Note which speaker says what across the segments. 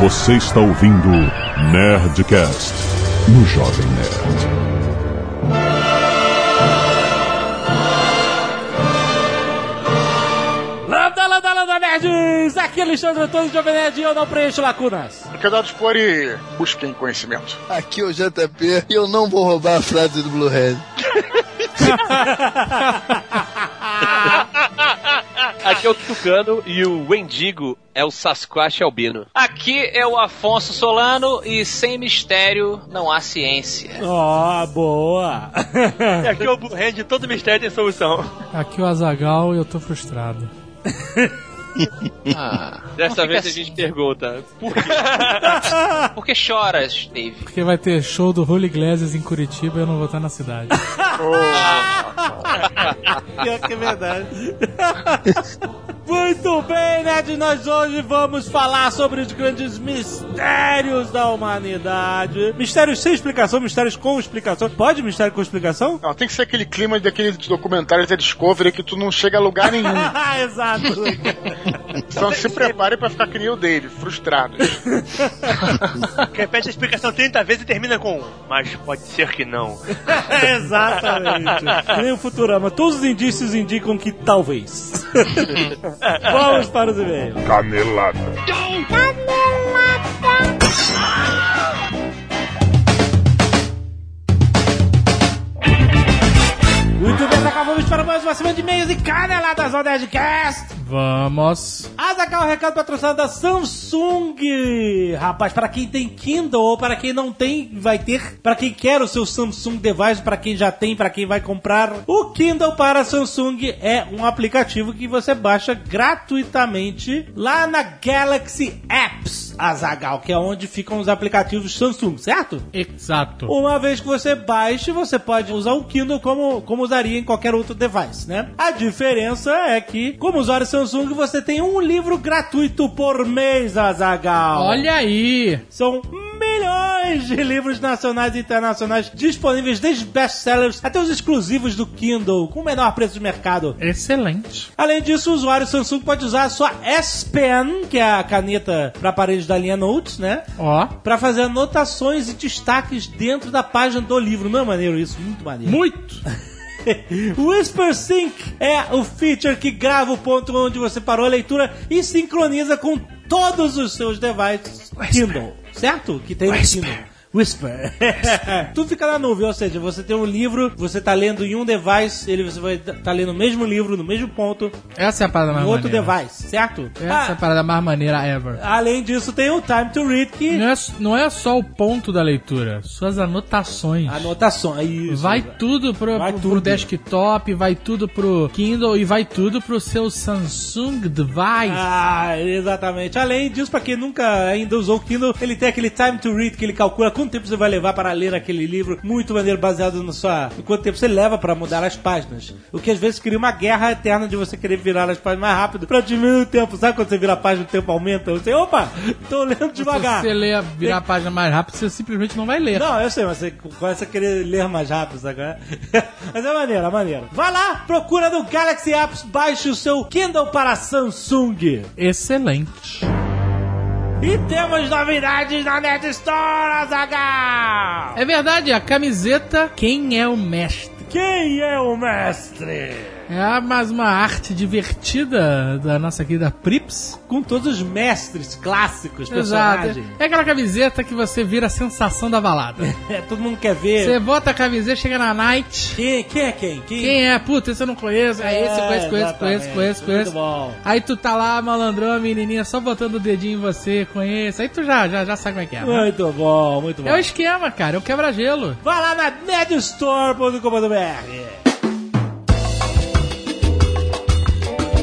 Speaker 1: Você está ouvindo Nerdcast no Jovem Nerd.
Speaker 2: Landa, landa, landa, nerds! Aqui é Alexandre Antônio Jovem Nerd e eu não preencho lacunas.
Speaker 3: No canal de Expor e busquem conhecimento.
Speaker 4: Aqui é o JP e eu não vou roubar a frase do Blue Red.
Speaker 5: Aqui é o Tucano e o Wendigo é o Sasquatch albino.
Speaker 6: Aqui é o Afonso Solano e sem mistério não há ciência.
Speaker 2: Ó, boa!
Speaker 5: E aqui é o Blue Hand, todo mistério tem solução.
Speaker 7: Aqui é o Azagal e eu tô frustrado.
Speaker 6: Ah,
Speaker 5: Dessa
Speaker 6: não
Speaker 5: vez
Speaker 6: fica
Speaker 5: a gente pergunta. Por...
Speaker 6: assim. Por que choras, Dave?
Speaker 7: Porque vai ter show do Holy Glasses em Curitiba e eu não vou estar na cidade.
Speaker 2: Pior que é verdade. Muito bem, Nerd, nós hoje vamos falar sobre os grandes mistérios da humanidade. Mistérios sem explicação, mistérios com explicação. Pode mistério com explicação?
Speaker 3: Não, tem que ser aquele clima daqueles documentários da Discovery que tu não chega a lugar nenhum.
Speaker 2: Ah, exato.
Speaker 3: Então se prepare pra ficar que nem o dele, frustrado.
Speaker 8: Repete a explicação 30 vezes e termina com um. Mas pode ser que não.
Speaker 2: Exatamente. Que Nem o Futurama. Todos os indícios indicam que talvez. Vamos para os e-mails.
Speaker 1: Canelada.
Speaker 2: Muito bem, Zacal, vamos para mais uma semana de e-mails e caneladas ao Nerdcast.
Speaker 7: Vamos.
Speaker 2: Azacal, um recado patrocinado da Samsung. Rapaz, para quem tem Kindle ou para quem não tem, vai ter. Para quem quer o seu Samsung device, para quem já tem, para quem vai comprar. O Kindle para Samsung é um aplicativo que você baixa gratuitamente lá na Galaxy Apps, Azagal, que é onde ficam os aplicativos Samsung, certo?
Speaker 7: Exato.
Speaker 2: Uma vez que você baixe, você pode usar o Kindle como, como usaria em qualquer outro device, né? A diferença é que, como usuário Samsung, você tem um livro gratuito por mês, Azagal.
Speaker 7: Olha aí.
Speaker 2: São milhões de livros nacionais e internacionais disponíveis, desde best-sellers até os exclusivos do Kindle, com o menor preço de mercado.
Speaker 7: Excelente.
Speaker 2: Além disso, o usuário Samsung pode usar a sua S Pen, que é a caneta para aparelhos da linha Notes, né?
Speaker 7: Ó.
Speaker 2: Pra fazer anotações e destaques dentro da página do livro. Não é maneiro isso? Muito maneiro.
Speaker 7: Muito.
Speaker 2: Whisper Sync é o feature que grava o ponto onde você parou a leitura e sincroniza com todos os seus devices Kindle, certo? Que tem no Kindle. Whisper. Tudo fica na nuvem, ou seja, você tem um livro, você tá lendo em um device, ele você vai tá lendo o mesmo livro no mesmo ponto,
Speaker 7: Essa é a parada
Speaker 2: em
Speaker 7: mais
Speaker 2: outro
Speaker 7: maneira.
Speaker 2: device, Ah. certo?
Speaker 7: Essa é a
Speaker 2: Ah,
Speaker 7: parada mais maneira ever.
Speaker 2: além disso, tem o Time to Read que
Speaker 7: Não é, não é só o ponto da leitura, suas anotações.
Speaker 2: anotações.
Speaker 7: Vai tudo pro,
Speaker 2: Vai
Speaker 7: pro
Speaker 2: tudo.
Speaker 7: desktop, vai tudo pro Kindle e vai tudo pro seu Samsung device.
Speaker 2: Ah, exatamente. Além disso, pra quem nunca ainda usou o Kindle, ele tem aquele time to read que ele calcula quanto tempo você vai levar para ler aquele livro, muito maneiro, baseado no sua. em quanto tempo você leva pra mudar as páginas. O que às vezes cria uma guerra eterna de você querer virar as páginas mais rápido pra diminuir o tempo. Sabe quando você vira a página, o tempo aumenta? Você, opa, tô lendo devagar.
Speaker 7: Se você ler, virar a página mais rápido, você simplesmente não vai ler.
Speaker 2: Não, eu sei, mas você começa a querer ler mais rápido, sabe? qual é? mas é maneiro, é maneiro. Vai lá, procura no Galaxy Apps, baixe o seu Kindle para Samsung.
Speaker 7: Excelente.
Speaker 2: E temos novidades na Net Store, Azaghal!
Speaker 7: É verdade, a camiseta Quem é o Mestre?
Speaker 2: Quem é o mestre?
Speaker 7: É mais uma arte divertida da nossa querida Prips.
Speaker 2: Com todos os mestres clássicos,
Speaker 7: Exato.
Speaker 2: personagens.
Speaker 7: É aquela camiseta que você vira a sensação da balada.
Speaker 2: É, todo mundo quer ver.
Speaker 7: Você bota a camiseta, chega na night.
Speaker 2: Quem, quem é quem? Quem,
Speaker 7: Quem é? Puta, esse eu não conheço. É esse, eu conheço, conheço, conheço, conheço,
Speaker 2: exatamente. Muito
Speaker 7: conheço.
Speaker 2: bom.
Speaker 7: Aí tu tá lá, malandrão, a menininha, só botando o dedinho em você, conhece. Aí tu já, já, já sabe como é que é. né?
Speaker 2: Muito bom, muito bom.
Speaker 7: É o esquema, cara. É o quebra-gelo.
Speaker 2: Vai lá na netstore.com.br.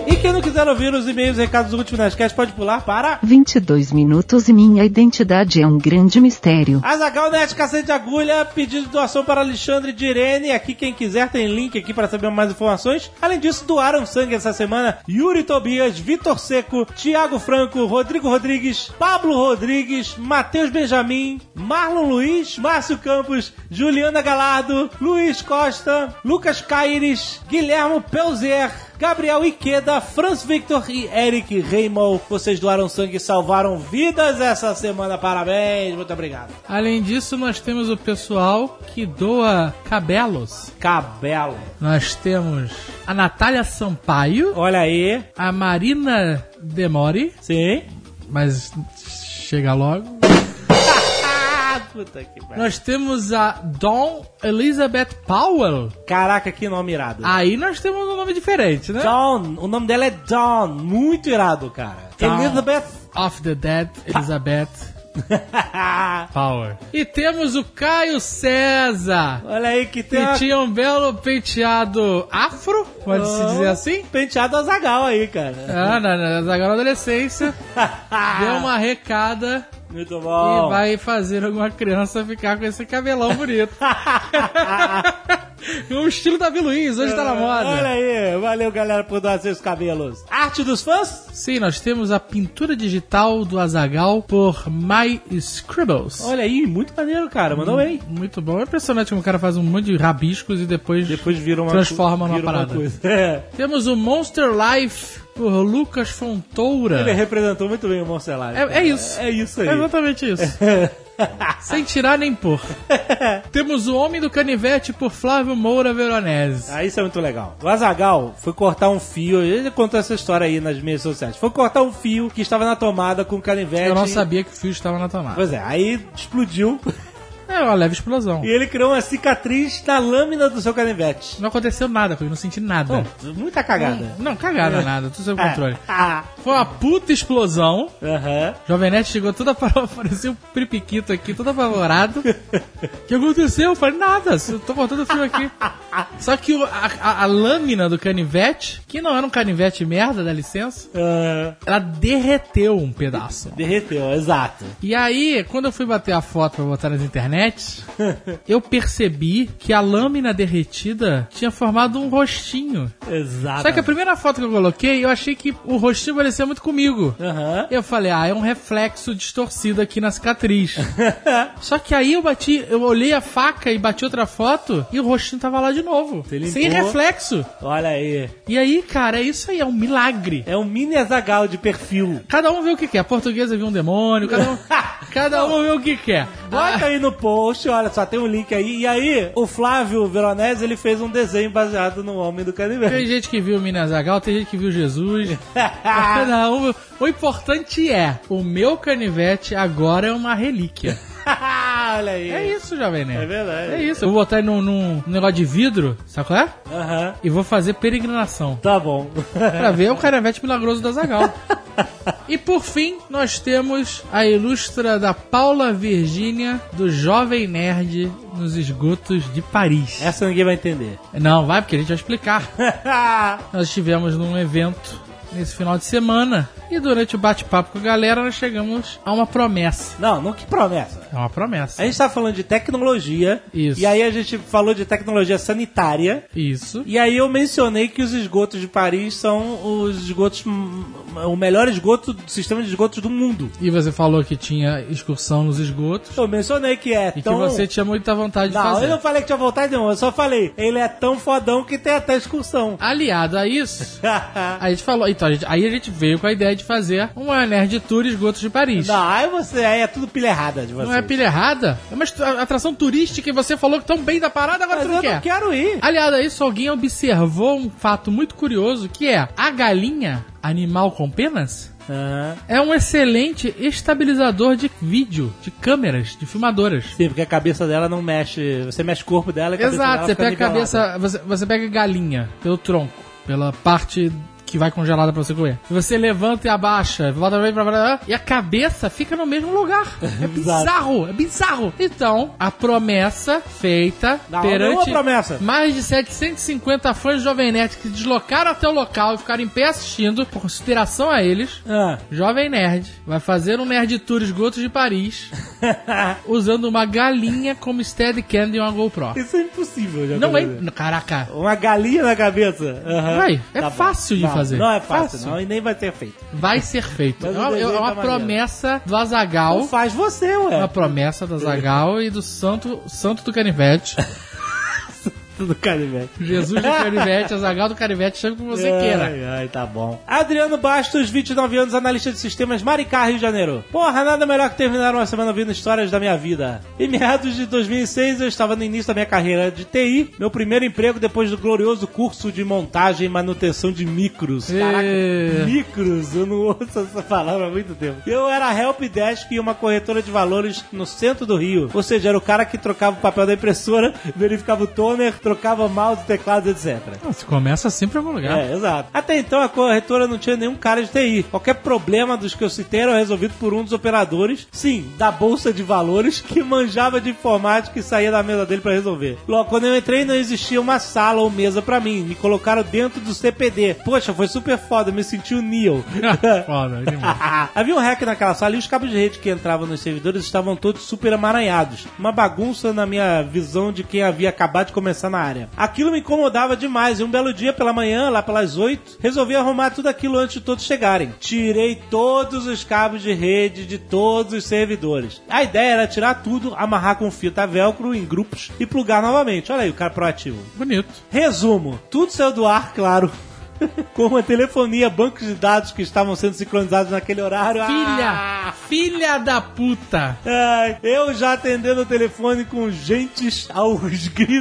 Speaker 2: E quem não quiser ouvir os e-mails e recados do último Nerdcast, pode pular para
Speaker 9: 22 minutos e minha identidade é um grande mistério.
Speaker 2: Azagal né? Net Cacete de Agulha, pedido de doação para Alexandre de Irene. Aqui, quem quiser, tem link aqui para saber mais informações. Além disso, doaram sangue essa semana Yuri Tobias, Vitor Seco, Tiago Franco, Rodrigo Rodrigues, Pablo Rodrigues, Matheus Benjamin, Marlon Luiz, Márcio Campos, Juliana Galardo, Luiz Costa, Lucas Caires, Guilhermo Pelzer. Gabriel Iqueda, Franz Victor e Eric Reimel. Vocês doaram sangue e salvaram vidas essa semana. Parabéns, muito obrigado.
Speaker 7: Além disso, nós temos o pessoal que doa cabelos.
Speaker 2: Cabelo.
Speaker 7: Nós temos a Natália Sampaio,
Speaker 2: Olha aí.
Speaker 7: a Marina Demori,
Speaker 2: Sim.
Speaker 7: mas chega logo.
Speaker 2: Ah, puta que pariu.
Speaker 7: É. Nós temos a Dawn Elizabeth Powell.
Speaker 2: Caraca, que nome irado.
Speaker 7: Aí nós temos um nome diferente, né?
Speaker 2: Dawn, o nome dela é Dawn, muito irado, cara.
Speaker 7: Dawn.
Speaker 2: Elizabeth.
Speaker 7: Of the Dead, Elizabeth Power. E temos o Caio César,
Speaker 2: Olha aí que
Speaker 7: que
Speaker 2: tem uma-
Speaker 7: tinha um belo penteado afro,
Speaker 2: Ah.
Speaker 7: pode-se dizer assim.
Speaker 2: Oh, penteado azagal aí, cara.
Speaker 7: Ah, na, na, na agora adolescência,
Speaker 2: Ah.
Speaker 7: deu uma recada
Speaker 2: Muito
Speaker 7: É. e
Speaker 2: bom.
Speaker 7: vai fazer alguma criança ficar com esse cabelão bonito. o estilo da Luiz, hoje tá na
Speaker 2: É, Olha
Speaker 7: moda.
Speaker 2: aí, valeu galera por doar seus cabelos. Arte dos fãs?
Speaker 7: Sim, nós temos a pintura digital do Azagal por My Scribbles.
Speaker 2: Olha aí, muito maneiro, cara. Mandou bem.
Speaker 7: Muito bom. É impressionante como o cara faz um monte de rabiscos e depois.
Speaker 2: Depois virou uma
Speaker 7: Transforma numa
Speaker 2: virou uma
Speaker 7: parada.
Speaker 2: coisa. É.
Speaker 7: Temos o Monster Life por Lucas
Speaker 2: Ele
Speaker 7: Fontoura.
Speaker 2: representou muito bem o Monstelar.
Speaker 7: É, é isso.
Speaker 2: É isso aí.
Speaker 7: É exatamente isso. Sem tirar nem pôr. Temos o Homem do Canivete por Flávio Moura Veronese.
Speaker 2: Ah, isso é muito legal. O Azagal foi cortar um fio, ele contou essa história aí nas minhas sociais. Foi cortar um fio que estava na tomada com o canivete.
Speaker 7: Eu não sabia que o fio estava na tomada.
Speaker 2: Pois é, aí explodiu
Speaker 7: É uma leve explosão.
Speaker 2: e ele criou uma cicatriz na lâmina do seu canivete.
Speaker 7: Não aconteceu nada comigo, não senti nada.
Speaker 2: Bom, muita cagada. É.
Speaker 7: Não, cagada nada, tudo sob Hum, controle.
Speaker 2: Ah,
Speaker 7: Foi uma puta explosão.
Speaker 2: ah, Aham.
Speaker 7: Jovem Nerd chegou toda farofa, parecia um peripiquito aqui, todo apavorado. O que aconteceu? Eu falei, nada, eu tô cortando o fio aqui. Só que o- a, a- a lâmina do canivete, que não era um canivete merda, dá licença,
Speaker 2: Ah,
Speaker 7: ela derreteu um pedaço.
Speaker 2: derreteu, exato.
Speaker 7: E aí, quando eu fui bater a foto pra botar nas internet, eu percebi que a lâmina derretida tinha formado um rostinho.
Speaker 2: Exato.
Speaker 7: Só que a primeira foto que eu coloquei, eu achei que o rostinho parecia muito comigo.
Speaker 2: Aham.
Speaker 7: Eu falei, ah, é um reflexo distorcido aqui na cicatriz. Só que aí eu bati, eu olhei a faca e bati outra foto e o rostinho tava lá de novo.
Speaker 2: Você limpou?
Speaker 7: Sem reflexo.
Speaker 2: Olha aí.
Speaker 7: E aí, cara, é isso aí, é um milagre.
Speaker 2: É um mini Azagal de perfil.
Speaker 7: Cada um vê o que quer. A portuguesa viu um demônio, cada um, cada um vê o que quer.
Speaker 2: Bota aí no post, olha só, tem um link aí. E aí, o Flávio Veronese, ele fez um desenho baseado no Homem do
Speaker 7: Tem
Speaker 2: Canivete.
Speaker 7: gente que viu o Minas Zagal, tem gente que viu Jesus. Cada um viu. O importante é, o meu canivete agora é uma relíquia.
Speaker 2: olha aí.
Speaker 7: É isso, Jovem Nerd.
Speaker 2: É verdade.
Speaker 7: É isso. Eu vou botar ele num, num negócio de vidro, sabe qual é?
Speaker 2: Aham.
Speaker 7: E vou fazer peregrinação.
Speaker 2: Tá bom.
Speaker 7: Pra ver o canivete milagroso da Zagal. E por fim, nós temos a ilustra da Paula Virgínia, do Jovem Nerd, nos esgotos de Paris.
Speaker 2: Essa ninguém vai entender.
Speaker 7: Não, vai, porque a gente vai explicar. Nós estivemos num evento nesse final de semana e durante o bate-papo com a galera nós chegamos a uma promessa.
Speaker 2: não, não que promessa.
Speaker 7: É uma promessa.
Speaker 2: A gente tava falando de tecnologia.
Speaker 7: Isso.
Speaker 2: E aí a gente falou de tecnologia sanitária.
Speaker 7: Isso.
Speaker 2: E aí eu mencionei que os esgotos de Paris são os esgotos. hum, o melhor esgoto, sistema de esgotos do mundo.
Speaker 7: E você falou que tinha excursão nos esgotos
Speaker 2: Eu mencionei que é
Speaker 7: e
Speaker 2: tão.
Speaker 7: que você tinha muita vontade de
Speaker 2: Não,
Speaker 7: fazer.
Speaker 2: eu não falei que tinha vontade não, eu só falei, ele é tão fodão que tem até excursão.
Speaker 7: Aliado a isso, a gente falou. Então, a gente- aí a gente veio com a ideia de fazer uma Nerd Tour Esgotos de Paris.
Speaker 2: não, aí você, aí é tudo pilha errada de você.
Speaker 7: Não é pilha errada? É uma estra- atração turística e você falou que tão bem da parada, agora
Speaker 2: Mas
Speaker 7: você
Speaker 2: eu
Speaker 7: não quer.
Speaker 2: não quero ir.
Speaker 7: Aliado a isso, alguém observou um fato muito curioso, que é a galinha, animal com penas,
Speaker 2: Aham.
Speaker 7: é um excelente estabilizador de vídeo, de câmeras, de filmadoras.
Speaker 2: Sim, porque a cabeça dela não mexe, você mexe o corpo dela e a cabeça
Speaker 7: Exato,
Speaker 2: dela
Speaker 7: você
Speaker 2: fica
Speaker 7: pega a
Speaker 2: nivelada.
Speaker 7: cabeça, você, você pega a galinha pelo tronco, pela parte que vai congelada pra você comer. Você levanta e abaixa, volta pra pra- pra- e a cabeça fica no mesmo lugar. É bizarro, é bizarro. Então, a promessa feita
Speaker 2: Não,
Speaker 7: perante
Speaker 2: nenhuma promessa.
Speaker 7: mais de 750 fãs de Jovem Nerd que deslocaram até o local e ficaram em pé assistindo, por consideração a eles,
Speaker 2: Ah.
Speaker 7: Jovem Nerd vai fazer um Nerd Tour Esgotos de Paris
Speaker 2: Ah,
Speaker 7: usando uma galinha como Steadicam e uma GoPro.
Speaker 2: Isso é impossível, já
Speaker 7: Não é.
Speaker 2: aconteceu.
Speaker 7: Caraca.
Speaker 2: Uma galinha na cabeça. Aham. Tá
Speaker 7: Vai, é
Speaker 2: bom.
Speaker 7: fácil de
Speaker 2: Não,
Speaker 7: fazer.
Speaker 2: Não é fácil,
Speaker 7: Fácil.
Speaker 2: não, e nem vai ter feito.
Speaker 7: Vai ser feito. É
Speaker 2: Mas o
Speaker 7: uma, é
Speaker 2: desenho
Speaker 7: uma
Speaker 2: tá maneiro.
Speaker 7: promessa do
Speaker 2: Não
Speaker 7: Azagal.
Speaker 2: faz você, ué.
Speaker 7: Uma promessa do Azagal e do santo, santo do Canivete.
Speaker 2: Festa do Canivete.
Speaker 7: Jesus do Carivete, Azagal do Carivete, chame como você queira.
Speaker 2: Ai, ai, tá bom. Adriano Bastos, 29 anos, analista de sistemas, Maricá, Rio de Janeiro. Porra, nada melhor que terminar uma semana ouvindo histórias da minha vida. Em meados de 2006, eu estava no início da minha carreira de TI, meu primeiro emprego depois do glorioso curso de montagem e manutenção de micros. Caraca,
Speaker 7: Ê.
Speaker 2: micros, eu não ouço essa palavra há muito tempo. Eu era help desk em uma corretora de valores no centro do Rio. Ou seja, era o cara que trocava o papel da impressora, verificava o toner, trocava mouse, teclado, etc.
Speaker 7: Se começa sempre em algum lugar.
Speaker 2: É, exato. Até então a corretora não tinha nenhum cara de TI. Qualquer problema dos que eu citei era resolvido por um dos operadores, sim, da bolsa de valores, que manjava de informática e saía da mesa dele pra resolver. Logo, quando eu entrei não existia uma sala ou mesa pra mim, me colocaram dentro do CPD. Poxa, foi super foda, me senti o Neo. É.
Speaker 7: Foda, demais.
Speaker 2: Havia um hack naquela sala e os cabos de rede que entravam nos servidores estavam todos super amaranhados. Uma bagunça na minha visão de quem havia acabado de começar na área. Aquilo me incomodava demais e um belo dia pela manhã, lá pelas 8, resolvi arrumar tudo aquilo antes de todos chegarem. Tirei todos os cabos de rede de todos os servidores. A ideia era tirar tudo, amarrar com fita velcro em grupos e plugar novamente. Olha aí o cara proativo.
Speaker 7: Bonito.
Speaker 2: Resumo: tudo saiu do ar, claro. Como a telefonia, bancos de dados que estavam sendo sincronizados naquele horário. Ah,
Speaker 7: Filha! Filha da puta!
Speaker 2: Ai, eu já atendendo o telefone com gentes aos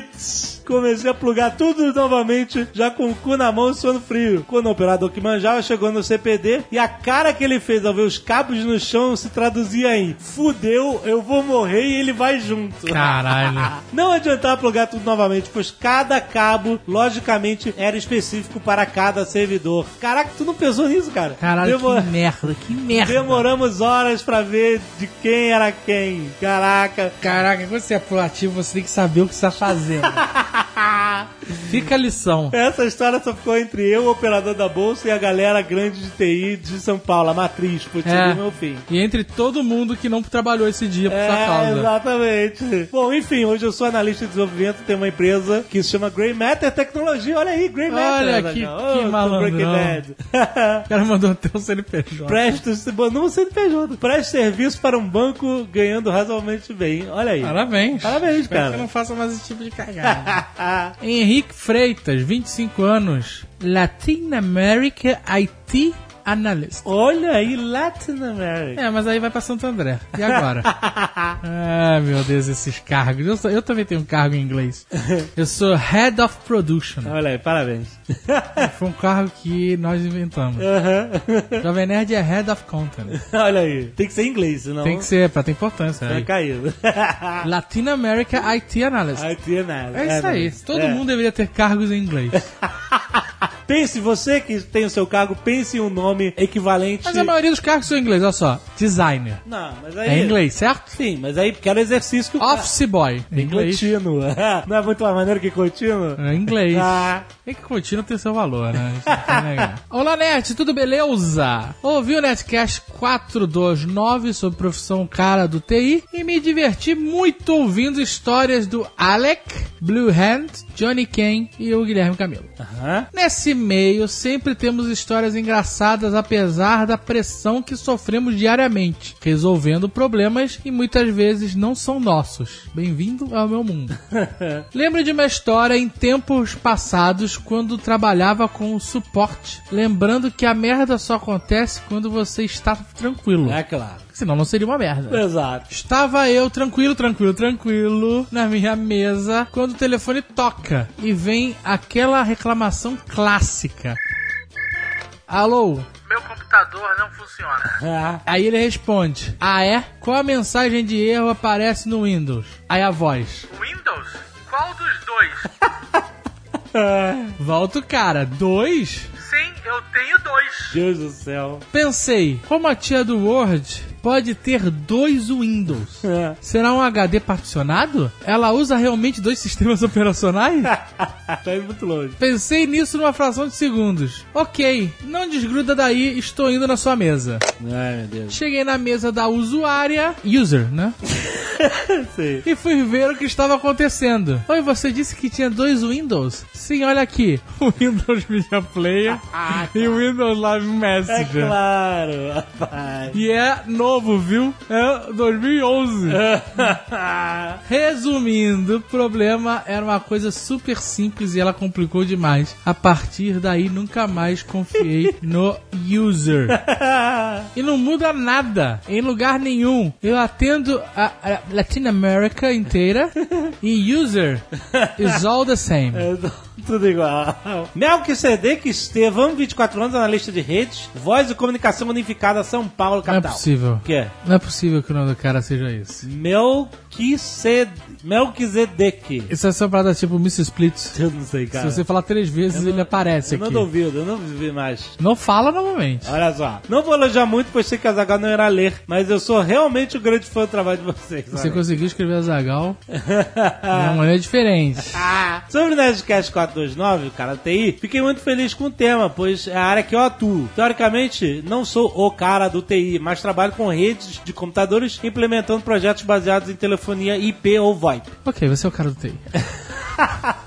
Speaker 2: gritos. Comecei a plugar tudo novamente, já com o cu na mão e sono frio. Quando o operador que manjava chegou no CPD e a cara que ele fez ao ver os cabos no chão se traduzia em Fudeu, eu vou morrer e ele vai junto.
Speaker 7: Caralho.
Speaker 2: Não adiantava plugar tudo novamente, pois cada cabo, logicamente, era específico para cada servidor. Caraca, tu não pensou nisso, cara?
Speaker 7: Caralho,
Speaker 2: Demor-
Speaker 7: que merda, que merda.
Speaker 2: Demoramos horas pra ver de quem era quem. Caraca.
Speaker 7: Caraca, quando você é proativo, você tem que saber o que você tá fazendo. Fica a lição.
Speaker 2: Essa história só ficou entre eu, o operador da bolsa, e a galera grande de TI de São Paulo, a matriz, por é. meu fim.
Speaker 7: E entre todo mundo que não trabalhou esse dia por sua
Speaker 2: É,
Speaker 7: causa.
Speaker 2: exatamente. Bom, enfim, hoje eu sou analista de desenvolvimento, tenho uma empresa que se chama Grey Matter Tecnologia. Olha aí, Grey Matter.
Speaker 7: Olha
Speaker 2: Zagal.
Speaker 7: que-
Speaker 2: Ô,
Speaker 7: que
Speaker 2: tô
Speaker 7: malandrão.
Speaker 2: Breaking Bad.
Speaker 7: O cara mandou até um CNPJ.
Speaker 2: Presto, não CNPJ, presta serviço para um banco ganhando razoavelmente bem. Olha aí.
Speaker 7: Parabéns.
Speaker 2: Parabéns,
Speaker 7: Espero
Speaker 2: cara.
Speaker 7: Que eu não faça mais esse tipo de cagada. Henrique Freitas, 25 anos. Latin America IT Analyst.
Speaker 2: Olha aí, Latin America.
Speaker 7: É, mas aí vai pra Santo André. E agora? ah, meu Deus, esses cargos. Eu, sou- eu também tenho um cargo em inglês. Eu sou Head of Production.
Speaker 2: Olha aí, parabéns. Ah.
Speaker 7: Foi um cargo que nós inventamos. Jovem Nerd é Head of Content.
Speaker 2: Olha aí. Tem que ser em inglês, senão
Speaker 7: Tem que ser, pra ter importância.
Speaker 2: vai
Speaker 7: Né?
Speaker 2: cair.
Speaker 7: Latin America IT Analyst.
Speaker 2: Aí tem nada.
Speaker 7: É isso aí. Todo
Speaker 2: É.
Speaker 7: mundo deveria ter cargos em inglês.
Speaker 2: Pense, você que tem o seu cargo, pense em um nome equivalente.
Speaker 7: Mas a maioria dos cargos são em inglês, olha só. Designer.
Speaker 2: Não, mas aí.
Speaker 7: É em inglês, certo?
Speaker 2: Sim, mas aí porque era exercício que o cara-
Speaker 7: Office boy. Em inglês.
Speaker 2: Contínuo. Não é muito mais maneiro que contínuo?
Speaker 7: É em inglês.
Speaker 2: Ah.
Speaker 7: É que contínuo tem seu valor, né? Isso não tem negócio. Olá, Nerd, tudo beleza? Ouvi o Nerdcast 429 sobre profissão cara do TI e me diverti muito ouvindo histórias do Alec, Blue Hand, Johnny Ken e o Guilherme Camilo.
Speaker 2: Aham.
Speaker 7: Nesse meio, sempre temos histórias engraçadas, apesar da pressão que sofremos diariamente, resolvendo problemas que muitas vezes não são nossos. Bem-vindo ao meu mundo. Lembro de uma história em tempos passados, quando trabalhava com suporte. Lembrando que a merda só acontece quando você está tranquilo.
Speaker 2: É claro.
Speaker 7: Senão não seria uma merda.
Speaker 2: Exato.
Speaker 7: Estava eu tranquilo, tranquilo, tranquilo na minha mesa quando o telefone toca e vem aquela reclamação clássica. Alô? Meu computador não funciona.
Speaker 2: Ah,
Speaker 7: Aí ele responde: Ah, é? Qual a mensagem de erro aparece no Windows? Aí a voz:
Speaker 8: Windows? Qual dos dois?
Speaker 7: Volta o cara, dois?
Speaker 8: Sim, eu tenho dois.
Speaker 2: Deus do céu.
Speaker 7: Pensei: como a tia do Word pode ter dois Windows?
Speaker 2: É.
Speaker 7: Será um HD particionado? Ela usa realmente dois sistemas operacionais?
Speaker 2: tá indo muito longe.
Speaker 7: Pensei nisso numa fração de segundos. Ok, não desgruda daí, estou indo na sua mesa.
Speaker 2: Ai, meu Deus.
Speaker 7: Cheguei na mesa da usuária, user, né?
Speaker 2: Sei.
Speaker 7: E fui ver o que estava acontecendo. Oi, você disse que tinha dois Windows? Sim, olha aqui. O Windows Media Player e o Windows Live
Speaker 2: Ah, tá. É
Speaker 7: Messenger.
Speaker 2: claro, Ah. rapaz.
Speaker 7: E é novo, viu? É 2011.
Speaker 2: É.
Speaker 7: Resumindo, o problema era uma coisa super simples e ela complicou demais. A partir daí, nunca mais confiei no user. E não muda nada, em lugar nenhum. Eu atendo a, a Latin America inteira e user is all the same.
Speaker 2: É, Tudo igual. Melquisedeque Estevam, 24 anos, analista de redes, voz e comunicação unificada São Paulo,
Speaker 7: Não é
Speaker 2: capital.
Speaker 7: possível.
Speaker 2: O quê?
Speaker 7: Não é possível que o nome do cara seja esse.
Speaker 2: Melquised- Melquisedeque.
Speaker 7: Isso é só parada tipo Miss Splits.
Speaker 2: Eu não sei,
Speaker 7: Se
Speaker 2: cara.
Speaker 7: você falar três vezes, ele aparece
Speaker 2: eu não
Speaker 7: aqui.
Speaker 2: tô ouvindo, eu não vi mais.
Speaker 7: Não fala novamente.
Speaker 2: Olha só. Não vou elogiar muito, pois sei que a Zagal não irá ler, mas eu sou realmente um grande fã do trabalho de vocês.
Speaker 7: Você
Speaker 2: olha.
Speaker 7: conseguiu escrever a Zagal de uma maneira é diferente.
Speaker 2: Sobre o Nerdcast 429, cara, TI, fiquei muito feliz com o tema, pois é a área que eu atuo. Teoricamente, não sou o cara do TI, mas trabalho com redes de computadores implementando projetos baseados em telefonia IP ou VoIP.
Speaker 7: Ok, você é o cara do TI.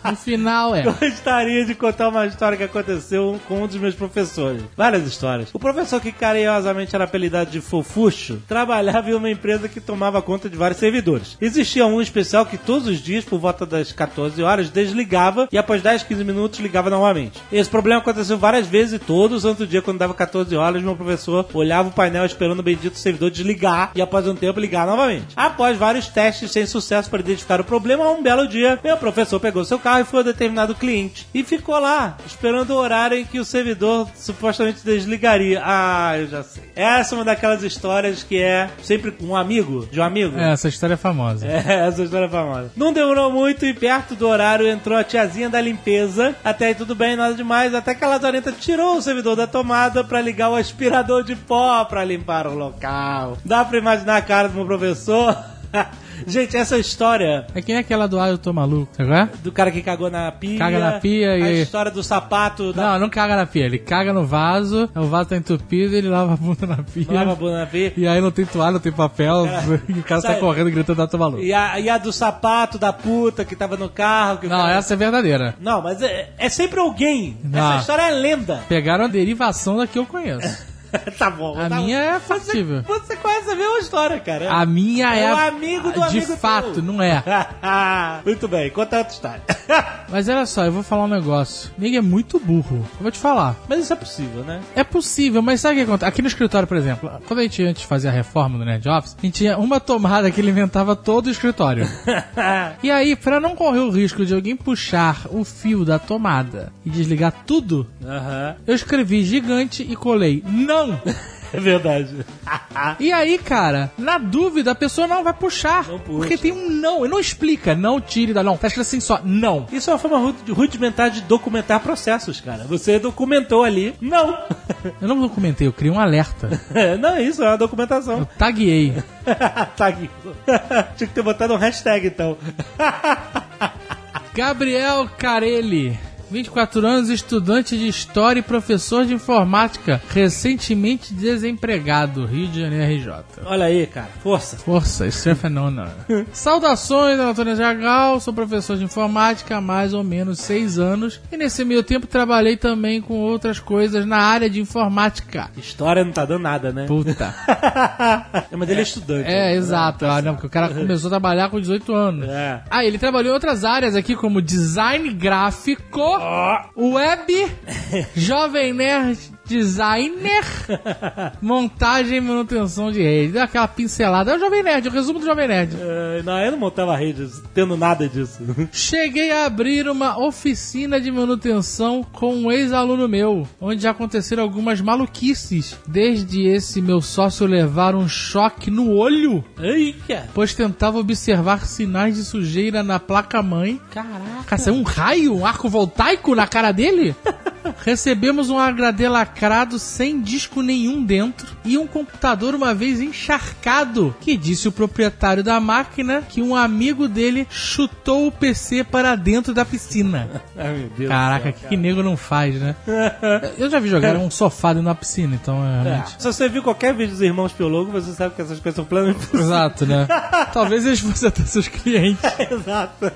Speaker 7: No final é.
Speaker 2: Gostaria de contar uma história que aconteceu com um dos meus professores. Várias histórias. O professor que carinhosamente era apelidado de Fofuxo trabalhava em uma empresa que tomava conta de vários servidores. Existia um especial que todos os dias, por volta das 14 horas, desligava e após 10, 15 minutos ligava novamente. Esse problema aconteceu várias vezes e todo santo dia, quando dava 14 horas, meu professor olhava o painel esperando o bendito servidor desligar e após um tempo ligar novamente. Após vários testes sem sucesso para identificar o problema, um belo dia, meu professor pegou seu carro e foi a determinado cliente e ficou lá esperando o horário em que o servidor supostamente desligaria. Ah, eu já sei. Essa é uma daquelas histórias que é sempre com um amigo, de um amigo.
Speaker 7: É, essa história é famosa.
Speaker 2: É, essa história é famosa. Não demorou muito e perto do horário entrou a tiazinha da limpeza. Até aí tudo bem, nada demais. Até que a lazarenta tirou o servidor da tomada pra ligar o aspirador de pó pra limpar o local. Dá pra imaginar a cara do meu professor? Gente, essa história
Speaker 7: É que nem aquela do Ah, eu tô maluco, sabe qual é?
Speaker 2: do cara que cagou na pia.
Speaker 7: Caga na pia e-
Speaker 2: A história do sapato da
Speaker 7: Não, não caga na pia. Ele caga no vaso, o vaso tá entupido, ele lava a bunda na pia.
Speaker 2: lava a bunda na pia.
Speaker 7: E aí não tem toalha, não tem papel, e o cara sai
Speaker 2: sai-
Speaker 7: correndo gritando, ah, tô maluco.
Speaker 2: E a, e a do sapato da puta que tava no carro. Que o
Speaker 7: Não,
Speaker 2: cara-
Speaker 7: essa é verdadeira.
Speaker 2: Não, mas é, é sempre alguém.
Speaker 7: Ah.
Speaker 2: Essa história é lenda.
Speaker 7: Pegaram a derivação da que eu conheço.
Speaker 2: tá bom.
Speaker 7: A
Speaker 2: tá bom.
Speaker 7: minha é factível.
Speaker 2: Você conhece a mesma história, cara.
Speaker 7: A minha é.
Speaker 2: É o
Speaker 7: a-
Speaker 2: amigo do
Speaker 7: De
Speaker 2: amigo teu.
Speaker 7: fato, não é.
Speaker 2: Muito bem, conta outra história.
Speaker 7: Mas olha só, eu vou falar um negócio. Nego é muito burro. Eu vou te falar.
Speaker 2: Mas isso é possível, né?
Speaker 7: É possível, mas sabe o que acontece? Aqui no escritório, por exemplo, quando a gente antes fazia a reforma do Nerd Office, a gente tinha uma tomada que alimentava todo o escritório. e aí, pra não correr o risco de alguém puxar o fio da tomada e desligar tudo,
Speaker 2: Aham.
Speaker 7: eu escrevi gigante e colei não.
Speaker 2: É verdade.
Speaker 7: E aí, cara, na dúvida, a pessoa não vai puxar.
Speaker 2: Não puxa.
Speaker 7: porque tem um não. E não explica, não tire da não. Tá escrito assim só, não.
Speaker 2: Isso é uma forma rud- rudimentar de documentar processos, cara. Você documentou ali. Não.
Speaker 7: Eu não documentei, eu criei um alerta.
Speaker 2: Não, isso é uma
Speaker 7: Eu
Speaker 2: documentação.
Speaker 7: taguei.
Speaker 2: tá aqui. Tinha que ter botado um hashtag, então.
Speaker 7: Gabriel Carelli. 24 anos, estudante de História e professor de Informática, recentemente desempregado, Rio de Janeiro RJ.
Speaker 2: Olha aí, cara. Força.
Speaker 7: Força, isso é fenômeno. Saudações, Antônio Jagal, sou professor de informática há mais ou menos seis anos e nesse meio tempo trabalhei também com outras coisas na área de informática.
Speaker 2: História não tá dando nada, né?
Speaker 7: Puta.
Speaker 2: É, Mas ele é estudante.
Speaker 7: É, exato. Ah, não, porque o cara começou a trabalhar com 18 anos.
Speaker 2: É.
Speaker 7: Ah, ele trabalhou em outras áreas aqui, como design gráfico, web, jovem nerd designer, montagem e manutenção de rede. Deu aquela pincelada. É o jovem nerd, o resumo do jovem nerd.
Speaker 2: É, Não, eu não montava redes tendo nada disso.
Speaker 7: Cheguei a abrir uma oficina de manutenção com um ex-aluno meu, onde já aconteceram algumas maluquices. Desde esse meu sócio levar um choque no olho
Speaker 2: Ai, cara.
Speaker 7: pois tentava observar sinais de sujeira na placa-mãe. Caraca, saiu um raio, um arco voltaico na cara dele? Recebemos um HD lacrado sem disco nenhum dentro e um computador uma vez encharcado, que disse o proprietário da máquina que um amigo dele chutou o PC para dentro da piscina.
Speaker 2: Ai, meu Deus.
Speaker 7: Caraca, que, que nego não faz, né? Eu já vi jogar um sofá dentro da piscina, então é realmente...
Speaker 2: Se você viu qualquer vídeo dos irmãos Piologo, você sabe que essas coisas são planos.
Speaker 7: Exato, né? Talvez eles fossem até seus clientes.
Speaker 2: É, Exato.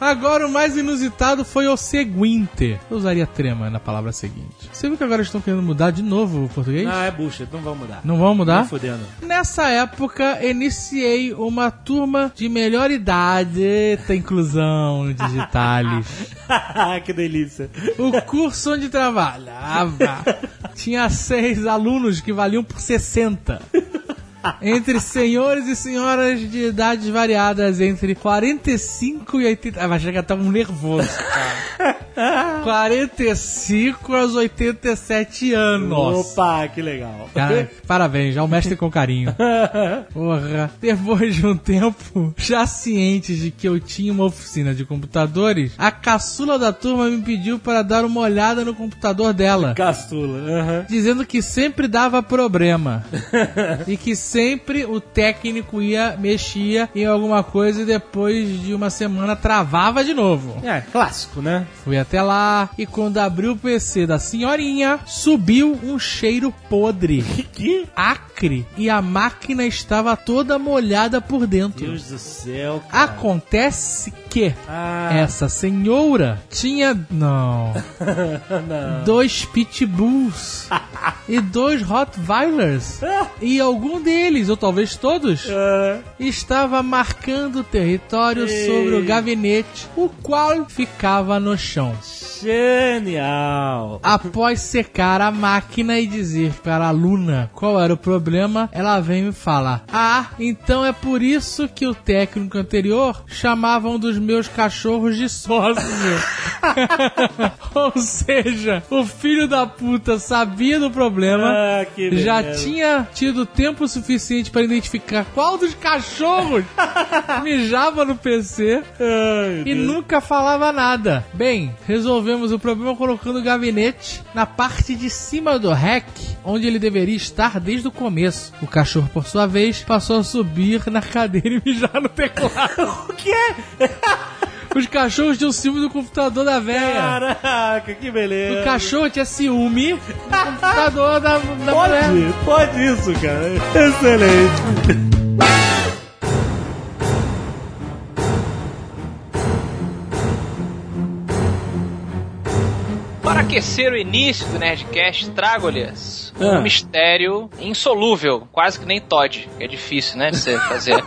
Speaker 7: Agora o mais inusitado foi o seguinte. Eu usaria trema na palavra seguinte. Você viu que agora estão querendo mudar de novo o português?
Speaker 2: Não, é bucha, não vamos mudar.
Speaker 7: Não vão mudar?
Speaker 2: Não fudendo.
Speaker 7: Nessa época, iniciei uma turma de melhor idade. Eita, inclusão digitales.
Speaker 2: que delícia.
Speaker 7: O curso onde trabalhava tinha seis alunos que valiam por 60. Entre senhores e senhoras de idades variadas, entre 45 e 80. Ah, vai chegar até um nervoso, cara. 45 aos 87 anos.
Speaker 2: Opa, que legal.
Speaker 7: Cara, parabéns, já o mestre com carinho. Porra. Depois de um tempo, já ciente de que eu tinha uma oficina de computadores, a caçula da turma me pediu para dar uma olhada no computador dela,
Speaker 2: Castula. aham.
Speaker 7: dizendo que sempre dava problema e que sempre o técnico ia mexia em alguma coisa e depois de uma semana travava de novo.
Speaker 2: É, clássico, né?
Speaker 7: Fui até lá e quando abri o PC da senhorinha, subiu um cheiro podre,
Speaker 2: Que?
Speaker 7: acre, e a máquina estava toda molhada por dentro.
Speaker 2: Deus do céu, cara.
Speaker 7: Acontece que
Speaker 2: Ah,
Speaker 7: essa senhora tinha. Não. Dois pitbulls e dois Rottweilers. E algum deles, ou talvez todos,
Speaker 2: ah,
Speaker 7: estava marcando território sobre o gabinete, o qual ficava no chão.
Speaker 2: genial.
Speaker 7: Após secar a máquina e dizer para a aluna qual era o problema, ela vem me falar: Ah, então é por isso que o técnico anterior chamava um dos meus cachorros de sócio. Ou seja, o filho da puta sabia do problema.
Speaker 2: Ah, que beleza.
Speaker 7: Já tinha tido tempo suficiente para identificar qual dos cachorros mijava no PC
Speaker 2: Ai,
Speaker 7: e nunca falava nada. Bem, resolvemos o problema colocando o gabinete na parte de cima do rack, onde ele deveria estar desde o começo. O cachorro, por sua vez, passou a subir na cadeira e mijar no teclado.
Speaker 2: O é? quê?
Speaker 7: Os cachorros tinham ciúme do computador da
Speaker 2: É.
Speaker 7: velha.
Speaker 2: Caraca, que beleza.
Speaker 7: O cachorro tinha ciúme do computador da, da mulher.
Speaker 2: Pode, pode isso, cara. Excelente.
Speaker 6: Para aquecer o início do Nerdcast, trago-lhes um
Speaker 2: Ah.
Speaker 6: mistério insolúvel, quase que nem Todd. que É difícil, né, de você fazer.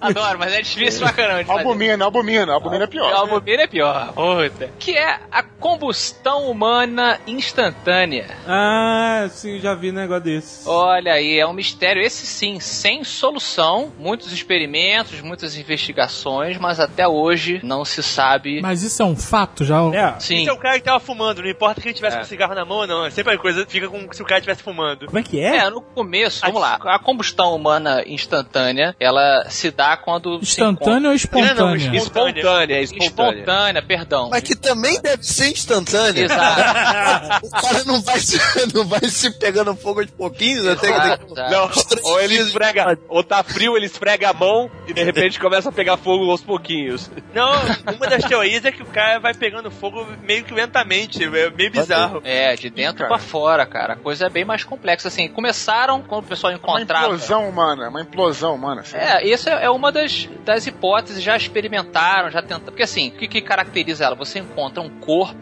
Speaker 6: Adoro, mas é difícil pra caramba de fazer.
Speaker 3: Albumina, albumina, albumina é
Speaker 6: A
Speaker 3: pior.
Speaker 6: albumina é pior, puta. Que é a combustão humana instantânea.
Speaker 2: Ah, sim, já vi um negócio desse.
Speaker 6: Olha aí, é um mistério, esse sim, sem solução. Muitos experimentos, muitas investigações, mas até hoje não se sabe.
Speaker 7: Mas isso é um fato já?
Speaker 2: É.
Speaker 6: Sim.
Speaker 8: Esse é o cara que tava fumando, não importa que ele tivesse
Speaker 6: É.
Speaker 8: com cigarro na mão ou não. é Sempre a coisa fica com se o cara tivesse fumando.
Speaker 2: Como é que é?
Speaker 6: É, no começo, vamos lá. A combustão humana instantânea, ela se dá quando. se
Speaker 7: Instantânea ou espontânea?
Speaker 8: Não, não,
Speaker 6: encontra- Espontânea, espontânea.
Speaker 5: Espontânea.
Speaker 6: Espontânea, perdão.
Speaker 4: Mas que também deve ser instantânea.
Speaker 6: Exato.
Speaker 4: O cara não vai se, não vai se pegando fogo de pouquinhos até que
Speaker 6: exato, exato.
Speaker 5: Não, ou ele esfrega, ou tá frio, ele esfrega a mão e de repente começa a pegar fogo aos pouquinhos.
Speaker 8: Não, uma das teorias é que o cara vai pegando fogo meio que lentamente, é meio bizarro.
Speaker 6: É, de dentro pra fora, cara. A coisa é bem mais complexa. Assim, começaram quando o pessoal
Speaker 3: Uma
Speaker 6: encontrava.
Speaker 3: implosão humana, uma implosão humana. assim.
Speaker 6: É, isso é é uma das, das hipóteses, já experimentaram, já tentaram. Porque assim, o que, que caracteriza ela? Você encontra um corpo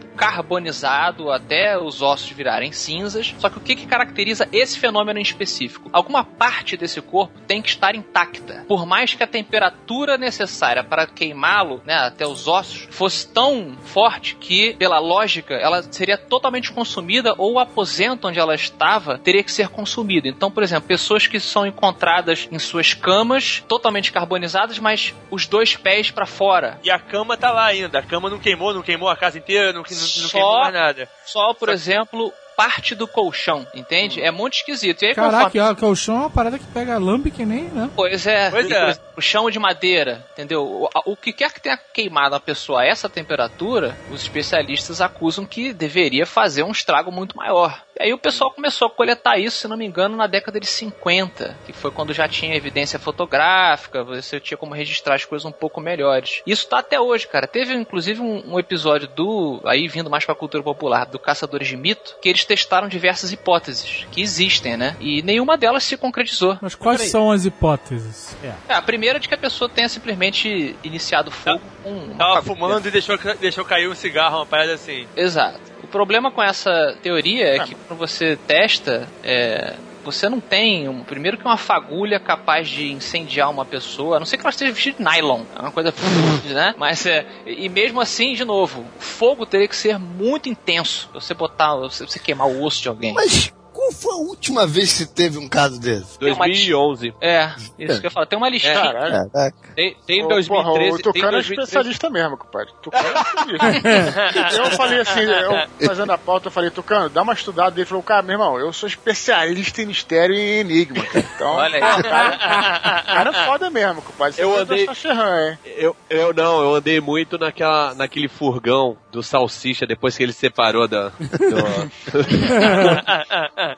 Speaker 6: carbonizado até os ossos virarem cinzas. Só que o que, que caracteriza esse fenômeno em específico? Alguma parte desse corpo tem que estar intacta. Por mais que a temperatura necessária para queimá-lo, né, até os ossos, fosse tão forte que, pela lógica, ela seria totalmente consumida ou o aposento onde ela estava teria que ser consumida. Então, por exemplo, pessoas que são encontradas em suas camas, totalmente carbonizadas, mas os dois pés para fora.
Speaker 8: E a cama tá lá ainda. A cama não queimou, não queimou a casa inteira, não, que- não- não
Speaker 6: Só-
Speaker 8: queimou mais nada.
Speaker 6: Só, por exemplo, parte do colchão, entende? É muito esquisito. E aí,
Speaker 7: Caraca,
Speaker 6: conforme-
Speaker 7: ó, que o chão é uma parada que pega lambe que nem, né?
Speaker 6: Pois é,
Speaker 8: Pois
Speaker 6: e,
Speaker 8: é.
Speaker 6: por exemplo, o chão de madeira, entendeu? O, a- o que quer que tenha queimado a pessoa a essa temperatura, os especialistas acusam que deveria fazer um estrago muito maior. E aí o pessoal começou a coletar isso, se não me engano, na década de 50, que foi quando já tinha evidência fotográfica, você tinha como registrar as coisas um pouco melhores. Isso tá até hoje, cara. Teve inclusive um, um episódio do, aí vindo mais pra cultura popular, do Caçadores de Mito, que eles testaram diversas hipóteses que existem, né? E nenhuma delas se concretizou.
Speaker 7: Mas quais
Speaker 2: Peraí.
Speaker 7: são as hipóteses?
Speaker 6: É, a primeira é de que a pessoa tenha simplesmente iniciado fogo com uma
Speaker 8: Tava
Speaker 6: cabeça.
Speaker 5: é.
Speaker 8: fumando e deixou, ca- deixou cair um cigarro, uma parada assim.
Speaker 6: Exato. O problema com essa teoria é que quando você testa, é, você não tem, um, primeiro que uma fagulha capaz de incendiar uma pessoa, a não ser que ela esteja vestida de nylon, é uma coisa, né? Mas é, e mesmo assim, de novo, o fogo teria que ser muito intenso. Você botar, você você queimar o osso de alguém.
Speaker 4: Mas qual foi a última vez que teve um caso desse?
Speaker 5: 2011.
Speaker 6: É, isso que eu falo. Tem uma listinha.
Speaker 3: É.
Speaker 4: Caraca.
Speaker 5: Tem, tem
Speaker 3: Ô,
Speaker 5: 2013.
Speaker 3: porra, o
Speaker 5: tem
Speaker 3: Tucano é
Speaker 5: 2013.
Speaker 3: especialista mesmo, compadre. Tucano é especialista. eu falei assim, eu fazendo a pauta, eu falei, Tucano, dá uma estudada. Ele falou, cara, meu irmão, eu sou especialista em mistério e enigma. Então,
Speaker 6: Olha
Speaker 3: pô,
Speaker 6: aí.
Speaker 3: cara, cara é foda mesmo, compadre. Você
Speaker 5: Eu
Speaker 3: tá
Speaker 5: andei-
Speaker 3: só Ferran, hein?
Speaker 5: Eu, eu não, eu andei muito naquela, naquele furgão do Salsicha depois que ele separou da. do-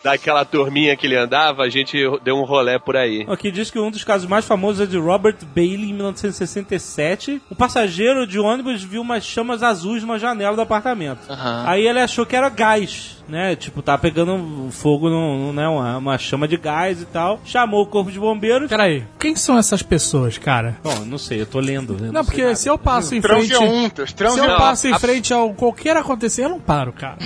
Speaker 5: daquela turminha que ele andava, a gente deu um rolé por aí.
Speaker 2: Aqui diz que um dos casos mais famosos é de Robert Bailey, em 1967. Um passageiro de ônibus viu umas chamas azuis numa janela do apartamento.
Speaker 6: Aham.
Speaker 2: Aí ele achou que era gás, né? Tipo, tá pegando fogo, num, num, né? Uma, uma chama de gás e tal. Chamou o corpo de bombeiros.
Speaker 7: Peraí, quem são essas pessoas, cara?
Speaker 2: Bom, não sei, eu tô lendo. eu
Speaker 7: Não,
Speaker 2: sei
Speaker 7: porque
Speaker 2: nada.
Speaker 7: se eu passo em frente.
Speaker 3: Transeuntes,
Speaker 7: Se eu
Speaker 3: transeuntes.
Speaker 7: passo em frente a qualquer acontecer, eu não paro, cara.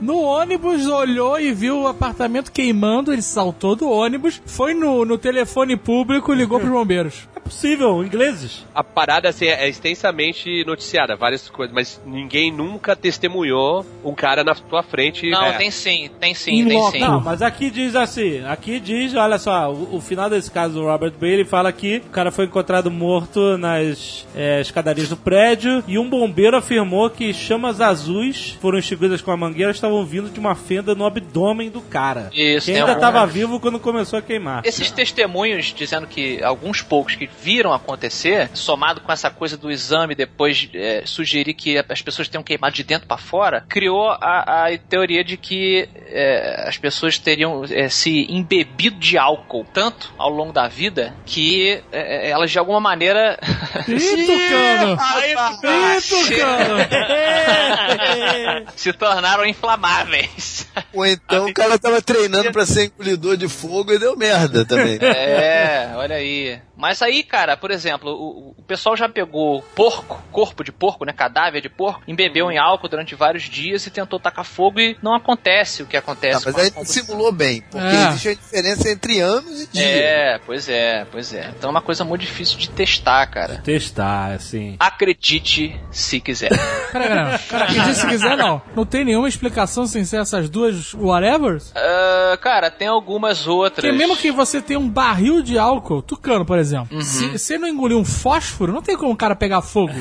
Speaker 7: no ônibus, olhou e viu o apartamento queimando, ele saltou do ônibus, foi no, no telefone público, ligou pros bombeiros.
Speaker 2: É possível, ingleses.
Speaker 5: A parada assim, é extensamente noticiada, várias coisas, mas ninguém nunca testemunhou um cara na tua frente.
Speaker 6: Não,
Speaker 5: é,
Speaker 6: tem sim, tem sim,
Speaker 7: Em
Speaker 6: tem
Speaker 7: loco.
Speaker 6: sim.
Speaker 2: Não, mas aqui diz assim, aqui diz, olha só, o, o final desse caso do Robert Bailey fala que o cara foi encontrado morto nas eh, escadarias do prédio e um bombeiro afirmou que chamas azuis foram extinguidas com a mangueira estavam vindo de uma fenda no abdômen do cara.
Speaker 6: Isso,
Speaker 2: que
Speaker 6: tem
Speaker 2: ainda
Speaker 6: um-
Speaker 2: estava vivo quando começou a queimar.
Speaker 6: Esses testemunhos dizendo que alguns poucos que viram acontecer, somado com essa coisa do exame depois é, sugerir que as pessoas tenham queimado de dentro pra fora, criou a, a teoria de que é, as pessoas teriam é, se embebido de álcool tanto ao longo da vida que é, é, elas de alguma maneira
Speaker 7: Ih, Tucano!
Speaker 8: Aí,
Speaker 7: Ih, Tucano!
Speaker 6: se tornaram inflamáveis.
Speaker 4: Ou
Speaker 3: Ah,
Speaker 4: então o cara tava treinando pra ser engolidor de fogo e deu merda também. Tá,
Speaker 6: É, olha aí. Mas aí, cara, por exemplo, o, o pessoal já pegou porco, corpo de porco, né? Cadáver de porco, embebeu em álcool durante vários dias e tentou tacar fogo e não acontece o que
Speaker 3: É,
Speaker 4: Tá,
Speaker 6: acontece.
Speaker 4: mas
Speaker 6: com a
Speaker 4: aí
Speaker 6: combustão.
Speaker 4: simulou bem, porque
Speaker 7: É.
Speaker 4: existe a diferença entre anos e dias.
Speaker 6: É, pois é, pois é. Então é uma coisa muito difícil de testar, cara.
Speaker 2: Testar, assim.
Speaker 6: Acredite se quiser.
Speaker 7: Peraí, peraí. Cara, quem disse se quiser, não. Não tem nenhuma explicação sem ser essas duas whatevers?
Speaker 6: Ah, cara, tem algumas outras.
Speaker 7: Porque mesmo que você tenha um barril de álcool, Tucano, por exemplo, se você não engolir um fósforo, não tem como o cara pegar fogo.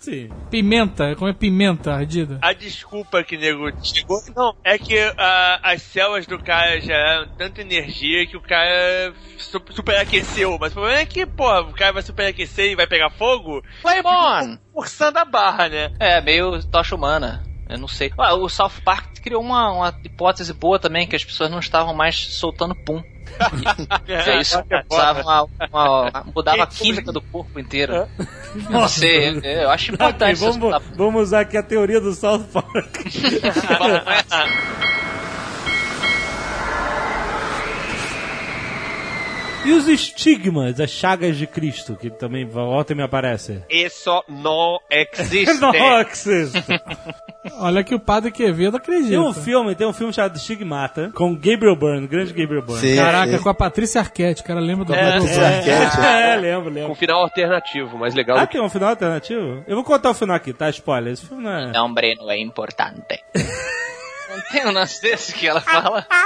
Speaker 2: Sim.
Speaker 7: Pimenta, como é pimenta ardida.
Speaker 8: A desculpa que o nego chegou. Não, é que ah, as células do cara geraram tanta energia que o cara su- superaqueceu. Mas o problema é que, porra, o cara vai superaquecer e vai pegar fogo
Speaker 6: Flame on!
Speaker 8: forçando a barra, né?
Speaker 6: É, meio tocha humana. Eu não sei. Ah, o South Park criou uma, uma hipótese boa também, que as pessoas não estavam mais soltando pum.
Speaker 5: É
Speaker 6: E aí É isso causava uma, uma- mudava a química do corpo inteiro. Eu não sei, eu, eu acho
Speaker 2: Ok,
Speaker 6: importante. isso. tá?
Speaker 2: vamos, vamos usar aqui a teoria do South Park. E os estigmas, as chagas de Cristo, que também volta e me aparece.
Speaker 8: É,
Speaker 5: Isso não existe.
Speaker 2: Noxis!
Speaker 7: Olha que o padre Quevedo acredita.
Speaker 2: Tem um filme, tem um filme chamado Estigmata, com Gabriel Byrne, o grande Gabriel Byrne.
Speaker 4: Sim,
Speaker 7: Caraca,
Speaker 4: é.
Speaker 7: com a Patrícia Arquette, cara, lembra do Battle
Speaker 4: Esse arquétipo.
Speaker 2: É, lembro,
Speaker 5: Com
Speaker 2: lembro.
Speaker 5: Um final alternativo, mais legal
Speaker 2: Ah,
Speaker 5: do que.
Speaker 2: tem um final alternativo? Eu vou contar o final aqui, tá? Spoiler. Esse filme não é.
Speaker 6: Não, Breno, é importante. Não tem um lance desse que ela fala?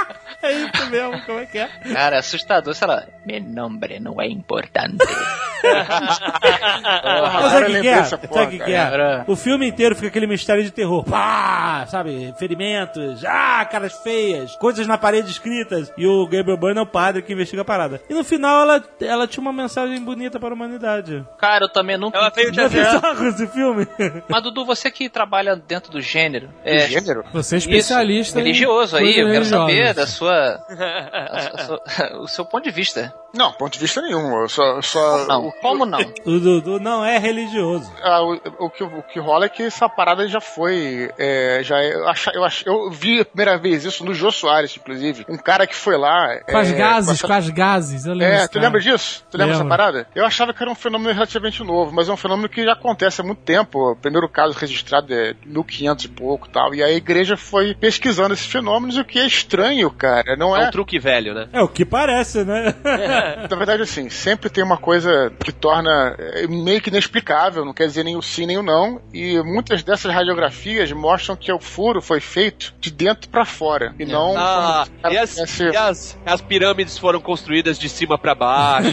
Speaker 2: É isso mesmo, como é que é?
Speaker 6: Cara, assustador, sei lá. Meu nome não é importante.
Speaker 2: Mas
Speaker 3: Agora
Speaker 2: sabe o que, que
Speaker 3: eu lembrei
Speaker 2: é?
Speaker 3: dessa porra,
Speaker 2: Sabe o que, que é?
Speaker 6: cara.
Speaker 2: O filme inteiro fica aquele mistério de terror. Pá! Sabe? Ferimentos, ah, caras feias, coisas na parede escritas. E o Gabriel Byrne é o padre que investiga a parada. E no final ela, ela tinha uma mensagem bonita para a humanidade.
Speaker 6: Cara, eu também nunca.
Speaker 8: Ela veio de
Speaker 2: Não é
Speaker 8: avião.
Speaker 2: bizarro esse filme?
Speaker 6: Mas, Dudu, você que trabalha dentro do gênero. É,
Speaker 3: Gênero?
Speaker 7: Você é
Speaker 6: Isso,
Speaker 7: especialista em
Speaker 6: religioso aí, eu
Speaker 7: coisas
Speaker 6: quero
Speaker 7: religiosas.
Speaker 6: saber da sua, a sua- o seu ponto de vista.
Speaker 3: Não, ponto de vista nenhum. Eu só, só
Speaker 6: Não,
Speaker 3: o-
Speaker 6: como não?
Speaker 2: O Dudu não é religioso.
Speaker 3: Ah, o, o que, o que rola é que essa parada já foi. é, já é- eu, acha- eu acha- eu vi a primeira vez isso no Jô Soares, inclusive. Um cara que foi lá.
Speaker 7: Com as
Speaker 3: é,
Speaker 7: gases,
Speaker 3: com
Speaker 7: com
Speaker 3: essa-
Speaker 7: as gases. Eu lembro
Speaker 3: É,
Speaker 7: desse
Speaker 3: tu
Speaker 7: cara.
Speaker 3: lembra disso? Tu lembra dessa
Speaker 7: Lembro.
Speaker 3: parada? Eu achava que era um fenômeno relativamente novo, mas é um fenômeno que já acontece há muito tempo. O primeiro caso registrado é 1500 e pouco e tal. E a igreja foi pesquisando esses fenômenos, o que é estranho, cara. Não
Speaker 5: É
Speaker 3: é.
Speaker 5: um truque velho, né?
Speaker 2: É o que parece, né?
Speaker 3: Na verdade, assim, sempre tem uma coisa que torna é, meio que inexplicável, não quer dizer nem o sim nem o não, e muitas dessas radiografias mostram que o furo foi feito de dentro pra fora, e não...
Speaker 5: Ah,
Speaker 3: como o cara
Speaker 5: e as,
Speaker 3: tivesse-
Speaker 5: e as, as pirâmides foram construídas de cima pra baixo.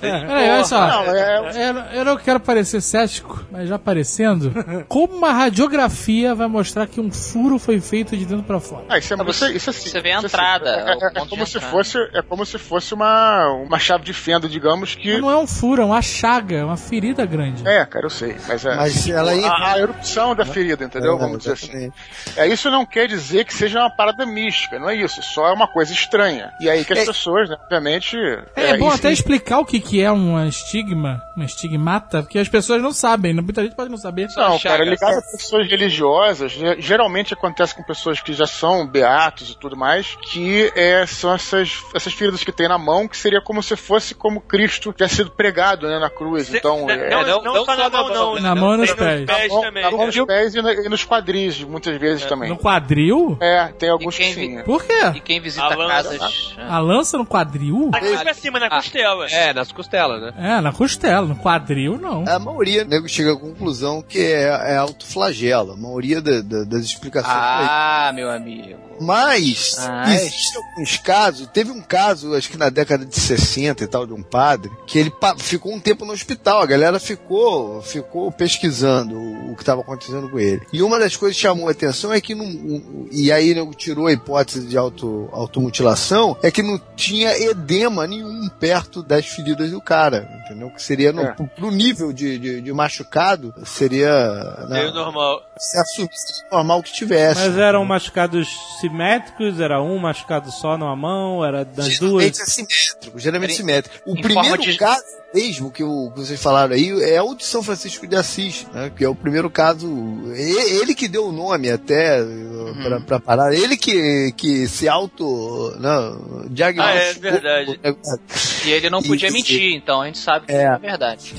Speaker 7: Peraí, olha só.
Speaker 3: Não, é,
Speaker 7: Eu, eu não quero parecer cético, mas já parecendo. Como uma radiografia vai mostrar que um furo foi feito de dentro pra fora?
Speaker 3: ah, isso é,
Speaker 6: Mas
Speaker 3: isso,
Speaker 6: você-
Speaker 3: isso é sim,
Speaker 6: você vê a
Speaker 3: isso é sim.
Speaker 6: entrada,
Speaker 3: É, é-
Speaker 6: o ponto
Speaker 3: é
Speaker 6: de
Speaker 3: como se
Speaker 6: entrada.
Speaker 3: fosse, é como se fosse uma, uma chave de fenda, digamos, que...
Speaker 7: Não é um furo, é uma chaga, é uma ferida grande.
Speaker 3: É, cara, eu sei, mas é...
Speaker 4: Mas ela aí.
Speaker 3: A, a erupção da ferida, entendeu? Vamos dizer assim. É, isso não quer dizer que seja uma parada mística, não é isso. Só é uma coisa estranha. E aí que as
Speaker 4: É-
Speaker 3: pessoas, né, obviamente.
Speaker 7: É, bom
Speaker 3: isso-
Speaker 7: até explicar o que, que é um estigma, um estigmata, porque as pessoas não sabem, muita gente pode não saber.
Speaker 3: Não,
Speaker 6: achar,
Speaker 3: cara,
Speaker 6: cara.
Speaker 3: ligado a pessoas religiosas, ge- geralmente acontece com pessoas que já são beatos e tudo mais, que é, são essas, essas feridas que tem na mão, que seria como se fosse como Cristo tivesse sido pregado né, na cruz. Então, é, Tá
Speaker 5: é, não-
Speaker 8: não,
Speaker 5: não
Speaker 8: não só na mão, não.
Speaker 7: Na mão e nos
Speaker 8: Tem
Speaker 7: pés.
Speaker 3: na mão,
Speaker 8: também.
Speaker 3: na mão
Speaker 8: cara.
Speaker 3: dos pés e, na- e nos quadris, muitas vezes também.
Speaker 7: É, No quadril?
Speaker 3: É, tem alguns
Speaker 6: E
Speaker 3: que
Speaker 6: quem
Speaker 3: sim. é.
Speaker 7: Por quê?
Speaker 6: E quem visita
Speaker 8: Alan-
Speaker 6: casas. é.
Speaker 7: A lança no quadril?
Speaker 8: Aqui pra cima, na
Speaker 3: Ah,
Speaker 8: costela.
Speaker 5: é, nas costelas, né?
Speaker 7: É, na costela, no quadril não.
Speaker 4: A maioria, nego, chega à conclusão que é, é autoflagelo. A maioria da- da- das explicações. pra isso.
Speaker 6: Ah, meu amigo.
Speaker 4: Mas,
Speaker 6: Ai.
Speaker 4: existem alguns casos. Teve um caso, acho que na década de 60 e tal, de um padre, que ele pa- ficou um tempo no hospital. A galera ficou, ficou pesquisando o, o que estava acontecendo com ele. E uma das coisas que chamou a atenção é que, não, o- o- e aí nego tirou a hipótese de auto, automutilação, é que não tinha edema nenhum perto das feridas do cara. Entendeu? Que seria no,
Speaker 3: É.
Speaker 4: pro, pro nível de, de, de machucado, seria. né,
Speaker 8: Meio normal.
Speaker 4: se assumisse normal que tivesse.
Speaker 2: Mas um eram machucados simétricos, era um machucado só numa mão, era das duas.
Speaker 4: Geralmente é simétrico, geralmente
Speaker 6: Em-
Speaker 4: simétrico. O
Speaker 6: em
Speaker 4: primeiro
Speaker 6: forma de-
Speaker 4: caso mesmo que, o, que vocês falaram aí é o de São Francisco de Assis, né, que é o primeiro caso. e- Ele que deu o nome até para pra parar, ele que, que se auto. Não, diagnosticou.
Speaker 8: Ah, é verdade.
Speaker 6: E ele não podia
Speaker 4: Isso.
Speaker 6: mentir, então a gente sabe que
Speaker 4: É.
Speaker 6: é, é verdade.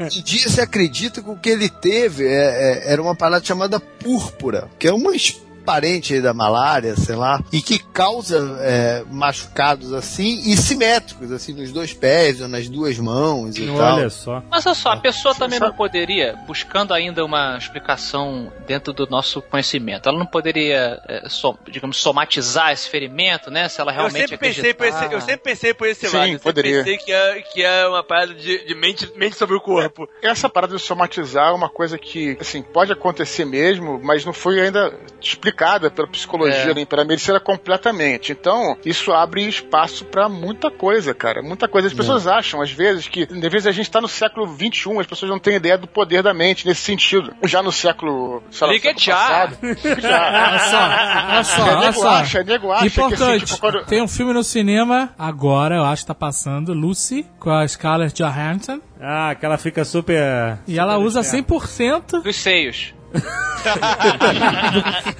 Speaker 4: Hoje em Um dia se acredita que o que ele teve é- é- era uma parada chamada púrpura, que é uma es- parente aí da malária, sei lá, e que causa é, machucados assim e simétricos, assim, nos dois pés ou nas duas mãos e tal.
Speaker 2: Olha É só.
Speaker 6: Mas olha só, a pessoa também
Speaker 3: sabe-
Speaker 6: não poderia, buscando ainda uma explicação dentro do nosso conhecimento, ela não poderia, é, som- digamos, somatizar esse ferimento, né? Se ela
Speaker 8: Eu
Speaker 6: realmente
Speaker 8: sempre, pensei por esse,
Speaker 6: acreditar.
Speaker 8: eu sempre pensei por esse
Speaker 3: Sim,
Speaker 8: lado. Eu sempre
Speaker 3: poderia.
Speaker 8: pensei que é, que é uma parada de, de mente, mente sobre o corpo.
Speaker 3: Essa parada de somatizar é uma coisa que, assim, pode acontecer mesmo, mas não foi ainda explicada pela psicologia
Speaker 6: É.
Speaker 3: nem pela medicina completamente. Então, isso abre espaço pra muita coisa, cara. Muita
Speaker 6: É.
Speaker 3: coisa. As pessoas acham, às vezes, que, às vezes, a gente tá no século XXI, as pessoas não têm ideia do poder da mente nesse sentido. Já no século. sei lá,
Speaker 6: Liga
Speaker 3: século
Speaker 6: já.
Speaker 3: passado,
Speaker 7: Olha
Speaker 3: já.
Speaker 7: só, olha só,
Speaker 3: É,
Speaker 7: olha
Speaker 3: nego
Speaker 7: só.
Speaker 3: acha, nego acha que, assim,
Speaker 7: Importante,
Speaker 3: tipo, quando-
Speaker 7: tem um filme no cinema agora, eu acho que tá passando, Lucy, com a Scarlett Johansson,
Speaker 2: Ah, que ela fica super.
Speaker 7: e ela usa 100%,
Speaker 6: Dos seios.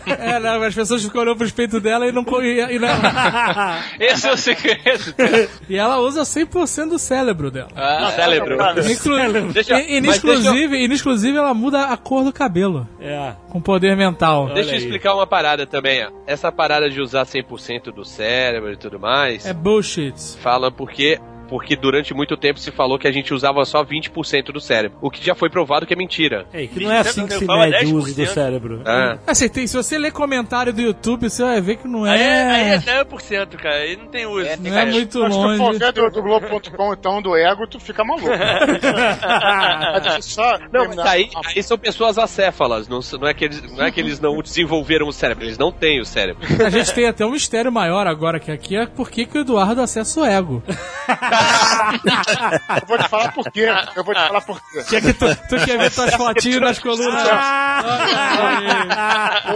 Speaker 7: é, não, as pessoas ficam olhando pros peitos dela e não... co- E, e não-
Speaker 6: Esse é o segredo.
Speaker 7: e ela usa 100% do cérebro dela.
Speaker 6: Ah,
Speaker 5: Cérebro.
Speaker 7: Inclu-
Speaker 5: Deixa-
Speaker 7: e,
Speaker 5: mas deixa eu-
Speaker 7: e, exclusive, e, exclusive, ela muda a cor do cabelo,
Speaker 2: É.
Speaker 7: com poder mental.
Speaker 5: Deixa eu
Speaker 2: aí.
Speaker 5: explicar uma parada também, ó. Essa parada de usar 100% do cérebro e tudo mais,
Speaker 7: É bullshit.
Speaker 5: fala porque porque durante muito tempo se falou que a gente usava só 20% do cérebro, o que já foi provado que é mentira.
Speaker 2: Ei, que não é assim que se
Speaker 8: Fala
Speaker 2: mede o uso do
Speaker 8: 10%.
Speaker 2: cérebro.
Speaker 5: Ah,
Speaker 7: Assim, tem, se você ler comentário do YouTube, você vai ver que não
Speaker 8: Aí, é... aí
Speaker 7: é...
Speaker 8: é 10%, cara. Aí não tem uso.
Speaker 6: É,
Speaker 7: não é muito
Speaker 3: Mas se tu for
Speaker 7: longe.
Speaker 3: ver do, do Globo.com, então, do ego, tu fica maluco. Mas deixa eu só
Speaker 5: Não, mas
Speaker 3: terminar
Speaker 5: aí,
Speaker 3: a-
Speaker 5: aí são pessoas acéfalas, não, s- não, é que eles, não é que eles não desenvolveram o cérebro, eles não têm o cérebro.
Speaker 7: A gente tem até um mistério maior agora que aqui é por que que o Eduardo acessa o ego.
Speaker 3: Eu vou te falar por quê. Eu vou te falar por quê.
Speaker 7: Tinha que tu, tu quer ver tuas fotinhas nas colunas.
Speaker 3: Eu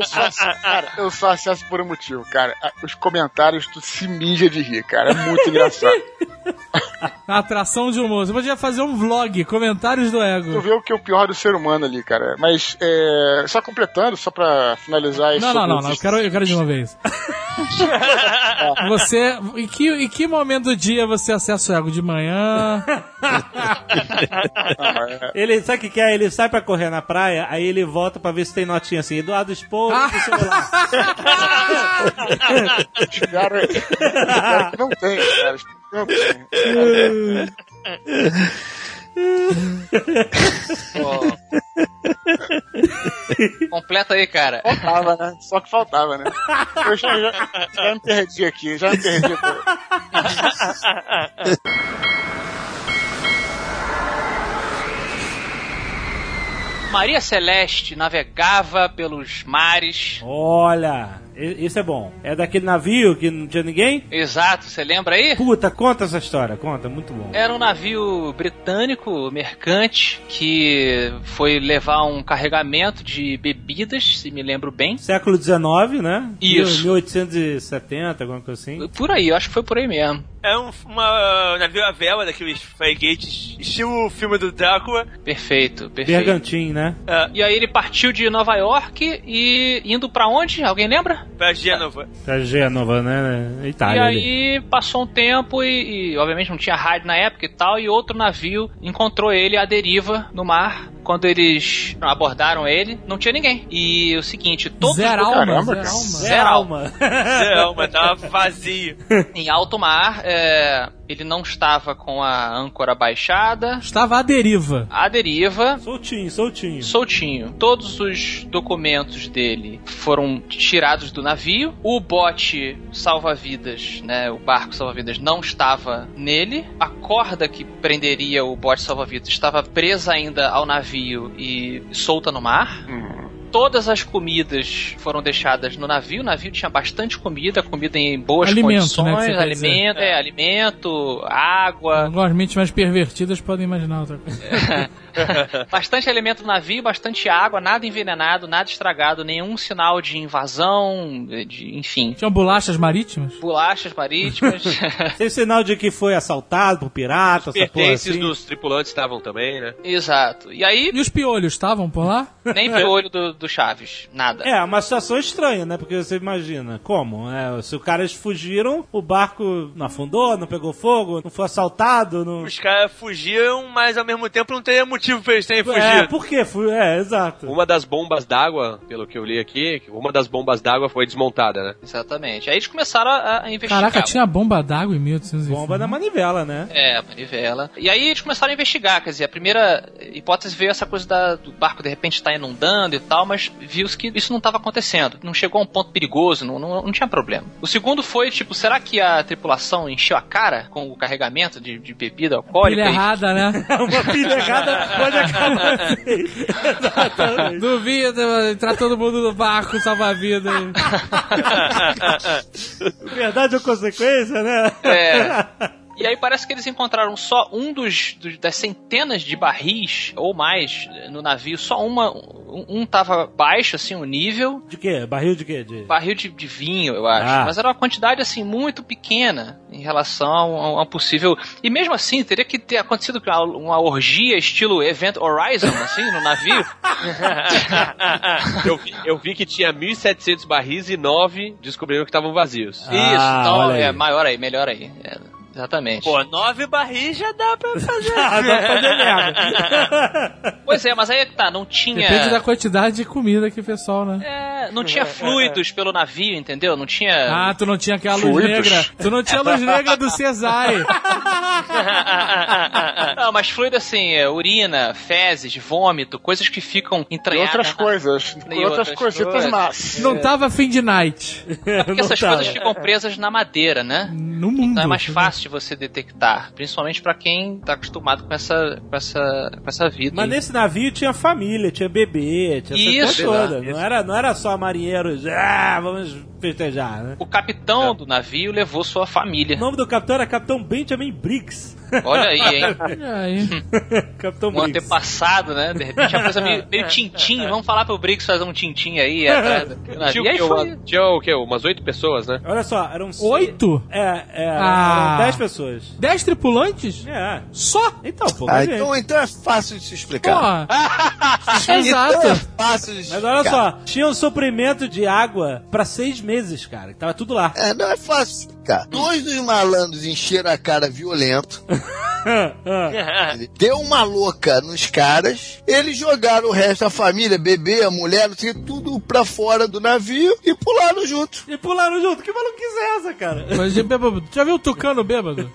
Speaker 3: só,
Speaker 7: Ah,
Speaker 3: cara, eu só acesso por um motivo, cara. Os comentários, tu se mija de rir, cara. É muito engraçado.
Speaker 7: A atração de humor. Você podia fazer um vlog, comentários do
Speaker 3: Tu
Speaker 7: ego.
Speaker 3: vê o que é o pior do ser humano ali, cara. Mas, é, só completando, só pra finalizar isso.
Speaker 7: Não, não, não, não. Eu quero, eu quero de uma vez. Você. Em que, em que momento do dia você acessa o ego? De manhã?
Speaker 3: assim, é,
Speaker 2: Ele sabe o que quer? Ele sai pra correr na praia, aí ele volta pra ver se tem notinha assim. Eduardo Expor,
Speaker 7: Ah.
Speaker 2: do celular.
Speaker 3: Cara, cara, que não tem, cara. Não tem.
Speaker 6: Completa aí, cara.
Speaker 3: Faltava, né? Só que faltava, né? Eu já, já- já me perdi aqui, já me perdi. pô.
Speaker 6: Maria Celeste navegava pelos mares.
Speaker 2: Olha, i- isso é bom. É daquele navio que não tinha ninguém?
Speaker 6: Exato, você lembra aí?
Speaker 2: Puta, conta essa história, conta, muito bom.
Speaker 6: Era um navio britânico mercante que foi levar um carregamento de bebidas, se me lembro bem.
Speaker 2: Século XIX, né?
Speaker 6: Isso.
Speaker 2: 1870, alguma coisa assim.
Speaker 6: Por aí, eu acho que foi por aí mesmo.
Speaker 8: É um uma, um navio à vela daqueles fregates, estilo filme do Drácula.
Speaker 6: Perfeito, perfeito.
Speaker 2: Bergantin, né?
Speaker 8: ah,
Speaker 6: E aí ele partiu de Nova York e indo pra onde? Alguém lembra?
Speaker 5: Tá.
Speaker 8: pra Gênova.
Speaker 2: Pra Gênova, né?
Speaker 6: e
Speaker 2: Itália. ali.
Speaker 6: aí passou um tempo e, e, obviamente não tinha rádio na época e tal, e outro navio encontrou ele à deriva no mar. Quando eles abordaram ele, não tinha ninguém. E o seguinte, todos
Speaker 7: Zero
Speaker 6: os-
Speaker 7: alma,
Speaker 3: Caramba,
Speaker 7: zero
Speaker 3: cara.
Speaker 7: alma.
Speaker 2: Zé Alma.
Speaker 8: Não, mas tava vazio.
Speaker 6: em alto mar, é, ele não estava com a âncora baixada,
Speaker 7: Estava à deriva.
Speaker 6: à deriva,
Speaker 2: soltinho, soltinho.
Speaker 6: soltinho. Todos os documentos dele foram tirados do navio. O bote salva-vidas, né, o barco salva-vidas não estava nele. A corda que prenderia o bote salva-vidas estava presa ainda ao navio e solta no mar.
Speaker 7: Uhum.
Speaker 6: Todas as comidas foram deixadas no navio. O navio tinha bastante comida, comida em boas
Speaker 7: Alimento, né, que
Speaker 6: condições,
Speaker 7: você quer dizer.
Speaker 6: alimento, é, alimento, água,
Speaker 7: Algumas mentes mais pervertidas podem imaginar outra coisa.
Speaker 6: Bastante alimento no navio, bastante água, nada envenenado, nada estragado, nenhum sinal de invasão, de, enfim.
Speaker 7: Tinham bolachas marítimas?
Speaker 6: Bolachas marítimas.
Speaker 2: Tem sinal de que foi assaltado por pirata, essa porra
Speaker 5: Pertences
Speaker 2: assim.
Speaker 5: dos tripulantes estavam também, né?
Speaker 6: Exato. E aí,
Speaker 7: E os piolhos estavam por lá?
Speaker 6: nem pelo olho do, do Chaves. Nada.
Speaker 2: É, uma situação estranha, né? Porque você imagina, como? É, se os caras fugiram, o barco não afundou, não pegou fogo, não foi assaltado, não...
Speaker 8: Os caras fugiram, mas ao mesmo tempo não teria motivo pra eles terem
Speaker 2: É,
Speaker 8: fugido.
Speaker 2: por quê? Fu- É, exato.
Speaker 5: Uma das bombas d'água, pelo que eu li aqui, uma das bombas d'água foi desmontada, né?
Speaker 6: Exatamente. Aí eles começaram a, a investigar.
Speaker 7: Caraca, tinha bomba d'água em 1800
Speaker 2: Bomba na manivela, né?
Speaker 6: É, a manivela. E aí eles começaram a investigar, quer dizer, a primeira hipótese veio essa coisa da- do barco de repente estar inundando e tal, mas viu-se que isso não estava acontecendo. Não chegou a um ponto perigoso, não, não, não tinha problema. O segundo foi, tipo, será que a tripulação encheu a cara com o carregamento de, de bebida
Speaker 7: Pilha
Speaker 6: alcoólica? E-
Speaker 7: errada, né?
Speaker 2: É Uma pilha errada pode acabar assim. Exatamente.
Speaker 7: Duvida, entrar todo mundo no barco, salva-vida.
Speaker 2: Verdade ou consequência, né?
Speaker 6: É. E aí parece que eles encontraram só um dos, dos- das centenas de barris ou mais no navio, só uma, um, um tava baixo assim o nível
Speaker 2: De quê? Barril de quê? De...
Speaker 6: barril de, de vinho, eu acho.
Speaker 2: Ah.
Speaker 6: Mas era uma quantidade, assim, muito pequena em relação a um- a um possível... E mesmo assim, teria que ter acontecido uma, uma orgia estilo Event Horizon, assim, no navio.
Speaker 5: Ah. Eu vi, eu vi que tinha 1.700 barris e 9 descobriram que estavam vazios.
Speaker 6: Isso, então
Speaker 2: olha aí.
Speaker 6: é maior aí, melhor aí. É, exatamente.
Speaker 8: Pô, nove barris já dá pra fazer.
Speaker 2: Ah, dá pra fazer merda.
Speaker 6: Pois é, mas aí é que tá, não tinha...
Speaker 7: Depende da quantidade de comida que o pessoal, né?
Speaker 6: É, não tinha fluidos pelo navio, entendeu? Não tinha...
Speaker 7: Ah, tu não tinha aquela luz
Speaker 3: Fluidos.
Speaker 7: negra. Tu não tinha a luz negra do Cesare.
Speaker 6: Não, mas fluido assim, é, urina, fezes, vômito, coisas que ficam
Speaker 3: E
Speaker 6: entranhadas.
Speaker 7: né?
Speaker 3: outras
Speaker 6: na-
Speaker 3: coisas.
Speaker 6: E
Speaker 3: outras,
Speaker 6: outras
Speaker 3: coisitas
Speaker 6: coisas.
Speaker 3: más.
Speaker 7: Não tava fim de night.
Speaker 6: Porque
Speaker 2: Não
Speaker 6: essas
Speaker 2: tava.
Speaker 6: coisas ficam presas na madeira, né?
Speaker 7: No mundo. né?
Speaker 6: Então é mais fácil de você detectar, principalmente pra quem tá acostumado com essa, com essa, com essa vida.
Speaker 2: Mas
Speaker 6: aí.
Speaker 2: nesse navio tinha família, tinha bebê, tinha
Speaker 6: Isso.
Speaker 2: essa coisa toda. Não era, não era só marinheiros, ah, vamos festejar, né?
Speaker 6: O capitão do navio levou sua família.
Speaker 2: O nome do capitão era Capitão Benjamin Briggs.
Speaker 6: Olha aí, hein?
Speaker 7: E aí?
Speaker 2: Capitão
Speaker 6: Um
Speaker 2: Briggs.
Speaker 6: antepassado, né? De repente uma coisa meio, meio tintim. Vamos falar pro Briggs fazer um tintim aí. atrás do navio.
Speaker 5: Tinha,
Speaker 6: E aí
Speaker 5: o quê?
Speaker 6: foi.
Speaker 5: Uma- tinha o quê? Umas oito pessoas, né?
Speaker 2: Olha só, eram seis-
Speaker 7: Oito?
Speaker 2: É, é,
Speaker 7: Ah.
Speaker 2: eram dez pessoas.
Speaker 7: Dez tripulantes?
Speaker 2: É.
Speaker 7: Só?
Speaker 2: Então, pô,
Speaker 4: Ah,
Speaker 2: gente.
Speaker 4: então, então é fácil de se explicar.
Speaker 7: Porra!
Speaker 4: Então é
Speaker 7: Exato!
Speaker 4: fácil de se
Speaker 2: Mas
Speaker 4: explicar.
Speaker 2: olha só, tinha um suprimento de água pra seis meses, cara. que Tava tudo lá.
Speaker 4: É, não é fácil de explicar. Dois dos malandros encheram a cara violento,
Speaker 7: Ah,
Speaker 4: deu uma louca nos caras, eles jogaram o resto da família, bebê, a mulher, não sei, tudo pra fora do navio e pularam junto.
Speaker 2: e pularam junto. Que maluquice é essa, cara?
Speaker 7: Mas de bêbado, já viu o tucano bêbado?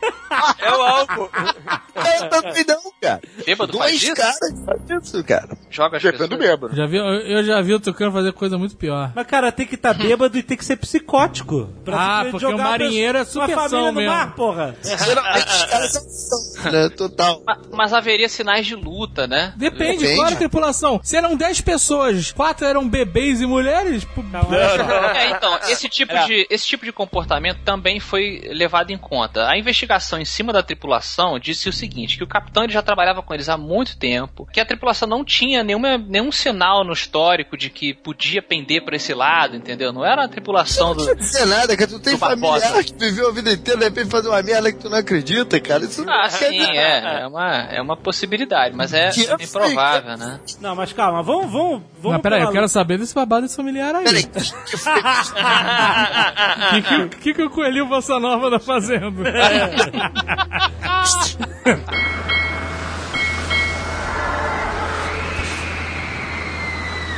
Speaker 8: É o álcool.
Speaker 4: É também não, cara.
Speaker 6: Bêbado faz
Speaker 4: Dois
Speaker 6: isso?
Speaker 4: caras fazem isso, cara.
Speaker 6: Joga as
Speaker 3: Depende do
Speaker 6: pessoas.
Speaker 3: bêbado.
Speaker 7: Já vi, eu eu já vi o tucano fazer coisa muito pior.
Speaker 2: Mas, cara, tem que estar tá bêbado e tem que ser psicótico.
Speaker 7: Ah,
Speaker 2: se-
Speaker 7: porque o marinheiro é
Speaker 2: Uma
Speaker 7: supersão
Speaker 2: família no
Speaker 7: mesmo.
Speaker 2: mar, porra.
Speaker 4: Geralmente os caras são né, total.
Speaker 6: Ma- Mas, haveria sinais de luta, né?
Speaker 7: Depende,
Speaker 4: Depende.
Speaker 7: qual era a tripulação? Se eram 10 pessoas, quatro eram bebês e mulheres, pô,
Speaker 6: É, então, esse tipo, de, esse tipo de comportamento também foi levado em conta. A investigação em cima da tripulação disse o seguinte, que o capitão ele já trabalhava com eles há muito tempo, que a tripulação não tinha nenhuma, nenhum sinal no histórico de que podia pender pra esse lado, entendeu? Não era a tripulação do...
Speaker 4: Não quer dizer nada, cara. Tu tem
Speaker 6: Do Barbosa.
Speaker 4: familiar que viveu a vida inteira, de repente fazer uma merda que tu não acredita, cara. Isso não
Speaker 6: Ah,
Speaker 4: quer
Speaker 6: sim,
Speaker 4: dizer
Speaker 6: é, é uma, é uma possibilidade, mas é
Speaker 4: Que eu
Speaker 6: improvável, né?
Speaker 2: Não, mas calma, vamos, vamos, vamos.
Speaker 7: Mas peraí, eu
Speaker 2: pela-
Speaker 7: quero saber desse babado desse familiar aí.
Speaker 4: Peraí,
Speaker 7: O que, que, o- que que o coelhinho Bossa Nova tá fazendo?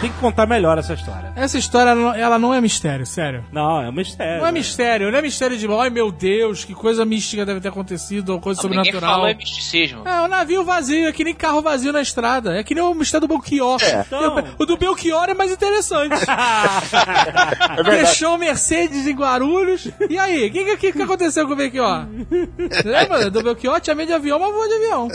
Speaker 2: Tem que contar melhor essa história.
Speaker 7: Essa história, ela não- ela não é mistério, sério.
Speaker 2: Não, é um mistério.
Speaker 7: Não é
Speaker 2: né?
Speaker 7: mistério, não é mistério de, ai meu Deus, que coisa mística deve ter acontecido, ou coisa
Speaker 6: Ninguém falou
Speaker 7: sobrenatural.
Speaker 6: em misticismo.
Speaker 7: É, o navio vazio, é que nem carro vazio na estrada. É que nem o mistério do Belchior.
Speaker 2: Então-
Speaker 7: O do Belchior é mais interessante. Fechou o Mercedes em Guarulhos. E aí, o que, que, que aconteceu com o Belchior? Lembra? Do Belchior tinha medo de avião, mas voou de avião.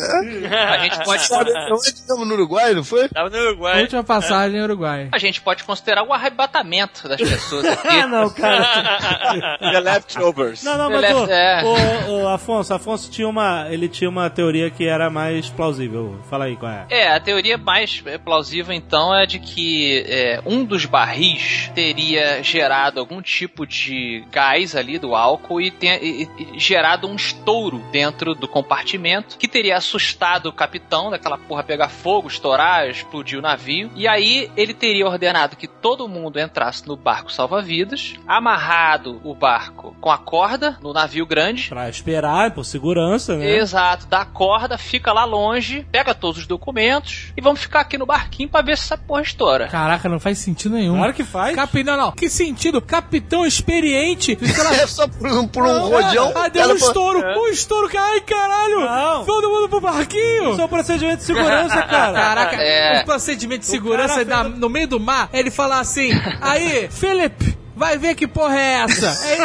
Speaker 6: A gente pode
Speaker 4: Sabe onde estamos é no Uruguai, não foi?
Speaker 8: Tava no
Speaker 5: É.
Speaker 7: A
Speaker 8: Uruguai.
Speaker 7: Última passagem em Uruguai.
Speaker 6: A gente pode considerar o arrebatamento das pessoas aqui.
Speaker 2: Ah, não, cara.
Speaker 5: The Leftovers.
Speaker 2: Não, não,
Speaker 6: The
Speaker 2: mas o,
Speaker 6: left- é.
Speaker 2: o, o Afonso, Afonso tinha uma, ele tinha uma teoria que era mais plausível. Fala aí qual é.
Speaker 6: É, a teoria mais é, plausível então é de que é, um dos barris teria gerado algum tipo de gás ali do álcool e, tenha, e- e- e gerado um estouro dentro do compartimento que teria assustado o capitão daquela porra pegar fogo, estourar, explodir o navio. E aí ele teria ordenado que todo mundo entrasse no barco salva-vidas, amarrado o barco com a corda no navio grande.
Speaker 2: Pra esperar, por segurança, né?
Speaker 6: Exato, dá a corda, fica lá longe, pega todos os documentos e vamos ficar aqui no barquinho pra ver se essa porra estoura.
Speaker 7: Caraca, não faz sentido nenhum.
Speaker 2: Claro que faz.
Speaker 7: Capi... Não, não. Que sentido? Capitão experiente.
Speaker 4: É só por um, por um rodeão.
Speaker 7: Ah, deu um
Speaker 4: cara,
Speaker 7: estouro. Um estouro. cara. Ai, caralho.
Speaker 2: É. Não.
Speaker 7: Todo mundo pro barquinho.
Speaker 2: Isso é um procedimento de segurança, cara.
Speaker 7: Caraca,
Speaker 6: É.
Speaker 7: um procedimento de
Speaker 2: O cara
Speaker 7: segurança da-
Speaker 2: fez-
Speaker 7: no meio do mar, ele falar assim, aí, Felipe, vai ver que porra é essa? É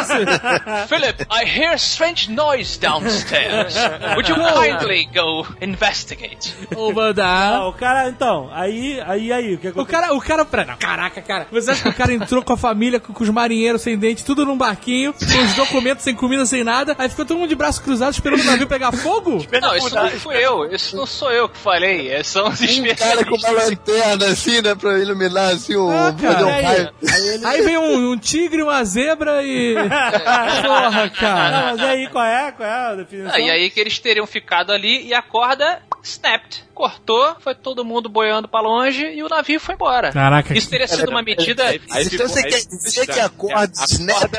Speaker 7: isso?
Speaker 6: Philip, I hear strange noise downstairs. Would you kindly go investigate?
Speaker 7: Ô, mandar.
Speaker 2: Ah, o cara, então, aí, aí, aí, o que
Speaker 7: O
Speaker 2: aconteceu?
Speaker 7: cara, o cara, pera, não, caraca, cara. Você acha que o cara entrou com a família, com, com os marinheiros sem dente, tudo num barquinho, com os documentos sem comida, sem nada, aí ficou todo mundo de braço cruzado esperando o navio pegar fogo?
Speaker 6: Não, isso não fui eu, isso não sou eu que falei, é, são os
Speaker 4: Um cara com uma
Speaker 6: especialistas.
Speaker 4: lanterna assim, né? Pra iluminar assim o.
Speaker 7: Ah, cara,
Speaker 4: fazer um
Speaker 7: aí-
Speaker 4: raio.
Speaker 7: Aí vem um, um tigre, uma zebra e. Porra,
Speaker 2: Não,
Speaker 7: cara.
Speaker 2: mas aí qual é? Qual é a definição?
Speaker 6: Ah, e aí que eles teriam ficado ali e a corda snapped, cortou, foi todo mundo boiando pra longe e o navio foi embora.
Speaker 7: Caraca,
Speaker 3: é
Speaker 6: Isso teria sido uma medida
Speaker 5: Aí
Speaker 4: então
Speaker 5: ficou-
Speaker 4: você
Speaker 5: aí
Speaker 4: quer
Speaker 5: ficou- É,
Speaker 4: dizer que a corda
Speaker 5: a
Speaker 4: snap
Speaker 5: corda-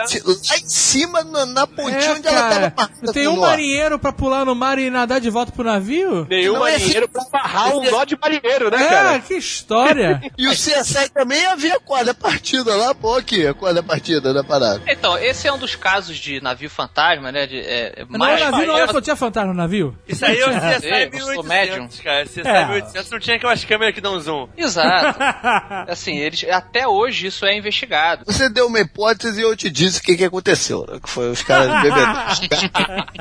Speaker 4: lá em cima na, na
Speaker 3: um
Speaker 4: pontinha onde ela tá assim, tava
Speaker 3: tá
Speaker 4: marcada
Speaker 7: É, Tem
Speaker 4: com
Speaker 7: um
Speaker 4: o nó.
Speaker 7: marinheiro pra pular no mar e nadar de volta pro navio?
Speaker 5: Nenhum
Speaker 4: Não é
Speaker 5: um marinheiro pra barrar um nó de marinheiro, né,
Speaker 7: É,
Speaker 5: cara?
Speaker 7: que história.
Speaker 4: E o CSI também havia a corda partida lá, pô, aqui, a corda partida da parada.
Speaker 6: Então, esse é um dos casos de navio fantasma, né? De, é,
Speaker 7: Não, o
Speaker 6: mais
Speaker 7: navio não é
Speaker 6: maior-
Speaker 7: era, só tinha fantasma no navio?
Speaker 8: Isso aí é o CSI
Speaker 6: Eu sou
Speaker 8: 1800.
Speaker 6: médium.
Speaker 5: cara. Você
Speaker 2: É.
Speaker 5: sabe 800 não tinha aquelas câmeras que dão zoom.
Speaker 6: Exato. assim, eles até hoje isso é investigado.
Speaker 4: Você deu uma hipótese e eu te disse o que, que aconteceu. né? Que foi os caras bebendo.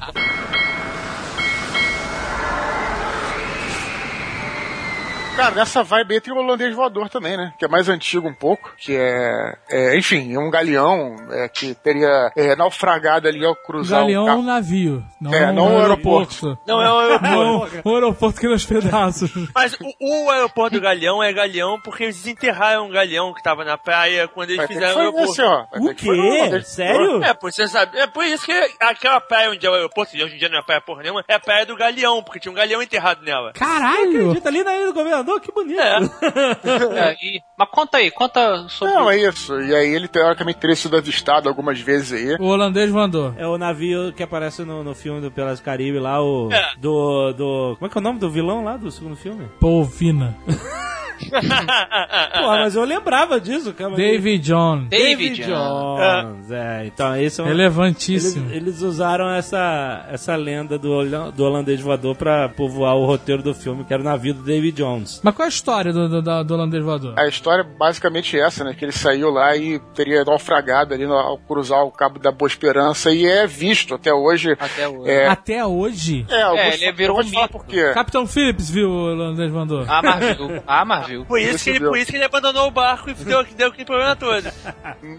Speaker 3: Cara, nessa vibe aí tem o holandês voador também, né? Que é mais antigo um pouco, que é, é, enfim, é um galeão é, que teria é, naufragado ali ao cruzar
Speaker 7: Galeão é um
Speaker 2: né?
Speaker 3: o...
Speaker 7: navio. Não
Speaker 3: É, não um aeroporto.
Speaker 5: Não, é um aeroporto.
Speaker 7: Não, um aeroporto que nos pedaços.
Speaker 5: Mas o, o aeroporto do Galeão é Galeão porque eles enterraram um Galeão que tava na praia quando eles
Speaker 3: Vai ter que
Speaker 5: fizeram o
Speaker 3: fazer assim,
Speaker 5: aeroporto.
Speaker 3: ó. Vai
Speaker 2: O
Speaker 3: ter que fazer um
Speaker 2: quê?
Speaker 3: holandês
Speaker 2: Sério?
Speaker 3: voador.
Speaker 5: É, por, você sabe, é por isso que aquela praia onde é o aeroporto, e hoje em dia não é praia porra nenhuma, é a praia do Galeão, porque tinha um Galeão enterrado nela.
Speaker 7: Caralho!
Speaker 2: Acredita ali na ilha do governador, que bonito.
Speaker 6: É, e- mas conta aí, conta sobre.
Speaker 3: Não, é isso. E aí ele teoricamente teria sido avistado algumas vezes aí.
Speaker 7: O holandês mandou.
Speaker 2: É o navio que aparece no, no filme do Pelas Caribe lá, o.
Speaker 5: É.
Speaker 2: Do, do. Como é que é o nome do vilão lá do segundo filme?
Speaker 7: Polvina.
Speaker 10: Ah,
Speaker 5: É.
Speaker 2: Pô, mas eu lembrava disso, cara.
Speaker 7: David John.
Speaker 6: David. ah,
Speaker 2: Jones, é. Então, esse é um. Eles,
Speaker 7: Relevantíssimo.
Speaker 2: eles usaram essa, essa lenda do, holan- do holandês voador pra povoar o roteiro do filme, que era o navio do David Jones.
Speaker 7: Mas qual é a história do, do, da- do holandês voador?
Speaker 3: A história é basicamente essa, né? Que ele saiu lá e teria naufragado ali no- ao cruzar o Cabo da Boa Esperança e é visto até hoje.
Speaker 6: Até hoje.
Speaker 3: É,
Speaker 7: Até hoje?
Speaker 3: é, alguns
Speaker 6: É, ele
Speaker 3: falam-
Speaker 6: virou
Speaker 3: eu vou te
Speaker 6: um
Speaker 3: falar
Speaker 6: mito.
Speaker 3: por quê.
Speaker 7: Capitão Phillips viu o holandês voador.
Speaker 6: Ah, mas viu. Ah, mas viu.
Speaker 5: Por isso,
Speaker 3: Esse
Speaker 5: que ele,
Speaker 3: deu.
Speaker 5: por isso que ele abandonou o barco e deu, deu aquele problema todo.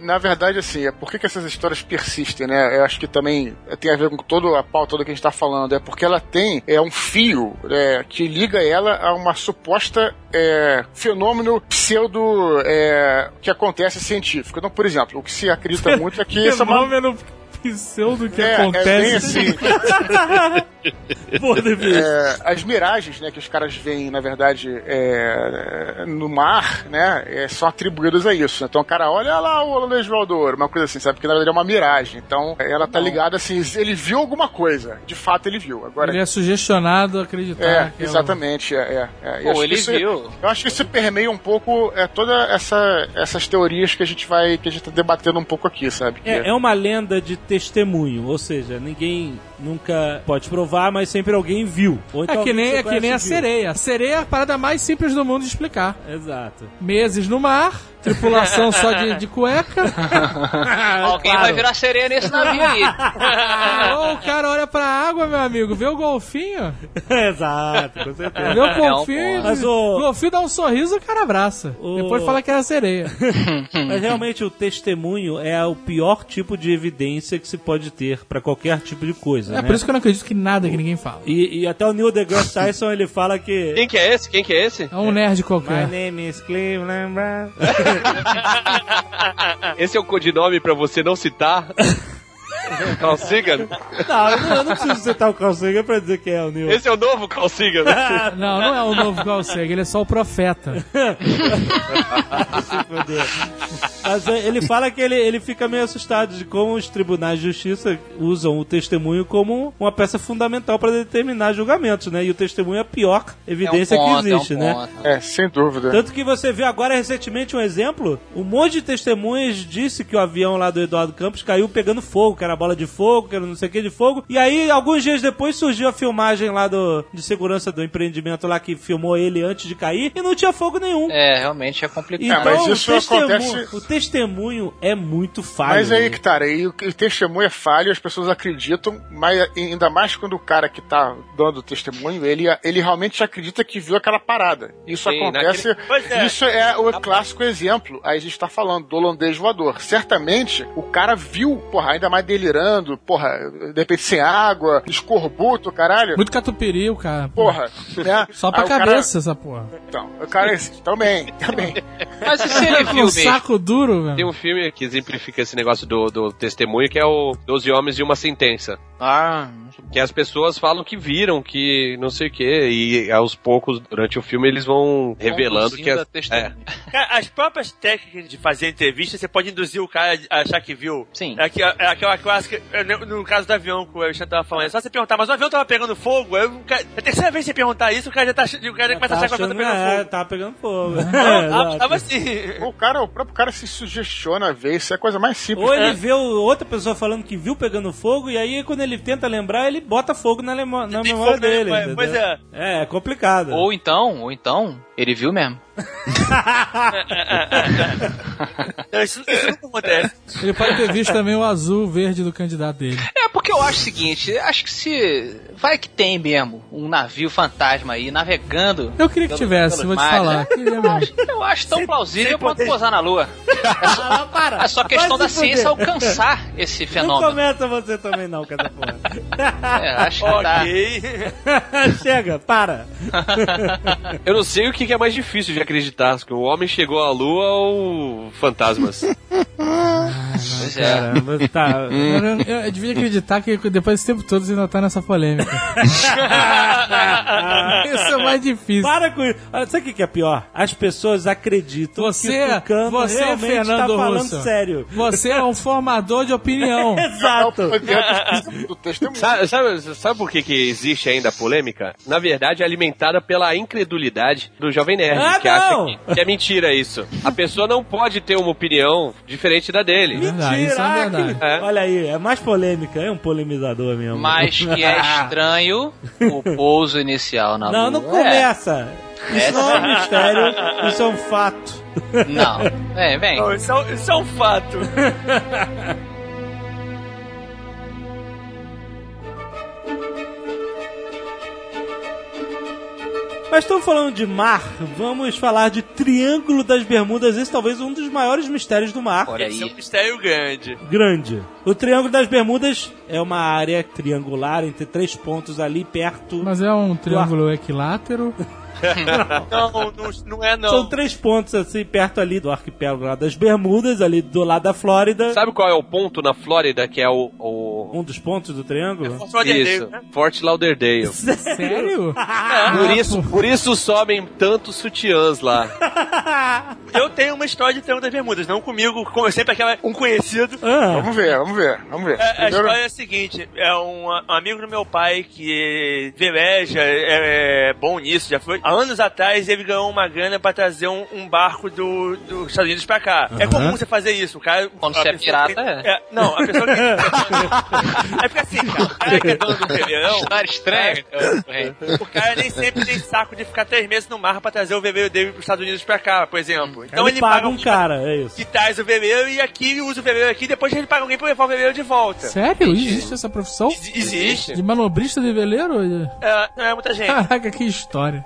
Speaker 3: Na verdade, assim, é por que, que essas histórias persistem, né? Eu acho que também tem a ver com toda a pauta toda que a gente tá falando. É porque ela tem é, um fio é, que liga ela a uma suposta é, fenômeno pseudo é, que acontece científico. Então, por exemplo, o que se acredita muito é que essa uma...
Speaker 7: fenômeno pseudo que
Speaker 3: É, é bem
Speaker 7: acontece.
Speaker 3: assim.
Speaker 2: Pô, David.
Speaker 3: É, as miragens, né, que os caras veem, na verdade, é, no mar, né, é, são atribuídas a isso. Então o cara olha "Olha lá o holandês voador, uma coisa assim, sabe? Porque na verdade é uma miragem. Então ela tá ligada assim, ele viu alguma coisa. De fato ele viu. Agora.
Speaker 7: Ele é sugestionado a acreditar.
Speaker 3: É,
Speaker 7: naquela-
Speaker 3: exatamente. É, é, é. Eu acho
Speaker 6: Pô,
Speaker 3: que
Speaker 6: ele
Speaker 3: isso-
Speaker 6: viu.
Speaker 3: Eu acho que isso permeia um pouco é, todas essa, essas teorias que a gente vai, que a gente tá debatendo um pouco aqui, sabe? Que-
Speaker 2: É, é uma lenda de testemunho, ou seja, ninguém nunca pode provar, mas sempre alguém viu. Ou então
Speaker 7: É que nem,
Speaker 2: alguém
Speaker 7: é que nem a
Speaker 2: você conhece viu.
Speaker 7: sereia. A sereia é a parada mais simples do mundo de explicar.
Speaker 2: Exato.
Speaker 7: Meses no mar, tripulação só de, de cueca.
Speaker 6: Alguém vai virar sereia nesse navio aí.
Speaker 7: Ou o cara olha pra água, meu amigo, vê o golfinho.
Speaker 2: Exato, com certeza.
Speaker 7: Vê o
Speaker 6: É um
Speaker 7: golfinho.
Speaker 6: ponto.
Speaker 2: Mas o-
Speaker 7: o golfinho dá um sorriso, o cara abraça.
Speaker 2: O-
Speaker 7: Depois fala que era sereia.
Speaker 2: Mas realmente o testemunho é o pior tipo de evidência que se pode ter pra qualquer tipo de coisa,
Speaker 7: É
Speaker 2: né?
Speaker 7: por isso que eu não acredito que nada que ninguém fala.
Speaker 2: E, e até o Neil deGrasse Tyson ele fala que
Speaker 10: Quem que é esse? Quem que é esse?
Speaker 7: É um nerd
Speaker 2: My
Speaker 7: qualquer.
Speaker 2: name is Cleveland Brown.
Speaker 6: Ah.
Speaker 10: Esse é o codinome pra você não citar? Carl Sagan?
Speaker 2: Não, eu eu não preciso citar o Carl Sagan pra dizer que é o Neil.
Speaker 10: Esse é o novo Carl Sagan?
Speaker 7: Não, não é o novo Carl Sagan, ele é só o profeta.
Speaker 2: Se fuder. Mas é, ele fala que ele, ele fica meio assustado de como os tribunais de justiça usam o testemunho como uma peça fundamental pra determinar julgamentos, né? E o testemunho é a pior evidência
Speaker 6: ponto,
Speaker 2: que existe,
Speaker 6: é um
Speaker 2: né?
Speaker 6: ponto.
Speaker 3: É, sem dúvida.
Speaker 2: Tanto que você viu agora recentemente um exemplo, um monte de testemunhas disse que o avião lá do Eduardo Campos caiu pegando fogo, que era bola de fogo, que era não sei o que de fogo. E aí, alguns dias depois, surgiu a filmagem lá do, de segurança do empreendimento lá que filmou ele antes de cair e não tinha fogo nenhum.
Speaker 6: É, realmente é complicado.
Speaker 2: Então,
Speaker 3: mas isso
Speaker 2: o, testemunho,
Speaker 3: acontece-
Speaker 2: o testemunho é muito falho.
Speaker 3: Mas aí
Speaker 2: né?
Speaker 3: que tá, né? e o o testemunho é falho, as pessoas acreditam, mas ainda mais quando o cara que tá dando o testemunho, ele, ele realmente acredita que viu aquela parada. Isso
Speaker 10: Sim,
Speaker 3: acontece.
Speaker 5: Pois é.
Speaker 3: Isso é o clássico exemplo. Aí a gente tá falando do holandês voador. Certamente o cara viu, porra, ainda mais delirando, porra, de repente sem água, escorbuto, caralho.
Speaker 7: Muito catupiril, cara.
Speaker 3: Porra, né?
Speaker 7: Só
Speaker 2: Ah,
Speaker 7: pra
Speaker 3: Aí o cara-
Speaker 7: cabeça essa porra.
Speaker 3: então, o cara também, também.
Speaker 6: Mas e se ele
Speaker 7: Com
Speaker 6: viu
Speaker 7: um
Speaker 6: mesmo?
Speaker 7: saco duro, velho.
Speaker 10: Tem um filme que exemplifica esse negócio do, do testemunho, que é o 12 Homens e uma Sentença.
Speaker 6: Ah,
Speaker 10: Que as pessoas falam que viram, que não sei o quê, e aos poucos, durante o filme, eles vão revelando que...
Speaker 6: Conduzindo
Speaker 10: É,
Speaker 6: a testemunha.
Speaker 5: Cara, as próprias técnicas de fazer entrevista, você pode induzir o cara a achar que viu.
Speaker 6: Sim.
Speaker 5: É aquela, é aquela, aquela
Speaker 8: clássica, é, no- no caso do avião que o Alexandre tava falando, é só você perguntar, mas o avião tava pegando fogo? Aí o cara- é a terceira vez que você perguntar isso, o cara já tá achando- o cara já começa a achar que o avião tá pegando
Speaker 2: é,
Speaker 8: fogo.
Speaker 2: tá pegando fogo.
Speaker 8: Não,
Speaker 2: É,
Speaker 8: tava-
Speaker 2: exato.
Speaker 8: tava assim.
Speaker 3: O, cara, o próprio cara se sugestiona a ver, isso é a coisa mais simples.
Speaker 2: Ou
Speaker 3: É.
Speaker 2: ele vê o- outra pessoa falando que viu pegando fogo, e aí quando ele tenta lembrar, ele bota fogo na, lemo- na
Speaker 8: Tem
Speaker 2: memória
Speaker 8: fogo na
Speaker 2: dele.
Speaker 8: memória, pois
Speaker 2: entendeu? É, é complicado.
Speaker 6: Ou então, ou então, ele viu mesmo.
Speaker 7: É,
Speaker 8: Não, Isso, isso nunca acontece.
Speaker 7: Ele pode ter visto também o azul verde do candidato dele.
Speaker 6: É, porque eu acho o seguinte, acho que se. Vai que tem mesmo um navio fantasma aí navegando.
Speaker 7: Eu queria que
Speaker 6: pelos-
Speaker 7: tivesse,
Speaker 6: pelos
Speaker 7: vou te
Speaker 2: né?
Speaker 6: mares.
Speaker 7: falar. Queria
Speaker 6: Eu
Speaker 7: mesmo.
Speaker 6: acho, eu acho tão plausível quanto
Speaker 8: poder-
Speaker 6: pousar na Lua.
Speaker 2: Ah, para.
Speaker 6: É só questão
Speaker 2: Vai
Speaker 6: da
Speaker 2: se fuder.
Speaker 6: ciência alcançar esse
Speaker 7: é
Speaker 2: Não
Speaker 6: fenômeno.
Speaker 2: começa você também não, com essa porra.
Speaker 6: É, acho que tá.
Speaker 2: Ah,
Speaker 8: ok.
Speaker 2: Chega, para.
Speaker 5: Eu não sei o que que é mais difícil de acreditar, se o homem chegou à lua ou fantasmas.
Speaker 6: Pois é.
Speaker 2: Caramba, tá.
Speaker 7: Eu, não- eu- eu devia acreditar que depois desse tempo todo você ainda tá nessa polêmica. Isso é mais difícil.
Speaker 2: Para com isso. Ah, Sabe o que que é pior? As pessoas acreditam
Speaker 7: Você- é-
Speaker 2: que o Tucano
Speaker 7: você,
Speaker 2: realmente
Speaker 7: Fernando
Speaker 2: tá falando
Speaker 7: Russo.
Speaker 2: sério.
Speaker 7: Você é um formador de opinião.
Speaker 2: Exato.
Speaker 3: Foi dentro do testemunho.
Speaker 5: Sabe, sabe, sabe por que, que existe ainda a polêmica? Na verdade, é alimentada pela incredulidade do jovem nerd,
Speaker 2: Ah,
Speaker 5: que
Speaker 2: não!
Speaker 5: acha que, que é mentira isso. A pessoa não pode ter uma opinião diferente da dele.
Speaker 7: Verdade, isso é
Speaker 2: ah,
Speaker 7: verdade.
Speaker 2: que-
Speaker 5: É.
Speaker 2: Olha aí, é mais polêmica, é um polemizador mesmo.
Speaker 6: Mas que é estranho o pouso inicial na
Speaker 2: Não,
Speaker 6: Lua.
Speaker 7: É.
Speaker 2: não começa. Isso não é um mistério, isso é um fato.
Speaker 6: É, não. Vem, vem.
Speaker 8: Não, isso, é, um- isso é um fato.
Speaker 2: Mas estamos falando de mar, vamos falar de Triângulo das Bermudas, esse talvez um dos maiores mistérios do mar.
Speaker 6: Olha
Speaker 8: Esse é um
Speaker 6: aí.
Speaker 8: mistério grande.
Speaker 2: Grande. O Triângulo das Bermudas é uma área triangular entre três pontos ali perto.
Speaker 7: Mas é um triângulo equilátero.
Speaker 8: Não, não, não é
Speaker 2: São
Speaker 8: não.
Speaker 2: três pontos assim perto ali do arquipélago lá das Bermudas, ali do lado da Flórida.
Speaker 5: Sabe qual é o ponto na Flórida que é o. o...
Speaker 2: Um dos pontos do triângulo?
Speaker 5: É
Speaker 8: Fort Lauderdale,
Speaker 5: Isso,
Speaker 8: né?
Speaker 5: Fort Lauderdale.
Speaker 7: Sério?
Speaker 8: Ah,
Speaker 2: Ah,
Speaker 5: Por isso, por isso somem tantos sutiãs lá.
Speaker 8: Eu tenho uma história de Triângulo das Bermudas, não comigo, como sempre aquela um conhecido.
Speaker 2: Ah,
Speaker 3: Vamos ver, vamos ver, vamos ver.
Speaker 8: É, a
Speaker 3: Primeiro-
Speaker 8: história é a seguinte: é um, a- um amigo do meu pai que veleja, é, é bom nisso, já foi. Há anos atrás ele ganhou uma grana pra trazer um, um barco do- dos Estados Unidos pra cá. É comum você fazer isso, o cara.
Speaker 6: Quando
Speaker 8: a
Speaker 6: você é
Speaker 8: pessoa
Speaker 6: pirata,
Speaker 8: que- Não, a pessoa que. Aí fica assim, cara. O cara que é dono do veleirão,
Speaker 6: História estranha.
Speaker 8: o cara nem sempre tem saco de ficar três meses no mar pra trazer o veleiro dele pros Estados Unidos pra cá, por exemplo. Então
Speaker 2: ele, paga um cara, é isso.
Speaker 8: que traz o veleiro e aqui usa o veleiro aqui, depois ele paga alguém pra levar o veleiro de volta.
Speaker 7: Sério? Existe essa profissão?
Speaker 8: Ex- Existe.
Speaker 7: De manobrista de veleiro?
Speaker 8: É, não é muita gente.
Speaker 7: Caraca, que história.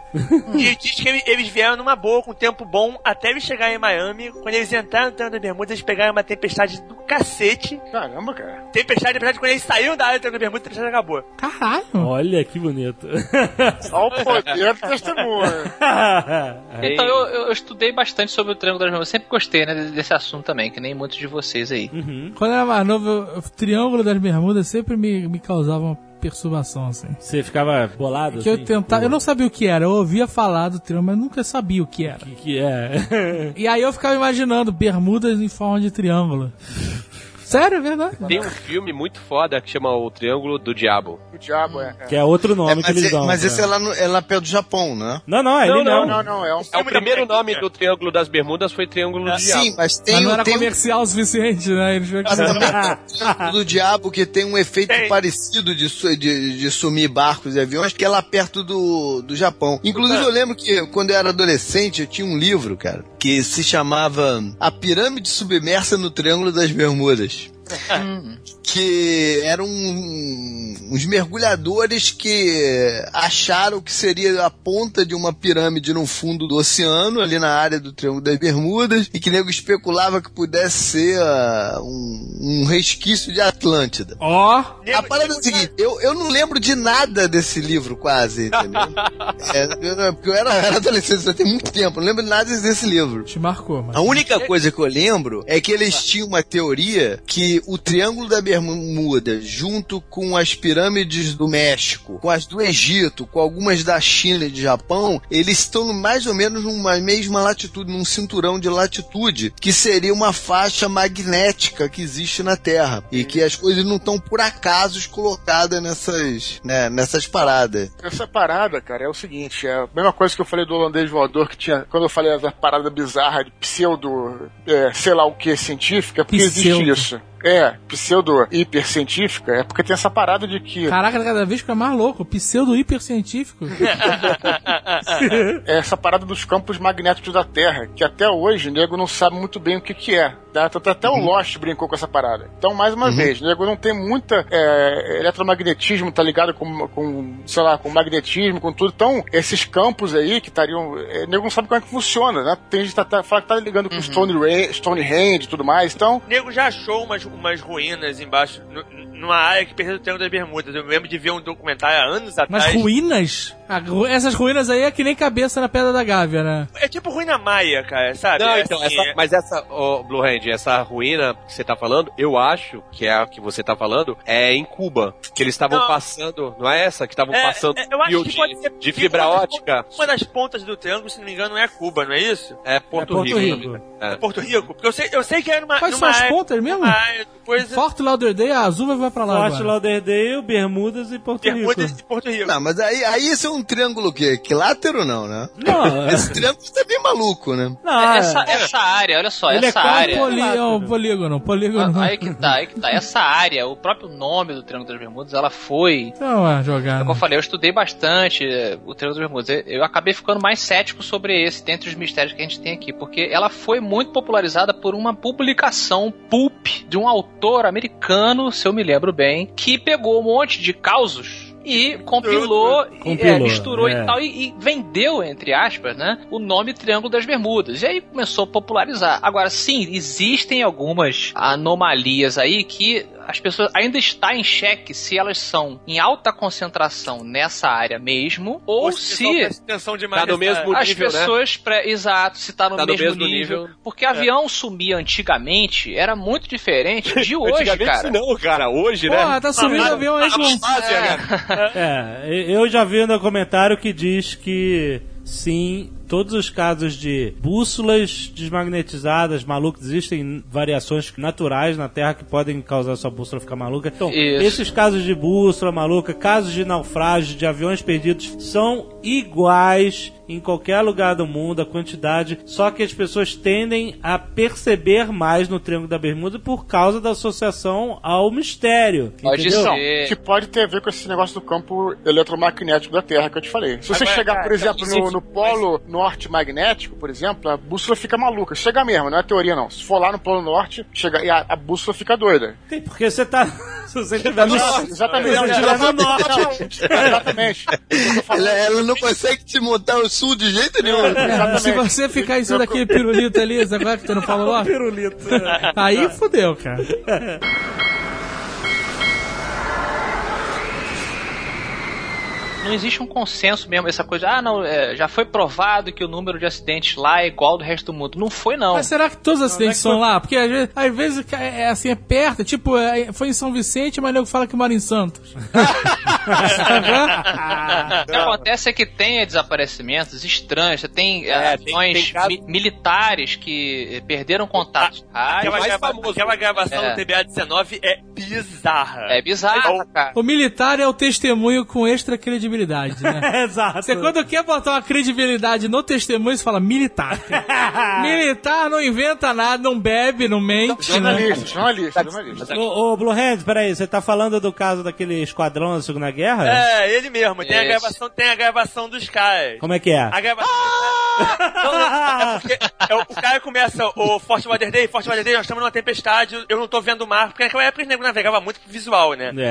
Speaker 8: E diz que ele- eles vieram numa boa, com um tempo bom, até eles chegarem em Miami. Quando eles entraram no Triângulo das Bermudas, eles pegaram uma tempestade do cacete.
Speaker 3: Caramba, cara.
Speaker 8: Tempestade, tempestade, quando eles saíram da área do Triângulo das Bermudas, a tempestade acabou.
Speaker 7: Caralho.
Speaker 2: Olha que bonito.
Speaker 3: Olha o poder do testemunho.
Speaker 6: Então eu, eu- eu estudei bastante sobre o Triângulo das Bermudas. Eu sempre gostei né, desse assunto também, que nem muitos de vocês aí.
Speaker 8: Hum.
Speaker 7: Quando eu era mais novo, eu- o Triângulo das Bermudas sempre me, me causava uma perturbação, assim.
Speaker 2: Você ficava bolado?
Speaker 7: É Que eu
Speaker 2: assim?
Speaker 7: tentava, eu não sabia o que era, eu ouvia falar do triângulo, mas nunca sabia o que era.
Speaker 2: Que, que é?
Speaker 7: E aí eu ficava imaginando bermudas em forma de triângulo. Sério, é verdade.
Speaker 5: Tem um filme muito foda que chama O Triângulo do Diabo.
Speaker 3: O diabo é. é.
Speaker 2: que é outro nome
Speaker 4: É,
Speaker 2: que
Speaker 4: mas
Speaker 2: eles
Speaker 4: é-
Speaker 2: dão.
Speaker 4: mas
Speaker 2: né?
Speaker 4: esse é lá, no, é lá perto do Japão, né?
Speaker 2: Não, não, é ele
Speaker 3: Não,
Speaker 2: não.
Speaker 3: não, não. É um
Speaker 5: É o
Speaker 3: filme da
Speaker 5: primeiro
Speaker 3: bonequinha.
Speaker 5: nome do Triângulo das Bermudas foi Triângulo
Speaker 8: Ah,
Speaker 5: do Diabo.
Speaker 4: Sim, mas tem,
Speaker 7: Mas não
Speaker 4: um-
Speaker 7: era
Speaker 4: tem um
Speaker 7: comercial o suficiente, né? Eles tiveram que fazer-
Speaker 4: Triângulo do diabo que tem um efeito
Speaker 8: Tem.
Speaker 4: parecido de, su- de, de sumir barcos e aviões, que é lá perto do, do Japão. Inclusive, eu lembro que quando eu era adolescente, eu tinha um livro, cara, que se chamava A Pirâmide Submersa no Triângulo das Bermudas. Que eram um, uns mergulhadores que acharam que seria a ponta de uma pirâmide no fundo do oceano, ali na área do Triângulo das Bermudas, e que nego especulava que pudesse ser ah, um- um resquício de Atlântida.
Speaker 7: Ó,
Speaker 4: A parada é a seguinte, eu, eu não lembro de nada desse livro, quase, entendeu? É, eu- eu- porque eu era, era adolescente, já tem muito tempo, eu não lembro de nada desse livro.
Speaker 7: te marcou, mano.
Speaker 4: A única coisa que eu lembro é que eles tinham uma teoria que o Triângulo da Bermudas, junto com as pirâmides do México, com as do Egito, com algumas da China e de Japão, eles estão mais ou menos numa mesma latitude, num cinturão de latitude, que seria uma faixa magnética que existe na Terra. E que as coisas não estão por acaso colocadas nessas, né, nessas paradas.
Speaker 3: Essa parada, cara, é o seguinte: é a mesma coisa que eu falei do holandês voador que tinha. Quando eu falei essa parada bizarra de pseudo, é, sei lá o que, científica, é porque existe
Speaker 7: Pseudo.
Speaker 3: isso. É, pseudo-hipercientífica, é porque tem essa parada de que.
Speaker 7: Caraca, cada vez fica mais louco. Pseudo hipercientífico.
Speaker 3: é essa parada dos campos magnéticos da Terra, que até hoje o nego não sabe muito bem o que, que é. Tá? Tanto Até o Lost brincou com essa parada. Então, mais uma vez, o nego não tem muita é, eletromagnetismo, tá ligado com, com, sei lá, com magnetismo, com tudo. Então, esses campos aí que estariam. é, o nego não sabe como é que funciona, né? Tem gente que tá, tá, fala que tá ligando com Stone Ra- Stonehenge e tudo mais. Então,
Speaker 8: O nego já achou umas, umas ruínas embaixo, nu- numa área que perdeu o tempo das bermudas. Eu lembro de ver um documentário há anos
Speaker 7: Mas
Speaker 8: atrás.
Speaker 7: ruínas? Ah, ru- Essas ruínas aí é que nem cabeça na Pedra da Gávea, né?
Speaker 8: É tipo ruína maia, cara, sabe?
Speaker 5: Não,
Speaker 8: É
Speaker 5: então,
Speaker 8: assim,
Speaker 5: essa-
Speaker 8: é-
Speaker 5: mas essa, ô, Blue Hand, essa ruína que você tá falando, eu acho que é a que você tá falando, é em Cuba. Que eles estavam
Speaker 8: Não.
Speaker 5: passando, não é essa? Que estavam
Speaker 8: É,
Speaker 5: passando
Speaker 8: é, eu acho
Speaker 5: fio
Speaker 8: que
Speaker 5: de,
Speaker 8: pode ser-
Speaker 5: de fibra
Speaker 8: uma das-
Speaker 5: ótica.
Speaker 8: Uma das pontas do triângulo, se não me engano, é Cuba, não é isso?
Speaker 5: É Ah, Porto,
Speaker 7: É Porto
Speaker 5: Rico.
Speaker 7: Rico.
Speaker 5: né?
Speaker 8: É Porto Rico? Porque eu sei, eu sei que era numa,
Speaker 7: Quais são
Speaker 8: numa
Speaker 7: as
Speaker 5: é.
Speaker 8: área-
Speaker 7: pontas mesmo?
Speaker 5: Ah,
Speaker 8: numa área de coisa...
Speaker 7: Fort Lauderdale, a azul vai- vai pra lá
Speaker 2: Forte
Speaker 7: agora.
Speaker 2: Lauderdale, Bermudas e Porto
Speaker 8: Bermudas
Speaker 2: Rico.
Speaker 8: de Porto Rico.
Speaker 4: Não, mas aí, aí isso é um triângulo o quê? Equilátero não, né?
Speaker 2: Não, é-
Speaker 4: Esse triângulo tá bem maluco, né?
Speaker 2: não, é-
Speaker 6: essa, essa área, olha só,
Speaker 2: Ele é né?
Speaker 6: essa
Speaker 2: quase
Speaker 6: área.
Speaker 7: Poli- é um polígono, polígono.
Speaker 6: Ah, Aí que tá, aí que tá. Essa área, o próprio nome do Triângulo das Bermudas, ela foi.
Speaker 7: Não é jogada.
Speaker 6: Como eu falei, eu estudei bastante eh, o Triângulo das Bermudas. Eu- Eu acabei ficando mais cético sobre esse, dentre os mistérios que a gente tem aqui, porque ela foi muito popularizada por uma publicação pulp de um autor americano, se eu me lembro bem, que pegou um monte de causos. E compilou, e,
Speaker 2: Compilou,
Speaker 6: é, misturou
Speaker 2: é.
Speaker 6: e tal, e, e vendeu, entre aspas, né, o nome Triângulo das Bermudas. E aí começou a popularizar. Agora, sim, existem algumas anomalias aí que as pessoas ainda está em xeque se elas são em alta concentração nessa área mesmo, ou se
Speaker 8: Extensão demais
Speaker 5: Tá no
Speaker 8: nessa-
Speaker 5: mesmo
Speaker 6: as
Speaker 5: nível, né?
Speaker 6: pessoas pré- exato se tá no,
Speaker 5: Tá no
Speaker 6: mesmo,
Speaker 5: mesmo
Speaker 6: nível,
Speaker 5: nível. É.
Speaker 6: porque avião sumir antigamente era muito diferente de hoje
Speaker 5: Antigamente
Speaker 6: cara
Speaker 5: não, cara. Hoje, né? É
Speaker 7: Porra, tá subindo o avião aí com...
Speaker 2: É, eu já vi no comentário que diz que sim, todos os casos de bússolas desmagnetizadas, malucas, existem variações naturais na Terra que podem causar sua bússola ficar maluca. Então,
Speaker 6: Isso.
Speaker 2: esses casos de bússola maluca, casos de naufrágio, de aviões perdidos, são iguais em qualquer lugar do mundo, a quantidade, só que as pessoas tendem a perceber mais no Triângulo da Bermuda por causa da associação ao mistério.
Speaker 6: pode
Speaker 2: entendeu?
Speaker 8: É.
Speaker 6: ser
Speaker 5: Tipo-
Speaker 3: que pode ter a ver com esse negócio do campo eletromagnético da Terra que eu te falei. Se você
Speaker 8: Agora,
Speaker 3: chegar, por
Speaker 8: cara,
Speaker 3: exemplo, no,
Speaker 8: existe-
Speaker 3: no polo norte magnético, por exemplo, a bússola fica maluca. Chega mesmo, não é teoria não. Se for lá no polo norte, chega e a, a bússola fica doida.
Speaker 2: Tem, porque você tá. Se você tiver no
Speaker 3: Não, exatamente.
Speaker 2: Não,
Speaker 3: Não,
Speaker 2: tiver no
Speaker 3: não,
Speaker 2: norte.
Speaker 3: não, Exatamente. Eu tô falando-
Speaker 4: Ela, ela não consegue te montar o sul de jeito nenhum.
Speaker 7: É, se
Speaker 3: Exatamente.
Speaker 7: você ficar em cima é daquele pirulito ali, sabe qual é que tu não falou lá?
Speaker 2: Pirulito.
Speaker 7: Aí fodeu, cara.
Speaker 6: não existe um consenso mesmo essa coisa ah não é, já foi provado que o número de acidentes lá é igual ao do resto do mundo não foi não
Speaker 7: Mas será que todos os acidentes
Speaker 2: não é
Speaker 7: são lá? Porque às vezes, às vezes é, é assim, é perto. é Tipo, é, foi em São Vicente, mas nego fala que mora em Santos. é?
Speaker 6: O que acontece é que tem desaparecimentos estranhos, você tem é, ações mi- militares que eh, perderam contato. Ah,
Speaker 8: Aquela,
Speaker 5: é
Speaker 6: mas-
Speaker 8: grava- aquela gravação do
Speaker 6: É.
Speaker 8: TBA-19 é bizarra.
Speaker 6: é bizarro, cara.
Speaker 7: O militar é o testemunho com extra credibilidade, né?
Speaker 2: É, Exato.
Speaker 7: Você quando quer botar uma credibilidade no testemunho, você fala militar.
Speaker 2: Ah.
Speaker 7: militar não inventa nada, não bebe, não mente, né?
Speaker 3: Jornalista, jornalista,
Speaker 8: Tá.
Speaker 3: jornalista.
Speaker 2: Ô, ô, Blue Hands, peraí, você tá falando do caso daquele esquadrão da Segunda Guerra?
Speaker 8: É, ele mesmo. Tem a,
Speaker 6: Esse.
Speaker 8: gravação, tem a gravação dos caras.
Speaker 2: Como é que é?
Speaker 8: A gravação... Não, não, é porque é, o- o cara começa, o Fort Lauderdale, Fort Lauderdale, nós estamos numa tempestade, eu não tô vendo o mar, porque naquela época o nego navegava muito pro visual, né?
Speaker 2: É.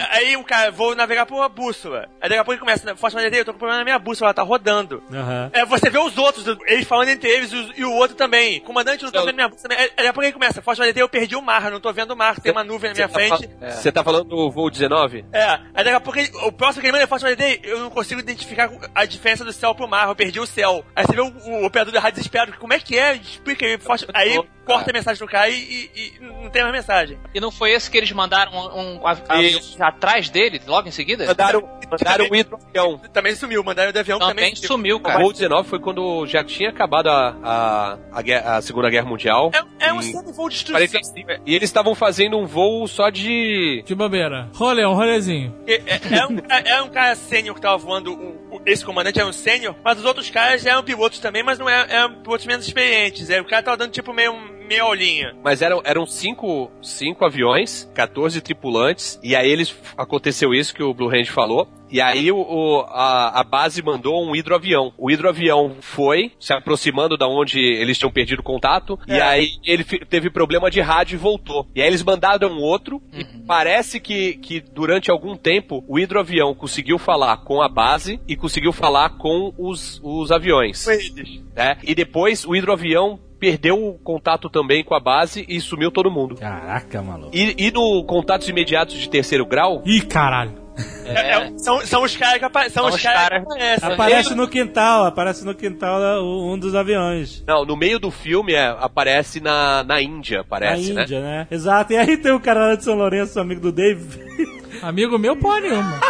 Speaker 6: É.
Speaker 8: Aí o cara, vou navegar por uma bússola. Aí daqui a pouco ele começa, né, Fort Lauderdale, eu tô com problema na minha bússola, ela tá rodando.
Speaker 2: Aham.
Speaker 8: É, você vê os outros, eles falando entre eles os- e o outro também. Comandante, eu não tô
Speaker 5: Eu-
Speaker 8: vendo minha bússola. né? Aí daqui a pouco ele começa, Forte Lauderdale, eu perdi o mar, eu não tô vendo o mar, tem uma nuvem na minha
Speaker 5: tá
Speaker 8: frente.
Speaker 5: fal- Você tá falando do voo 19?
Speaker 8: É, aí daqui a pouco ele- o próximo que ele manda é Forte Lauderdale, eu não consigo identificar a diferença do céu pro mar, eu perdi o céu. Aí você vê o, o operador da rádio desesperado, como é que é? Explica aí, forte. Aí
Speaker 6: Pô,
Speaker 8: corta
Speaker 6: cara.
Speaker 8: a mensagem do cara e, e- e não tem mais mensagem.
Speaker 6: E não foi esse que eles mandaram um, um av- avião atrás dele, logo em seguida?
Speaker 5: Mandaram, mandaram o hidroavião.
Speaker 8: Também sumiu, mandaram o do avião
Speaker 6: Também
Speaker 8: também.
Speaker 6: sumiu,
Speaker 5: O
Speaker 6: cara.
Speaker 5: voo 19 foi quando já tinha acabado a, a, a, guer- a Segunda Guerra Mundial.
Speaker 8: É, é um
Speaker 5: Em
Speaker 8: semi-voo de destruição.
Speaker 5: 45. é, E eles estavam fazendo um voo só de.
Speaker 11: De bobeira. Rolê, um rolezinho.
Speaker 8: É, é- é um, ca- é um cara sênior que tava voando, o- o- esse comandante é um sênior, mas os outros caras eram pilotos também, mas não é- eram pilotos menos experientes. Aí o cara tava dando tipo meio meia olhinha.
Speaker 5: Mas eram, eram cinco, cinco aviões, 14 tripulantes, e aí eles aconteceu isso que o Blue Hand falou. E aí o, o- a, a base mandou um hidroavião. O hidroavião foi se aproximando da onde eles tinham perdido contato, e aí ele fi- teve problema de rádio e voltou. E aí eles mandaram outro, e parece que, que durante algum tempo o hidroavião conseguiu falar com a base e conseguiu falar com os, os aviões
Speaker 8: Com eles.
Speaker 5: né? E depois o hidroavião perdeu o contato também com a base e sumiu todo mundo.
Speaker 2: Caraca, maluco.
Speaker 5: E, e no contatos imediatos de terceiro grau, né?
Speaker 11: Ih, caralho.
Speaker 8: É, é, são, são os caras que aparecem.
Speaker 6: então
Speaker 8: São, os caras que aparecem.
Speaker 2: Aparece no quintal, aparece no quintal da- o- um dos aviões.
Speaker 5: não, no meio do filme é, aparece na, na Índia,
Speaker 2: Na
Speaker 5: parece, né?
Speaker 2: Índia, né? Exato. E aí tem o cara lá de São Lourenço, amigo do Dave,
Speaker 11: Amigo meu, porra nenhuma.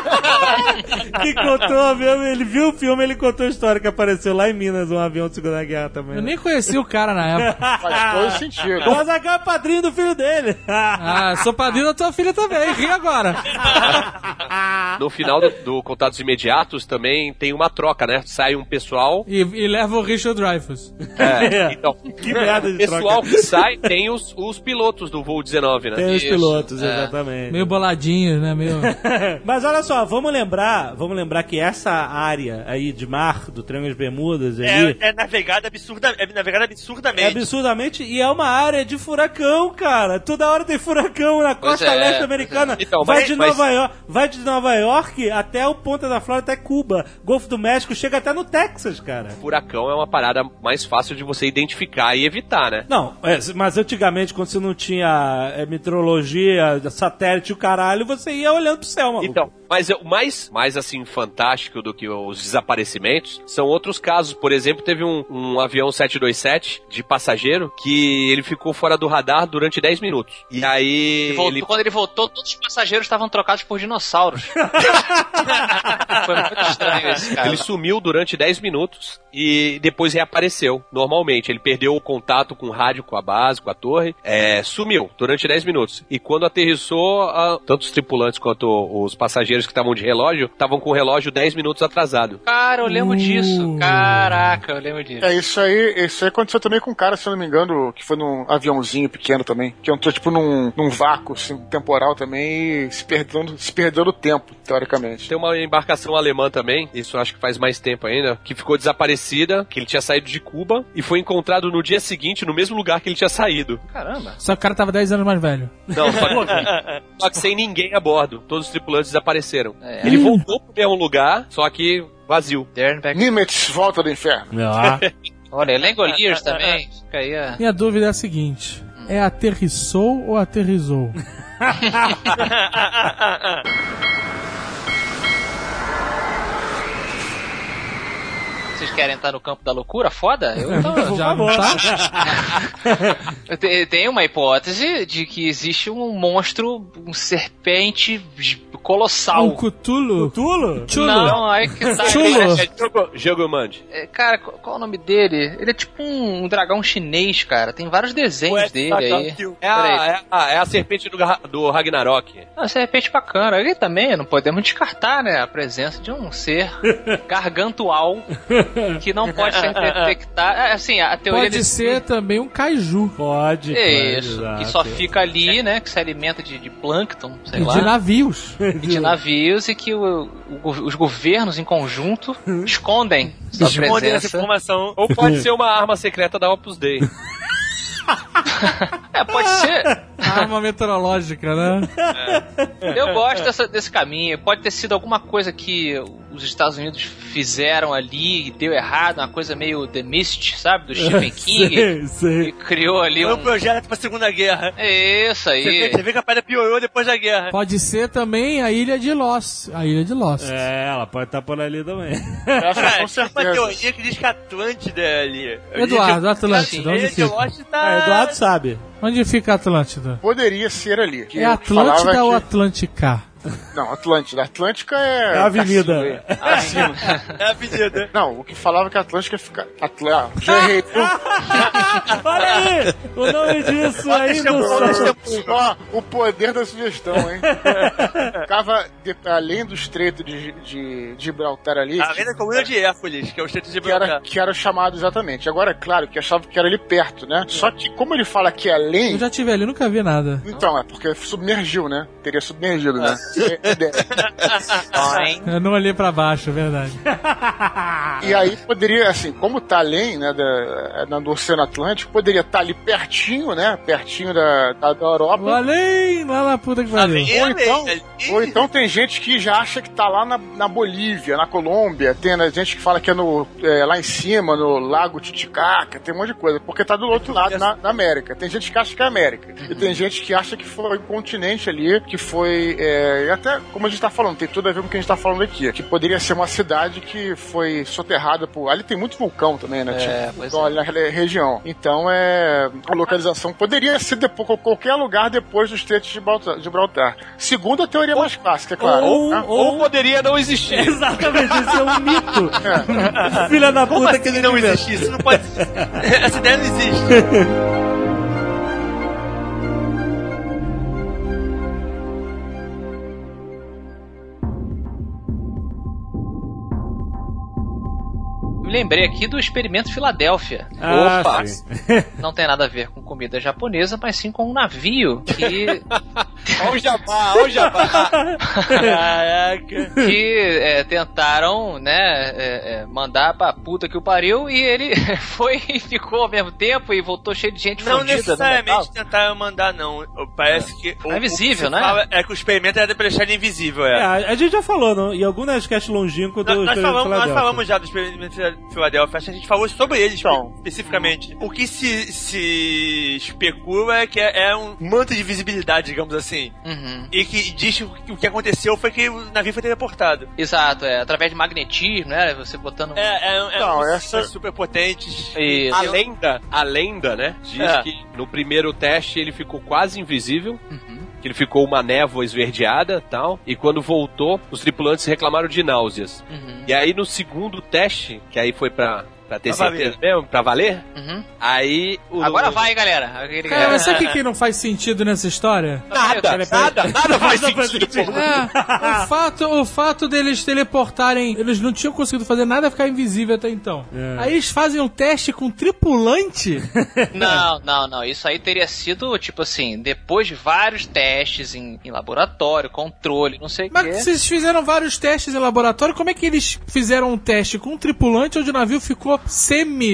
Speaker 2: que contou mesmo. Ele viu o filme, ele contou a história que apareceu lá em Minas, um avião de Segunda Guerra também.
Speaker 11: Eu
Speaker 2: né?
Speaker 11: nem conheci o cara na época.
Speaker 3: Faz todo sentido.
Speaker 8: Então
Speaker 2: Mas agora é padrinho do filho dele.
Speaker 11: Ah, sou padrinho da tua filha também. Ri agora.
Speaker 5: No final do, do contatos imediatos também tem uma troca, né? Sai um pessoal,
Speaker 11: E, e leva o Richard Dreyfus.
Speaker 5: é, então,
Speaker 2: que merda
Speaker 5: o
Speaker 2: de
Speaker 5: pessoal
Speaker 2: troca.
Speaker 5: que sai tem os, os pilotos do voo 19, né?
Speaker 2: Tem os
Speaker 6: Isso,
Speaker 2: pilotos,
Speaker 6: é.
Speaker 2: exatamente.
Speaker 11: Meio boladinho, né? Meio...
Speaker 2: Mas olha só, vamos lembrar, vamos lembrar que essa área aí de mar, do Triângulo de Bermudas, aí,
Speaker 8: É, é navegada absurda, é navegada
Speaker 2: é
Speaker 8: absurdamente.
Speaker 2: absurdamente, e é uma área de furacão, cara. Toda hora tem furacão na
Speaker 6: Pois
Speaker 2: costa
Speaker 6: é,
Speaker 2: leste americana.
Speaker 5: pois é. Então,
Speaker 2: vai,
Speaker 5: mas-
Speaker 2: de
Speaker 5: mas-
Speaker 2: Nova York, vai de Nova York até o Ponta da Flórida, até Cuba, Golfo do México, chega até no Texas, cara.
Speaker 5: Furacão é uma parada mais fácil de você identificar e evitar, né?
Speaker 2: Não, é, mas antigamente, quando você não tinha é, meteorologia, satélite e o caralho, você ia olhando pro céu, maluco.
Speaker 5: Então, mas o mais, mais assim fantástico do que os desaparecimentos são outros casos. Por exemplo, teve um, um avião 727 de passageiro que ele ficou fora do radar durante 10 minutos. E aí
Speaker 6: Voltou-
Speaker 5: ele
Speaker 6: Quando ele voltou, todos os passageiros estavam trocados por dinossauros. Foi muito estranho esse cara.
Speaker 5: Ele sumiu durante 10 minutos e depois reapareceu normalmente. Ele perdeu o contato com o rádio, com a base, com a torre. É, sumiu durante 10 minutos. E quando aterrissou, a- tanto os tripulantes quanto os passageiros que estavam de relógio estavam com o relógio 10 minutos atrasado.
Speaker 6: Cara, eu lembro disso. Caraca, eu lembro disso.
Speaker 3: É, isso aí, isso aí aconteceu também com um cara, se eu não me engano, que foi num aviãozinho pequeno também, que entrou tipo num, num vácuo assim, temporal também e se perdendo, se perdendo o tempo, teoricamente.
Speaker 5: Tem uma embarcação alemã também, isso acho que faz mais tempo ainda, que ficou desaparecida, que ele tinha saído de Cuba e foi encontrado no dia seguinte no mesmo lugar que ele tinha saído.
Speaker 6: Caramba.
Speaker 11: Só que o cara tava 10 anos mais velho.
Speaker 5: Não, só que, só que sem ninguém a bordo. Todos os tripulantes desapareceram.
Speaker 6: É.
Speaker 5: Ele voltou pro mesmo lugar, só que vazio.
Speaker 6: Dernbeck.
Speaker 3: Nimitz, volta do inferno.
Speaker 2: Ah.
Speaker 6: Olha, Langoliers também. ah, Fica aí, ah. ó.
Speaker 11: Minha dúvida é a seguinte. É aterrissou ou aterrizou?
Speaker 6: Vocês querem estar no campo da loucura? Foda? Eu
Speaker 11: Por favor.
Speaker 7: tá?
Speaker 6: Eu te- eu tenho uma hipótese de que existe um monstro, um serpente colossal.
Speaker 11: Um cutulo?
Speaker 2: Tulo?
Speaker 11: Chulo?
Speaker 6: Não, aí que tá.
Speaker 11: Chulo.
Speaker 6: É,
Speaker 5: Jogo, jogo mande.
Speaker 6: é, Cara, qual, qual o nome dele? Ele é tipo um, um dragão chinês, cara. Tem vários desenhos
Speaker 11: tá,
Speaker 6: dele aí.
Speaker 5: É a,
Speaker 6: Peraí.
Speaker 5: é, a, é a serpente do, Ra- do Ragnarok.
Speaker 6: Ah, serpente bacana. Ele também, não podemos descartar, né? A presença de um ser gargantual que não pode ser detectado. É, Assim, a teoria
Speaker 11: Pode
Speaker 6: desse-
Speaker 11: ser também um caju.
Speaker 2: Pode,
Speaker 6: É
Speaker 2: pode,
Speaker 6: isso,
Speaker 2: exato.
Speaker 6: que só fica ali, né? Que se alimenta de, de plâncton, sei
Speaker 11: E
Speaker 6: lá.
Speaker 11: de navios.
Speaker 6: e de navios e que o- o gov- os governos em conjunto escondem sua
Speaker 8: Escondem essa
Speaker 6: presença.
Speaker 8: informação.
Speaker 5: Ou pode ser uma arma secreta da Opus Dei.
Speaker 6: É, pode ser.
Speaker 7: arma meteorológica, né?
Speaker 6: Eu gosto dessa- desse caminho. Pode ter sido alguma coisa que os Estados Unidos fizeram ali e deu errado, uma coisa meio The Mist, sabe? Do Stephen King.
Speaker 2: Sei, sei.
Speaker 6: E criou ali
Speaker 8: Foi um
Speaker 6: um.
Speaker 8: projeto pra Segunda Guerra.
Speaker 6: É isso
Speaker 8: Você vê,
Speaker 6: aí.
Speaker 8: você vê que a parada piorou depois da guerra.
Speaker 7: Pode ser também a Ilha de Lost. A Ilha de Lost.
Speaker 2: É, ela pode estar por ali também.
Speaker 5: É,
Speaker 3: Essa
Speaker 8: Cara,
Speaker 3: com
Speaker 8: tem É, uma
Speaker 3: certeza.
Speaker 8: teoria um que diz que a Atlântida é ali.
Speaker 7: Eduardo,
Speaker 8: Ele
Speaker 7: Atlântida, onde
Speaker 8: de
Speaker 7: fica?
Speaker 8: Lost tá...
Speaker 2: Ah, Eduardo sabe.
Speaker 7: Onde fica a Atlântida?
Speaker 3: Poderia ser ali. que
Speaker 7: É
Speaker 3: eu falava
Speaker 7: Atlântida ou
Speaker 3: que-
Speaker 7: Atlântica?
Speaker 3: Não, Atlântida. Atlântica é.
Speaker 2: É a avenida.
Speaker 8: É a pedida.
Speaker 3: Não, o que falava é que Atlântica fica. Atlântica. Já errei.
Speaker 8: Ah,
Speaker 2: Olha aí! O nome disso ainda só.
Speaker 3: Ó, o poder da sugestão, hein? Ficava de- além do estreito de, de Gibraltar ali.
Speaker 8: A venda comuna de Hércules, que é o estreito de
Speaker 3: Que era,
Speaker 8: Gibraltar.
Speaker 3: que era chamado exatamente. Agora, é claro, que achava que era ali perto, né? Só que, como ele fala que é além,
Speaker 7: Eu já tive ali, nunca vi nada.
Speaker 3: Então, é porque submergiu, né? Teria submergido, né?
Speaker 7: Eu não olhei pra baixo, é verdade. Ah.
Speaker 3: e aí poderia, assim, como tá além, né, da, na- do Oceano Atlântico, poderia estar ali pertinho, né? Pertinho da, da, da Europa.
Speaker 7: Olhei lá na puta que pariu.
Speaker 8: Ele,
Speaker 3: Ou então-
Speaker 8: ele-
Speaker 3: Ou então tem gente que já acha que tá lá na, na Bolívia, na Colômbia, tem né, gente que fala que é, no, é, lá em cima, no Lago Titicaca, tem um monte de coisa, porque tá do outro lado, na, na América. Tem gente que acha que é América. E tem gente que acha que foi um continente ali, que foi. é, e até como a gente tá falando, tem tudo a ver com o que a gente tá falando aqui. Que poderia ser uma cidade que foi soterrada por. Ali tem muito vulcão também, né?
Speaker 6: É,
Speaker 3: tipo,
Speaker 6: pois
Speaker 3: vulcão ali na re- região. Então é. A localização poderia ser depois, qualquer lugar depois do Estreito de Gibraltar- Gibraltar. Segundo a teoria mais clássica, é claro.
Speaker 2: Ou,
Speaker 3: né?
Speaker 5: Ah, Ou
Speaker 2: ou,
Speaker 5: poderia não existir. É.
Speaker 2: exatamente, isso é um mito. Filha da
Speaker 8: Como
Speaker 2: puta que
Speaker 8: assim
Speaker 2: ele
Speaker 8: não
Speaker 2: inventou.
Speaker 8: existe? Isso não pode... Essa ideia não existe.
Speaker 6: Me lembrei aqui do experimento Filadélfia.
Speaker 2: Ah,
Speaker 5: Opa.
Speaker 2: sim.
Speaker 6: Não tem nada a ver com comida japonesa, mas sim com um navio que,
Speaker 5: Olha o jabá, olha o jabá.
Speaker 8: Caraca.
Speaker 6: que é, tentaram, né, é, é, mandar pra puta que o pariu e ele foi e ficou ao mesmo tempo e voltou cheio de gente
Speaker 8: Não
Speaker 5: né,
Speaker 6: fundida.
Speaker 8: necessariamente tentaram mandar, não. Parece que... o-
Speaker 6: É invisível,
Speaker 8: o que se
Speaker 6: né?
Speaker 8: fala É que o experimento era pra deixar ele invisível,
Speaker 2: É,
Speaker 8: é.
Speaker 2: a a gente já falou no, em algum Nerdcast longínquo do
Speaker 8: Nós, nós
Speaker 2: Estreito de
Speaker 8: falamos, nós
Speaker 2: Filadélfia.
Speaker 8: falamos já do experimento de Filadélfia, acho que a gente falou sobre ele espe-
Speaker 3: Então.
Speaker 8: especificamente. O que se, se especula é que é, é um manto de visibilidade, digamos assim.
Speaker 6: Uhum.
Speaker 8: E que diz que o que aconteceu foi que o navio foi teleportado.
Speaker 6: Exato, é através de magnetismo, né? Você botando.
Speaker 8: É, é, é
Speaker 3: Então,
Speaker 8: um-
Speaker 3: essa-
Speaker 8: super potentes.
Speaker 6: Isso.
Speaker 5: A lenda, a lenda, né? Diz
Speaker 8: É.
Speaker 5: que no primeiro teste ele ficou quase invisível.
Speaker 6: Uhum.
Speaker 5: que ele ficou uma névoa esverdeada tal. E quando voltou, os tripulantes reclamaram de náuseas.
Speaker 6: Uhum.
Speaker 5: E aí no segundo teste, que aí foi pra, pra ter
Speaker 8: Pra
Speaker 5: certeza mesmo, pra valer,
Speaker 6: Uhum.
Speaker 5: aí o.
Speaker 6: Agora vai, galera. Aquele-
Speaker 7: Cara, mas sabe o
Speaker 6: É.
Speaker 7: que, é? que não faz sentido nessa história?
Speaker 5: Nada, nada, nada faz
Speaker 2: Nada faz
Speaker 5: sentido.
Speaker 2: sentido.
Speaker 5: pô.
Speaker 7: É, o fato, o fato deles teleportarem, eles não tinham conseguido fazer nada ficar invisível até então.
Speaker 2: É.
Speaker 7: Aí eles fazem um teste com tripulante?
Speaker 6: Não, não, não. Isso aí teria sido, tipo assim, depois de vários testes em, em laboratório, controle, não sei o
Speaker 7: Mas
Speaker 6: quê.
Speaker 7: se eles fizeram vários testes em laboratório, como é que eles fizeram um teste com um tripulante onde o navio ficou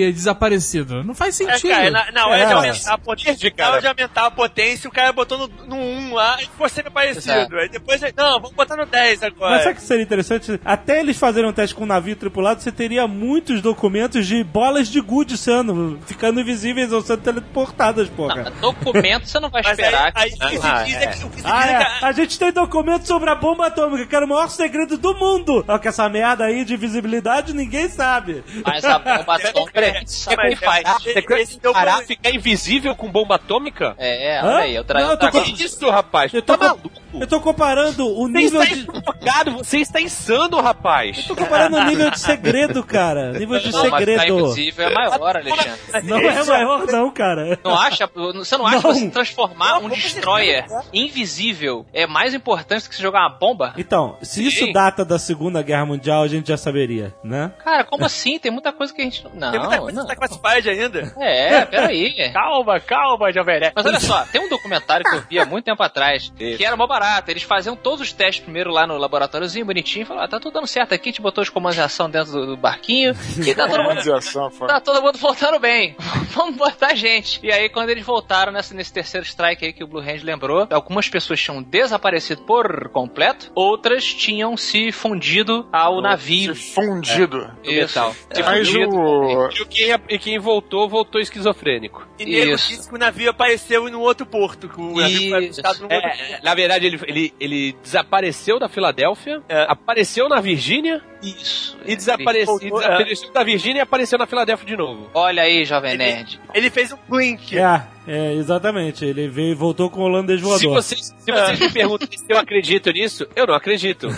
Speaker 7: semi-desaparecido? Não faz
Speaker 8: É,
Speaker 7: sentido.
Speaker 8: cara, na, na hora
Speaker 2: É.
Speaker 8: de aumentar a potência,
Speaker 5: cara.
Speaker 8: na hora de aumentar a potência, o cara botou no, no 1 lá e ficou sempre
Speaker 6: Exato.
Speaker 8: parecido. Aí depois, ele, não, vamos botar no 10 agora.
Speaker 7: é
Speaker 2: Mas sabe que seria interessante? Até eles fazerem um teste com um navio tripulado, você teria muitos documentos de bolas de gude sendo, ficando invisíveis ou sendo teleportadas, porra.
Speaker 6: Documento você não vai
Speaker 8: Mas
Speaker 6: esperar.
Speaker 8: aí, aí o
Speaker 6: que-
Speaker 8: que
Speaker 6: Ah,
Speaker 8: se diz é que, o que, se diz
Speaker 2: Ah,
Speaker 8: é que a-
Speaker 2: é. A gente tem documento sobre a bomba atômica, que era o maior segredo do mundo. Só que essa merda aí de visibilidade ninguém sabe.
Speaker 6: Mas a bomba atômica a gente sabe o que faz.
Speaker 8: Esse- esse deu
Speaker 5: Parar,
Speaker 8: problema.
Speaker 5: ficar invisível com bomba atômica?
Speaker 6: É, é,
Speaker 2: Hã?
Speaker 6: olha aí, eu trago.
Speaker 2: Não, eu tô
Speaker 5: Que
Speaker 2: com-
Speaker 5: isso, rapaz?
Speaker 2: Eu
Speaker 5: Tu
Speaker 2: tô
Speaker 5: tá
Speaker 2: com-
Speaker 5: maluco?
Speaker 2: Eu tô comparando o
Speaker 5: Você
Speaker 2: nível
Speaker 5: está
Speaker 2: de.
Speaker 5: equivocado, você está insano, rapaz.
Speaker 2: Tô comparando o nível de segredo, cara. Nível de
Speaker 6: Não, mas tá
Speaker 2: segredo.
Speaker 6: invisível é maior, Alexandre.
Speaker 2: Não é maior, não, cara.
Speaker 6: Não acha? Você não acha
Speaker 2: Não.
Speaker 6: que você transformar um
Speaker 8: assim?
Speaker 6: destroyer invisível é mais importante do que você jogar uma bomba?
Speaker 2: Então, se isso
Speaker 6: Sim.
Speaker 2: data da Segunda Guerra Mundial, a gente já saberia, né?
Speaker 6: Cara, como assim? Tem muita coisa que a gente. Não,
Speaker 8: Tem muita coisa
Speaker 6: não.
Speaker 8: que tá classified ainda.
Speaker 6: É, peraí.
Speaker 8: Calma, calma, Jovem Nerd.
Speaker 6: Mas olha só, tem um documentário que eu vi há muito tempo atrás, que era mó barato. Eles faziam todos os testes primeiro lá no laboratóriozinho, bonitinho, e falaram, ah, tá tudo dando certo aqui, a gente botou os comandos de ação dentro do, do barquinho, e tá todo mundo
Speaker 3: Organização, fala.
Speaker 6: Tá todo mundo voltando bem. Vamos botar gente. E aí, quando eles voltaram nessa, nesse terceiro strike aí que o Blue Hand lembrou, algumas pessoas tinham desaparecido por completo, outras tinham se fundido ao navio.
Speaker 3: Se fundido.
Speaker 6: Isso. Se
Speaker 3: Mas
Speaker 6: fundido.
Speaker 3: o.
Speaker 5: E quem, e quem voltou, voltou esquizofrênico.
Speaker 8: E nego
Speaker 6: Isso.
Speaker 8: disse que o navio apareceu no outro porto. Que o navio foi
Speaker 6: Isso.
Speaker 8: avistado no outro porto.
Speaker 5: É, na verdade, ele, ele, ele desapareceu da Filadélfia,
Speaker 8: É.
Speaker 5: apareceu na Virgínia
Speaker 6: Isso.
Speaker 5: e desapareceu, e
Speaker 8: voltou, é.
Speaker 5: desapareceu da Virgínia e apareceu na Filadélfia de novo.
Speaker 6: Olha aí, Jovem Nerd.
Speaker 8: Ele fez um blink.
Speaker 2: É, é, exatamente. Ele veio e voltou com o holandês
Speaker 5: Se
Speaker 2: voador.
Speaker 5: vocês, se
Speaker 8: É.
Speaker 5: vocês me perguntam se eu acredito nisso, eu não acredito.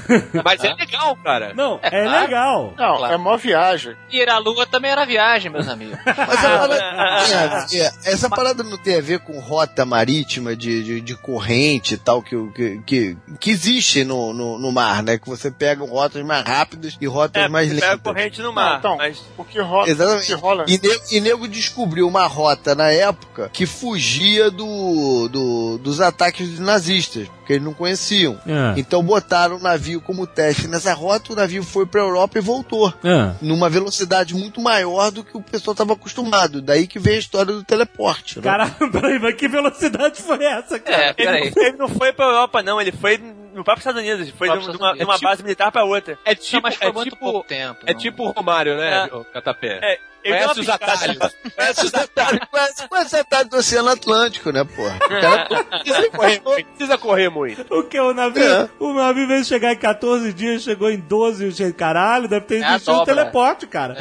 Speaker 5: Mas é legal, cara.
Speaker 2: Não, é legal.
Speaker 3: Não,
Speaker 6: Claro.
Speaker 3: é mó viagem.
Speaker 6: Ir à lua também era viagem, meus amigos.
Speaker 4: Mas a parada não
Speaker 8: É.
Speaker 4: tem a ver- essa parada não tem a ver com rota marítima de, de, de corrente e tal, que, o- que, que, que existe no, no, no mar, né? Que você pega rotas mais rápidas e rotas
Speaker 8: É,
Speaker 4: mais
Speaker 8: você pega a
Speaker 4: lentas.
Speaker 8: corrente no mar.
Speaker 3: Não, então,
Speaker 8: mas
Speaker 3: O que rola. O que
Speaker 4: Exatamente.
Speaker 3: rola.
Speaker 4: E nego, e nego descobriu uma rota na época que fugia do, do- dos ataques dos nazistas, porque eles não conheciam.
Speaker 2: Ah,
Speaker 4: Então botaram o navio como teste nessa rota, o navio foi pra Europa e voltou.
Speaker 2: ah.
Speaker 4: Numa velocidade muito maior do que o pessoal estava acostumado. Daí que vem a história do teleporte. né?
Speaker 2: Caralho, peraí, mas que velocidade foi essa, cara?
Speaker 6: É,
Speaker 8: ele,
Speaker 6: peraí.
Speaker 8: não, ele não foi pra Europa, não. Ele foi no próprio Estados Unidos. Ele foi de,
Speaker 6: Próprio
Speaker 8: um- de
Speaker 6: Estados
Speaker 8: uma, de
Speaker 6: Unidos.
Speaker 8: uma
Speaker 6: É tipo-
Speaker 8: base militar pra outra.
Speaker 5: É tipo,
Speaker 6: Não, mas foi
Speaker 5: é
Speaker 6: muito
Speaker 5: tipo,
Speaker 6: pouco tempo.
Speaker 5: é
Speaker 6: não.
Speaker 5: tipo o Romário, né,
Speaker 8: É.
Speaker 5: o Catapé?
Speaker 8: É, ele deu uma
Speaker 5: Conhece os
Speaker 8: piscada.
Speaker 5: atalhos. Conhece os atalhos.
Speaker 4: Mas com essa tarde do Oceano Atlântico, né, porra? O cara-
Speaker 5: Precisa correr muito. Precisa correr muito.
Speaker 2: O que? O navio,
Speaker 4: É.
Speaker 2: o navio veio chegar em 14 dias, chegou em 12, eu achei, caralho, deve ter
Speaker 6: É a
Speaker 2: existido um
Speaker 6: dobra.
Speaker 2: teleporte, cara.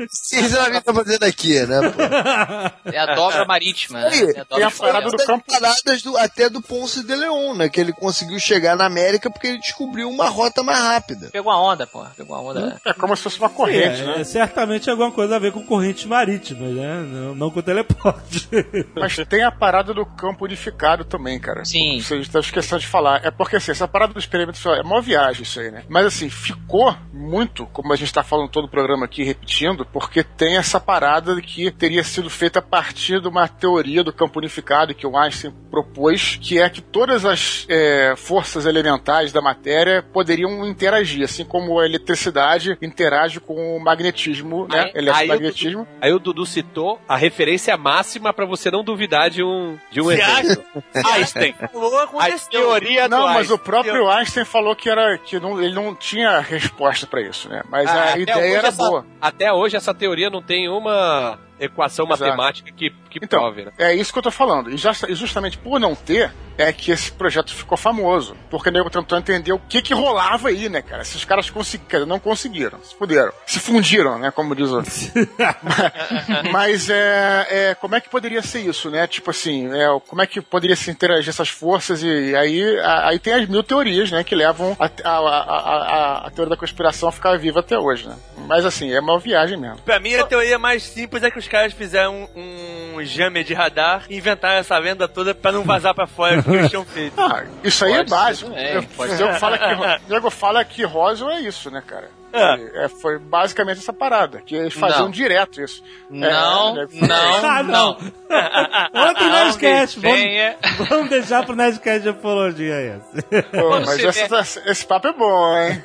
Speaker 4: Esse navio tá fazendo aqui, né, porra?
Speaker 6: É a dobra marítima. Né?
Speaker 4: Aí,
Speaker 6: É a
Speaker 3: E
Speaker 6: dobra
Speaker 3: a parada do
Speaker 4: Das
Speaker 3: campo.
Speaker 4: paradas do- até do Ponce de Leon, né? Que ele conseguiu chegar na América porque ele descobriu uma rota mais rápida.
Speaker 6: Pegou a onda, pô. Pegou a onda.
Speaker 3: É como se fosse uma corrente,
Speaker 2: É,
Speaker 3: né?
Speaker 2: é, certamente alguma coisa a ver com correntes marítimas, né? Não, não com teleporte.
Speaker 3: Mas tem a parada do campo unificado também, cara.
Speaker 6: Sim.
Speaker 3: Você está esquecendo de falar. É porque, assim, essa parada do experimento é uma viagem isso aí, né? Mas, assim, ficou muito, como a gente está falando todo o programa aqui, repetindo, porque tem essa parada de que teria sido feita a partir de uma teoria do campo unificado que o Einstein propôs, que é que todas as é, forças elementais da matéria poderiam interagir, assim como a eletricidade interage com o magnetismo, né?
Speaker 5: Aí-
Speaker 3: Eletromagnetismo.
Speaker 5: Aí o Dudu citou a referência máxima pra você não duvidar de um, de um
Speaker 8: Você
Speaker 5: evento. Einstein.
Speaker 8: Falou,
Speaker 5: A
Speaker 8: aconteceu.
Speaker 5: teoria do
Speaker 3: Não, mas o
Speaker 5: Einstein.
Speaker 3: próprio Einstein falou que, era, que não- ele não tinha resposta pra isso, né? Mas
Speaker 5: Ah,
Speaker 3: a
Speaker 5: até hoje
Speaker 3: ideia era
Speaker 5: essa-
Speaker 3: boa.
Speaker 5: Até hoje essa teoria não tem uma equação
Speaker 3: Exato.
Speaker 5: matemática que, que
Speaker 3: Então,
Speaker 5: prove, né?
Speaker 3: É isso que eu tô falando. E já- e justamente por não ter, é que esse projeto ficou famoso. Porque o nego tentou entender o que que rolava aí, né, cara? Esses caras consegui- quer dizer, não conseguiram, se puderam. Se fundiram, né, como diz o... Mas é, é, como é que poderia ser isso, né? Tipo assim, é, como é que poderia se interagir essas forças? E aí, a- aí tem as mil teorias, né? Que levam a, a- a- a- a teoria da conspiração a ficar viva até hoje, né? Mas assim, é uma viagem mesmo.
Speaker 8: Pra mim, a teoria mais simples é que os caras fizeram um, um jammer de radar e inventaram essa venda toda pra não vazar pra fora o que eles tinham feito.
Speaker 3: Ah, isso aí
Speaker 6: Pode
Speaker 3: é básico.
Speaker 6: ser também,
Speaker 3: Eu-
Speaker 6: pode
Speaker 3: eu falo que- O nego fala que Roswell é isso, né, cara?
Speaker 8: É.
Speaker 3: É, foi basicamente essa parada, que eles faziam
Speaker 6: Não.
Speaker 3: direto isso.
Speaker 6: Não,
Speaker 3: É, né?
Speaker 6: não,
Speaker 2: Ah,
Speaker 6: não. Ah,
Speaker 2: Outro Nerdcast, vamos,
Speaker 6: Venha.
Speaker 2: vamos deixar pro Nerdcast de apologia esse.
Speaker 3: Pô,
Speaker 6: Quando
Speaker 3: mas
Speaker 6: se
Speaker 3: essa- esse papo é bom, hein?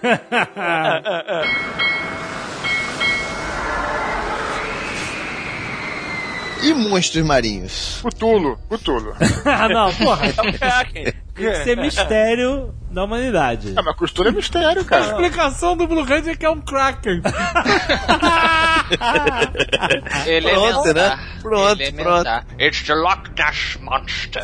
Speaker 4: E monstros marinhos?
Speaker 3: Cutulo, cutulo.
Speaker 2: ah, não, porra.
Speaker 8: Kraken.
Speaker 2: Tem que ser mistério da humanidade.
Speaker 3: Ah, mas costura é mistério, cara.
Speaker 7: A explicação do Blue Ranger é que é um Kraken.
Speaker 6: Elementar.
Speaker 4: né? Pronto,
Speaker 6: elementar. It's the Loch Ness Monster.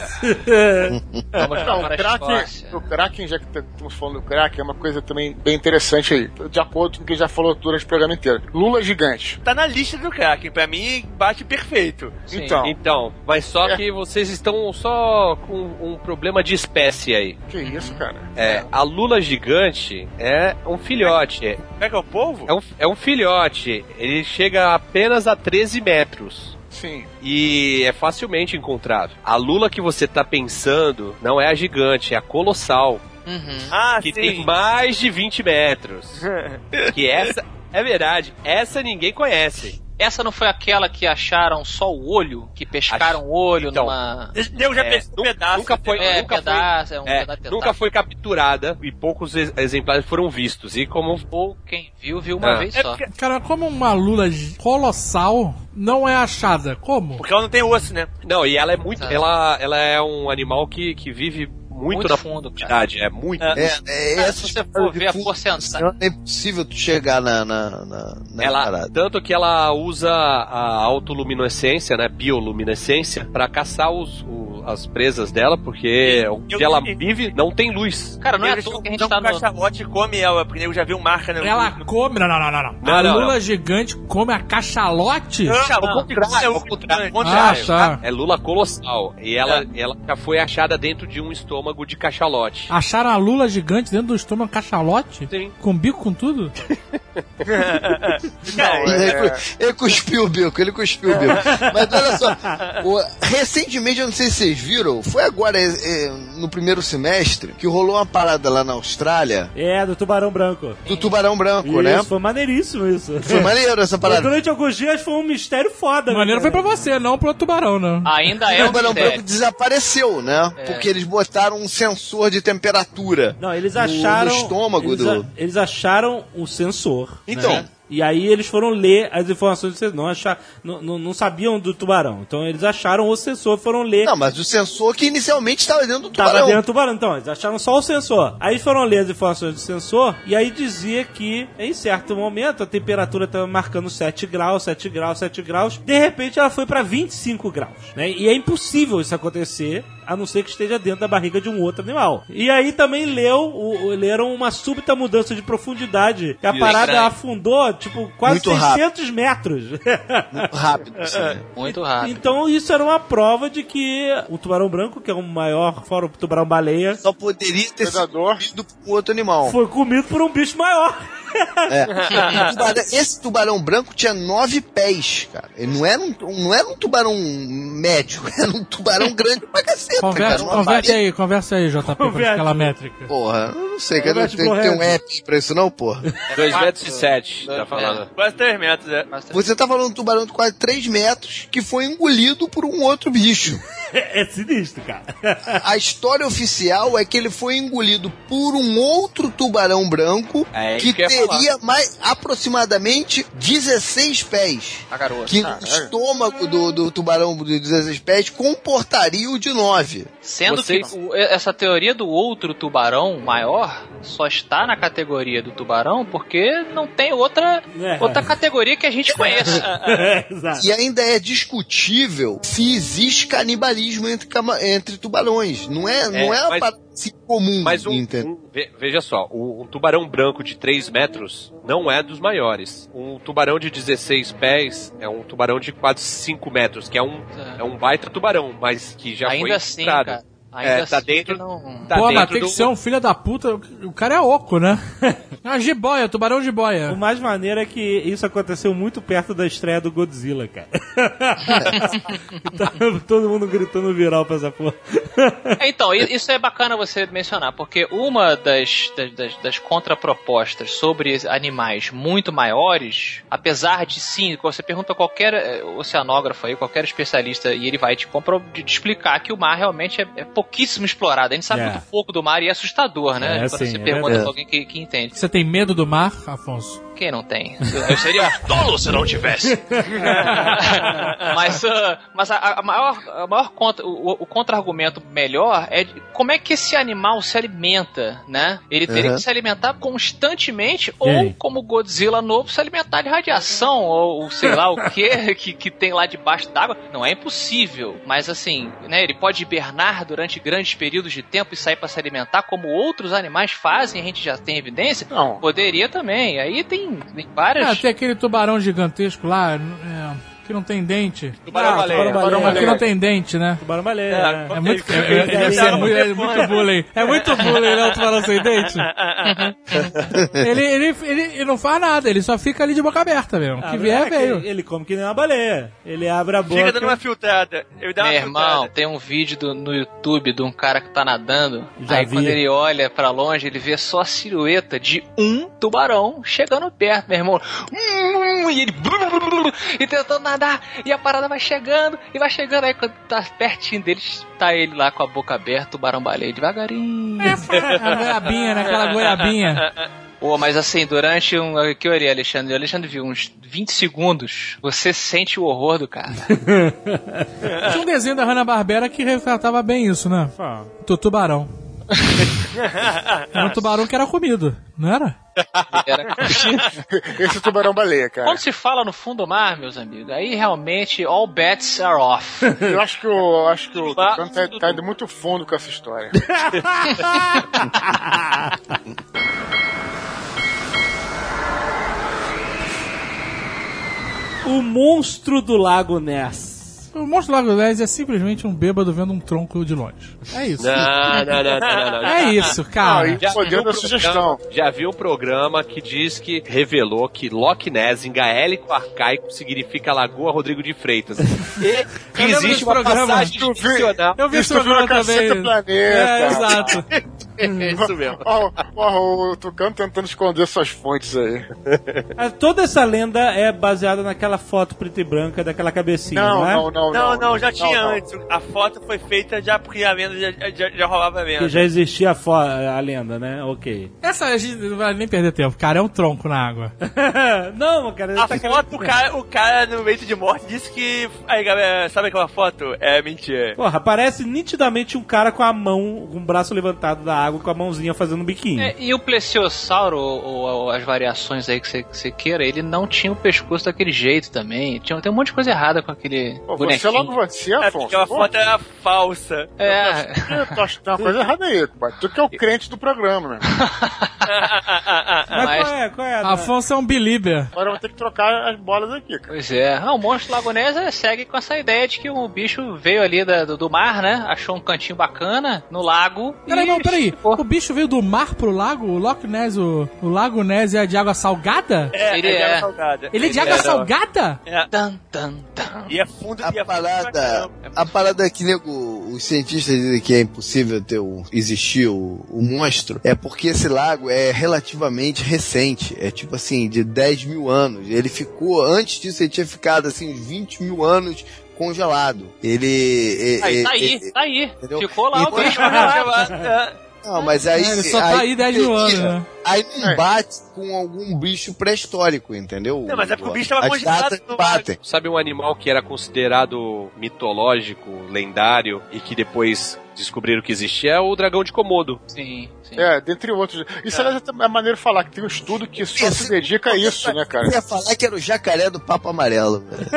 Speaker 6: Vamos
Speaker 3: Não, o
Speaker 6: para a
Speaker 3: Kraken,
Speaker 6: é Escócia.
Speaker 3: o Kraken, já que t- estamos falando do Kraken, é uma coisa também bem interessante aí. De acordo com o que já falou durante o programa inteiro. Lula gigante.
Speaker 8: Tá na lista do Kraken. Pra mim, bate perfeito.
Speaker 6: Sim.
Speaker 3: Então,
Speaker 5: Então, mas só
Speaker 3: É.
Speaker 5: que vocês estão só com um problema de espécie aí.
Speaker 3: que isso, cara?
Speaker 5: É, a lula gigante é um filhote. É,
Speaker 8: Como é que é o povo?
Speaker 5: é um, é um filhote. Ele chega apenas a 13 metros.
Speaker 3: Sim.
Speaker 5: E é facilmente encontrado. A lula que você tá pensando não é a gigante, é a colossal.
Speaker 6: Uhum.
Speaker 8: Ah,
Speaker 5: Que
Speaker 8: sim.
Speaker 5: tem mais de 20 metros. Que essa, É verdade. Essa ninguém conhece.
Speaker 6: Essa não foi aquela que acharam só o olho? Que pescaram
Speaker 5: Acho-
Speaker 6: o olho
Speaker 5: Então,
Speaker 6: numa.
Speaker 8: Deu já
Speaker 5: É,
Speaker 8: pensou um
Speaker 5: nu-
Speaker 8: pedaço.
Speaker 5: Nunca foi,
Speaker 6: É,
Speaker 5: nunca foi
Speaker 6: pedaço, é um
Speaker 5: É,
Speaker 6: pedaço de
Speaker 5: nunca
Speaker 6: tentáculo.
Speaker 5: foi capturada e poucos ex- exemplares foram vistos. E como.
Speaker 6: Ou quem viu, viu uma
Speaker 5: É.
Speaker 6: vez
Speaker 8: É
Speaker 6: só.
Speaker 8: porque,
Speaker 7: Cara, como uma lula colossal não é achada? Como?
Speaker 8: porque ela não tem osso, né?
Speaker 5: Não, e ela é muito.
Speaker 6: Exato.
Speaker 5: Ela, ela é um animal que, que vive muito,
Speaker 6: Muito
Speaker 5: na
Speaker 6: fundo, cara.
Speaker 5: profundidade. É muito.
Speaker 8: É.
Speaker 4: É, é
Speaker 6: Cara,
Speaker 4: essa
Speaker 6: se
Speaker 5: tipo
Speaker 6: você for ver a porcentagem.
Speaker 4: É impossível tu chegar na, na, na, É, na
Speaker 5: Ela,
Speaker 4: parada.
Speaker 5: tanto que ela usa a autoluminescência, né, bioluminescência, pra caçar os, o- as presas dela, porque onde ela vive não tem luz.
Speaker 6: Cara, não é à
Speaker 8: Nego
Speaker 6: toa que
Speaker 8: já-
Speaker 6: a gente tá
Speaker 8: não
Speaker 6: no.
Speaker 8: cachalote come ela, porque nego já viu marca né? Ah, na
Speaker 7: Então, Ela come. Não, não, não, não, não.
Speaker 5: Não,
Speaker 7: a
Speaker 5: não,
Speaker 7: lula gigante come a cachalote?
Speaker 8: Não,
Speaker 5: ao contrário,
Speaker 8: contrário.
Speaker 5: ao contrário.
Speaker 7: Ah,
Speaker 8: contrário.
Speaker 7: tá.
Speaker 5: É lula colossal. E ela,
Speaker 8: É.
Speaker 5: ela já foi achada dentro de um estômago de
Speaker 8: Ah,
Speaker 5: cachalote.
Speaker 7: Acharam a lula gigante dentro do estômago um cachalote?
Speaker 5: Sim.
Speaker 7: Com bico, com tudo?
Speaker 8: Cara,
Speaker 3: é
Speaker 6: é.
Speaker 4: Ele, cu- ele cuspiu o bico, ele cuspiu o bico. Mas olha só, o- recentemente, eu não sei se vocês viram, foi agora, é, é, no primeiro semestre, que rolou uma parada lá na Austrália
Speaker 2: É, do tubarão branco.
Speaker 4: do tubarão branco,
Speaker 2: Isso,
Speaker 4: né?
Speaker 2: foi maneiríssimo isso.
Speaker 4: Foi maneiro essa
Speaker 2: Mas
Speaker 4: parada.
Speaker 2: durante alguns dias foi um mistério foda. né,
Speaker 7: Maneiro foi pra
Speaker 2: cara?
Speaker 7: você, não pro tubarão, não.
Speaker 6: Ainda é
Speaker 4: o
Speaker 6: um
Speaker 4: tubarão branco
Speaker 6: mistério.
Speaker 4: desapareceu, né?
Speaker 6: É.
Speaker 4: Porque eles botaram um sensor de temperatura.
Speaker 2: Não, eles
Speaker 4: No- no
Speaker 2: acharam.
Speaker 4: estômago
Speaker 2: eles,
Speaker 4: do-
Speaker 2: eles acharam o sensor.
Speaker 4: Então.
Speaker 2: né? E aí eles foram ler as informações do sensor. Não, achar, não, não, não sabiam do tubarão. Então eles acharam o sensor, foram ler.
Speaker 4: Não, mas o sensor que inicialmente estava dentro do
Speaker 2: Tava
Speaker 4: tubarão.
Speaker 2: dentro do tubarão, então, eles acharam só o sensor. Aí foram ler as informações do sensor, e aí dizia que, em certo momento, a temperatura estava marcando 7 graus, 7 graus, 7 graus. De repente, ela foi para 25 graus, né? E é impossível isso acontecer, a não ser que esteja dentro da barriga de um outro animal. E aí também leu, o- o- leram uma súbita mudança de profundidade, que a
Speaker 5: Isso,
Speaker 2: parada
Speaker 5: caralho.
Speaker 2: afundou, tipo, quase
Speaker 4: é Muito
Speaker 2: 600 metros. É,
Speaker 4: Rápido, assim.
Speaker 6: Muito rápido.
Speaker 2: Então isso era uma prova de que o tubarão branco, que é o maior, fora o tubarão baleia,
Speaker 4: Só poderia ter sido
Speaker 3: predador.
Speaker 4: comido por um outro animal.
Speaker 2: Foi comido por um bicho maior.
Speaker 4: É. O tubarão- esse tubarão branco tinha nove pés, cara. Ele não era um, não era um tubarão médio, era um tubarão grande pra caceta,
Speaker 7: Conversa,
Speaker 4: cara. Uma
Speaker 7: conversa
Speaker 4: varinha.
Speaker 7: aí, conversa aí, JP, com
Speaker 2: Converte.
Speaker 7: aquela métrica.
Speaker 4: Porra, eu não sei, cara,
Speaker 2: Converte
Speaker 4: tem que ter um
Speaker 2: correto.
Speaker 4: app pra isso não, porra.
Speaker 6: É
Speaker 8: é
Speaker 5: 2 metros e 7,
Speaker 8: né?
Speaker 5: tá falando.
Speaker 8: quase 3 metros, é.
Speaker 6: Mas-
Speaker 4: Você tá falando de um tubarão de quase 3 metros que foi engolido por um outro bicho.
Speaker 2: É, é sinistro, cara.
Speaker 4: A história oficial é que ele foi engolido por um outro tubarão branco
Speaker 5: É,
Speaker 4: que
Speaker 5: isso que eu ia falar.
Speaker 4: teria mais aproximadamente 16 pés.
Speaker 6: A garota.
Speaker 4: Que
Speaker 6: Ah,
Speaker 4: o estômago do, do tubarão de 16 pés comportaria o de 9.
Speaker 6: Sendo
Speaker 5: Vocês-
Speaker 6: que o- essa teoria do outro tubarão maior só está na categoria do tubarão porque não tem outra,
Speaker 2: É.
Speaker 6: outra categoria que a gente conheça.
Speaker 2: É,
Speaker 5: Ah.
Speaker 2: Exato.
Speaker 4: E ainda é discutível se existe canibalismo entre, cama- entre tubarões. Não é, não é uma
Speaker 5: mas-
Speaker 4: parada assim comum,
Speaker 5: Mas um,
Speaker 4: entendeu?
Speaker 5: um- ve- veja só, o- um tubarão branco de 3 metros não é dos maiores. Um tubarão de 16 pés é um tubarão de quase 5 metros, que é um, é um baita tubarão, mas que já foi
Speaker 6: Ainda assim,
Speaker 5: encontrado.
Speaker 6: cara. Ainda
Speaker 5: É, tá
Speaker 6: assim que
Speaker 5: dentro-
Speaker 6: não...
Speaker 5: Tá
Speaker 7: Pô, mas
Speaker 5: dentro
Speaker 7: tem
Speaker 5: do-
Speaker 7: que ser um filho da puta. O cara é oco, né? É uma jiboia, tubarão
Speaker 2: O
Speaker 7: jiboia.
Speaker 2: mais maneiro é que isso aconteceu muito perto da estreia do Godzilla, cara. Tava tá todo mundo gritando viral pra essa porra.
Speaker 6: Então, i- isso é bacana você mencionar, porque uma das, das, das- das contrapropostas sobre animais muito maiores, apesar de sim, você pergunta a qualquer eh, oceanógrafo aí, qualquer especialista, e ele vai te, compro- de- te explicar que o mar realmente é, é pouquíssimo explorado. A gente sabe
Speaker 2: É.
Speaker 6: muito pouco do mar e é assustador, né?
Speaker 2: É,
Speaker 6: Quando
Speaker 2: sim,
Speaker 6: você
Speaker 2: é
Speaker 6: pergunta
Speaker 2: verdade.
Speaker 6: pra alguém que, que entende.
Speaker 7: Você tem medo do mar, Afonso?
Speaker 6: Quem não tem? Eu seria um tolo se não tivesse. mas ah, mas a, a maior, a maior contra, o, o contra-argumento melhor é de como é que esse animal se alimenta, né? Ele teria
Speaker 4: Uhum.
Speaker 6: que se alimentar constantemente ou,
Speaker 2: aí?
Speaker 6: como Godzilla novo, se alimentar de radiação ou, ou sei lá o quê, que que tem lá debaixo d'água. Não é impossível, mas assim, né? Ele pode hibernar durante grandes períodos de tempo e sair para se alimentar como outros animais fazem, a gente já tem evidência.
Speaker 3: Não.
Speaker 6: Poderia também. Aí tem, tem
Speaker 7: Ah,
Speaker 6: várias.
Speaker 7: tem aquele tubarão gigantesco lá. é, que não tem dente.
Speaker 5: Tubarão baleia.
Speaker 2: Tubarão
Speaker 7: É, que
Speaker 2: baleia.
Speaker 7: não tem dente, né?
Speaker 2: Tubarão baleia.
Speaker 8: É,
Speaker 2: né?
Speaker 7: É muito,
Speaker 8: Ele-
Speaker 7: é, é- deve ser
Speaker 8: ele-
Speaker 7: muito, é muito bullying. É muito bullying, né? O tubarão sem dente. Ele, ele, ele, ele não faz nada, ele só fica ali de boca aberta mesmo. O que
Speaker 2: Abre-
Speaker 7: vier,
Speaker 2: é, que
Speaker 7: veio.
Speaker 2: ele, ele come que nem uma baleia. Ele abre a boca.
Speaker 8: Fica dando uma filtrada. Ele dá
Speaker 6: Meu
Speaker 8: uma
Speaker 6: irmão,
Speaker 8: filtrada.
Speaker 6: tem um vídeo do- no YouTube de um cara que tá nadando.
Speaker 2: Já
Speaker 6: aí
Speaker 2: vi.
Speaker 6: quando ele olha pra longe, ele vê só a silhueta de um tubarão chegando perto, meu irmão. Hum, E ele e tentando nadar. E a parada vai chegando e vai chegando. Aí quando tá pertinho dele, tá ele lá com a boca aberta, tubarão baleia devagarinho.
Speaker 7: É né? A goiabinha, naquela goiabinha.
Speaker 6: Pô, mas assim, durante um. Que horário, Alexandre? O Alexandre viu uns 20 segundos. Você sente o horror do cara.
Speaker 7: Tinha um desenho da Hanna-Barbera que retratava bem isso, né?
Speaker 2: Ah,
Speaker 7: Do tubarão. Era um tubarão que era comido, não era?
Speaker 6: Era
Speaker 3: Esse é o tubarão baleia, cara.
Speaker 6: Quando se fala no fundo do mar, meus amigos, aí realmente all bets are off.
Speaker 3: Eu acho que o, acho que o Tucano tá, tá indo muito fundo com essa história.
Speaker 2: O monstro do Lago Ness.
Speaker 7: O Monstro do Lago Ness é simplesmente um bêbado vendo um tronco de longe. É isso.
Speaker 5: Não, não, não, não, não, não.
Speaker 7: É isso, cara.
Speaker 3: Não, Pô, deu
Speaker 5: viu
Speaker 3: da
Speaker 5: um
Speaker 3: sugestão.
Speaker 5: já viu um programa que diz que revelou que Loch Ness em gaélico arcaico significa Lagoa Rodrigo de Freitas. E
Speaker 7: Eu lembro desse
Speaker 5: existe uma
Speaker 7: programa.
Speaker 5: passagem
Speaker 3: Tu vê-
Speaker 5: ficcional.
Speaker 7: Eu vi esse
Speaker 3: Isso virou
Speaker 7: programa
Speaker 3: Caceta
Speaker 7: também.
Speaker 3: Planeta.
Speaker 7: É, exato.
Speaker 5: É isso mesmo.
Speaker 3: Ó, ó, o Tucano tentando esconder suas fontes aí.
Speaker 2: Ah, Toda essa lenda é baseada naquela foto preta e branca daquela cabecinha, não,
Speaker 3: Não,
Speaker 2: é?
Speaker 3: não, não.
Speaker 8: Não, não, já tinha
Speaker 3: não.
Speaker 8: antes. A foto foi feita já porque a venda já, já, já rolava a
Speaker 2: Que
Speaker 8: venda.
Speaker 2: já existia a, fo- a lenda, né? Ok.
Speaker 7: Essa a gente não vai nem perder tempo, cara. É um tronco na água.
Speaker 2: não, cara, ele
Speaker 8: A
Speaker 2: tá
Speaker 8: foto, o cara, o cara no leito de morte disse que. Aí, galera, sabe aquela foto? É mentira.
Speaker 2: Porra, parece nitidamente um cara com a mão, com o braço levantado da água, com a mãozinha fazendo um biquinho.
Speaker 6: É, e o plesiosauro, ou, ou as variações aí que você- que você queira, ele não tinha o pescoço daquele jeito também. Tinha, tem um monte de coisa errada com aquele
Speaker 3: Pô, você
Speaker 6: bonequinho.
Speaker 3: logo você,
Speaker 8: É
Speaker 3: Afonso.
Speaker 8: porque a
Speaker 3: Pô,
Speaker 8: foto era falsa.
Speaker 3: né?
Speaker 6: É,
Speaker 3: Eu tô achando que tem uma coisa errada aí, mas tu que é o crente do programa, meu. irmão.
Speaker 2: Mas,
Speaker 6: mas-
Speaker 2: qual é? Qual é? a-
Speaker 7: Afonso é um belieber.
Speaker 3: Agora eu vou ter que trocar as bolas aqui, cara.
Speaker 6: Pois é. Ah, o monstro lagonesa segue com essa ideia de que o bicho veio ali da- do, do mar, né? Achou um cantinho bacana no lago.
Speaker 7: Peraí,
Speaker 6: e
Speaker 7: não, peraí.
Speaker 6: ficou.
Speaker 7: O bicho veio do mar pro lago? O Loch Ness, o, o Lago Ness é de água salgada?
Speaker 8: É,
Speaker 6: Ele
Speaker 8: é de
Speaker 6: é.
Speaker 8: água salgada.
Speaker 7: Ele é de água
Speaker 8: era-
Speaker 7: salgada?
Speaker 8: É.
Speaker 6: Tan, tan, tan.
Speaker 8: E é fundo e é
Speaker 4: A
Speaker 8: fundo pra
Speaker 4: parada,
Speaker 8: caramba.
Speaker 4: a parada é que nego, os cientistas dizem que é impossível ter o, existir o, o monstro é porque esse lago é relativamente recente. É tipo assim, de 10 mil anos. Ele ficou, antes disso, ele tinha ficado assim, uns 20 mil anos congelado. Ele. é-
Speaker 6: Aí,
Speaker 4: é-
Speaker 6: tá aí,
Speaker 4: é-
Speaker 6: tá aí.
Speaker 4: entendeu?
Speaker 6: Ficou lá o
Speaker 4: Então-
Speaker 6: bicho. né?
Speaker 4: não, mas aí.
Speaker 7: É, ele só tá aí 10 mil anos, né?
Speaker 4: Aí não bate com algum bicho pré-histórico, entendeu?
Speaker 8: É. Não, mas é porque o bicho tava
Speaker 4: As
Speaker 8: congelado
Speaker 4: datas
Speaker 8: no lago.
Speaker 4: batem.
Speaker 5: Sabe um animal que era considerado mitológico, lendário e que depois descobriram que existia? É o dragão de Komodo.
Speaker 6: Sim, sim.
Speaker 3: É, dentre outros. Isso, aliás, é maneiro falar que tem um estudo que só se dedica a isso, né, cara?
Speaker 4: Eu ia falar que era o jacaré do Papo Amarelo, velho.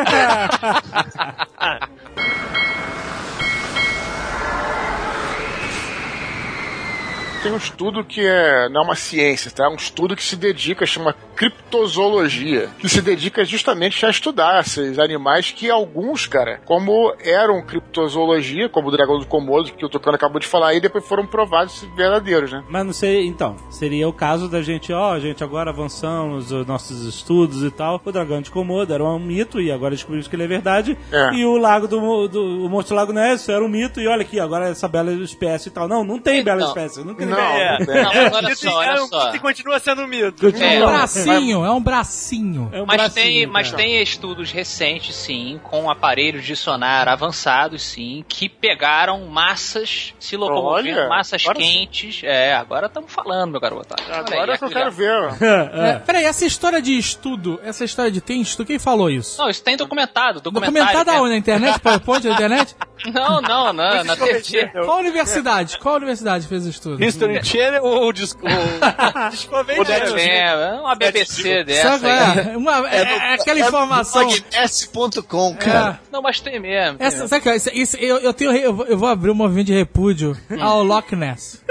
Speaker 3: Tem um estudo que é, não é uma ciência, tá? É um estudo que se dedica, chama criptozoologia, que se dedica justamente a estudar esses animais que alguns, cara, como eram criptozoologia, como o dragão do Komodo, que o Tucano acabou de falar aí, depois foram provados verdadeiros, né?
Speaker 2: Mas não sei, então, seria o caso da gente, ó, gente, agora avançamos os nossos estudos e tal. O dragão de Komodo era um mito e agora descobrimos que ele é verdade.
Speaker 3: É.
Speaker 2: E o lago do, mo- do o monstro do lago Ness era um mito e olha aqui, agora essa bela espécie e tal. Não, não tem bela
Speaker 6: Não.
Speaker 2: espécie, não tem
Speaker 3: Não,
Speaker 2: bela.
Speaker 8: É.
Speaker 3: né?
Speaker 6: Não, mas olha
Speaker 8: Isso
Speaker 6: só,
Speaker 8: é
Speaker 6: olha
Speaker 8: um
Speaker 6: só.
Speaker 8: mito e continua sendo um mito.
Speaker 7: É
Speaker 6: É, não,
Speaker 7: um bracinho, é um bracinho.
Speaker 2: É um
Speaker 6: Mas
Speaker 2: bracinho,
Speaker 6: tem, mas
Speaker 2: cara.
Speaker 6: tem estudos recentes, sim, com aparelhos de sonar avançados, sim, que pegaram massas, se locomoveram,
Speaker 3: Olha,
Speaker 6: massas
Speaker 3: agora sim.
Speaker 6: quentes. É, agora estamos falando, meu garoto.
Speaker 3: Agora é o que eu quero
Speaker 6: ver.
Speaker 3: ver.
Speaker 7: É, peraí, essa história de estudo, essa história de tem estudo, quem falou isso?
Speaker 6: Não, isso tem documentado. Documentário.
Speaker 7: Documentada onde? Na internet? PowerPoint na internet?
Speaker 6: né? Não, não, não, na TV.
Speaker 7: Qual universidade? Qual universidade fez o estudo?
Speaker 5: History Channel ou Disco?
Speaker 8: Descobri, né?
Speaker 6: É, uma BBC
Speaker 7: Sabe
Speaker 6: dessa.
Speaker 7: qual
Speaker 6: aí.
Speaker 7: é? Uma- é- é aquela
Speaker 4: é
Speaker 7: informação. É.
Speaker 4: Magness.com, cara.
Speaker 6: Não, mas tem mesmo. tem
Speaker 7: Essa, sabe, que isso, isso- eu, eu, tenho, re- eu, vou, eu vou abrir um movimento de repúdio ao Loch Ness.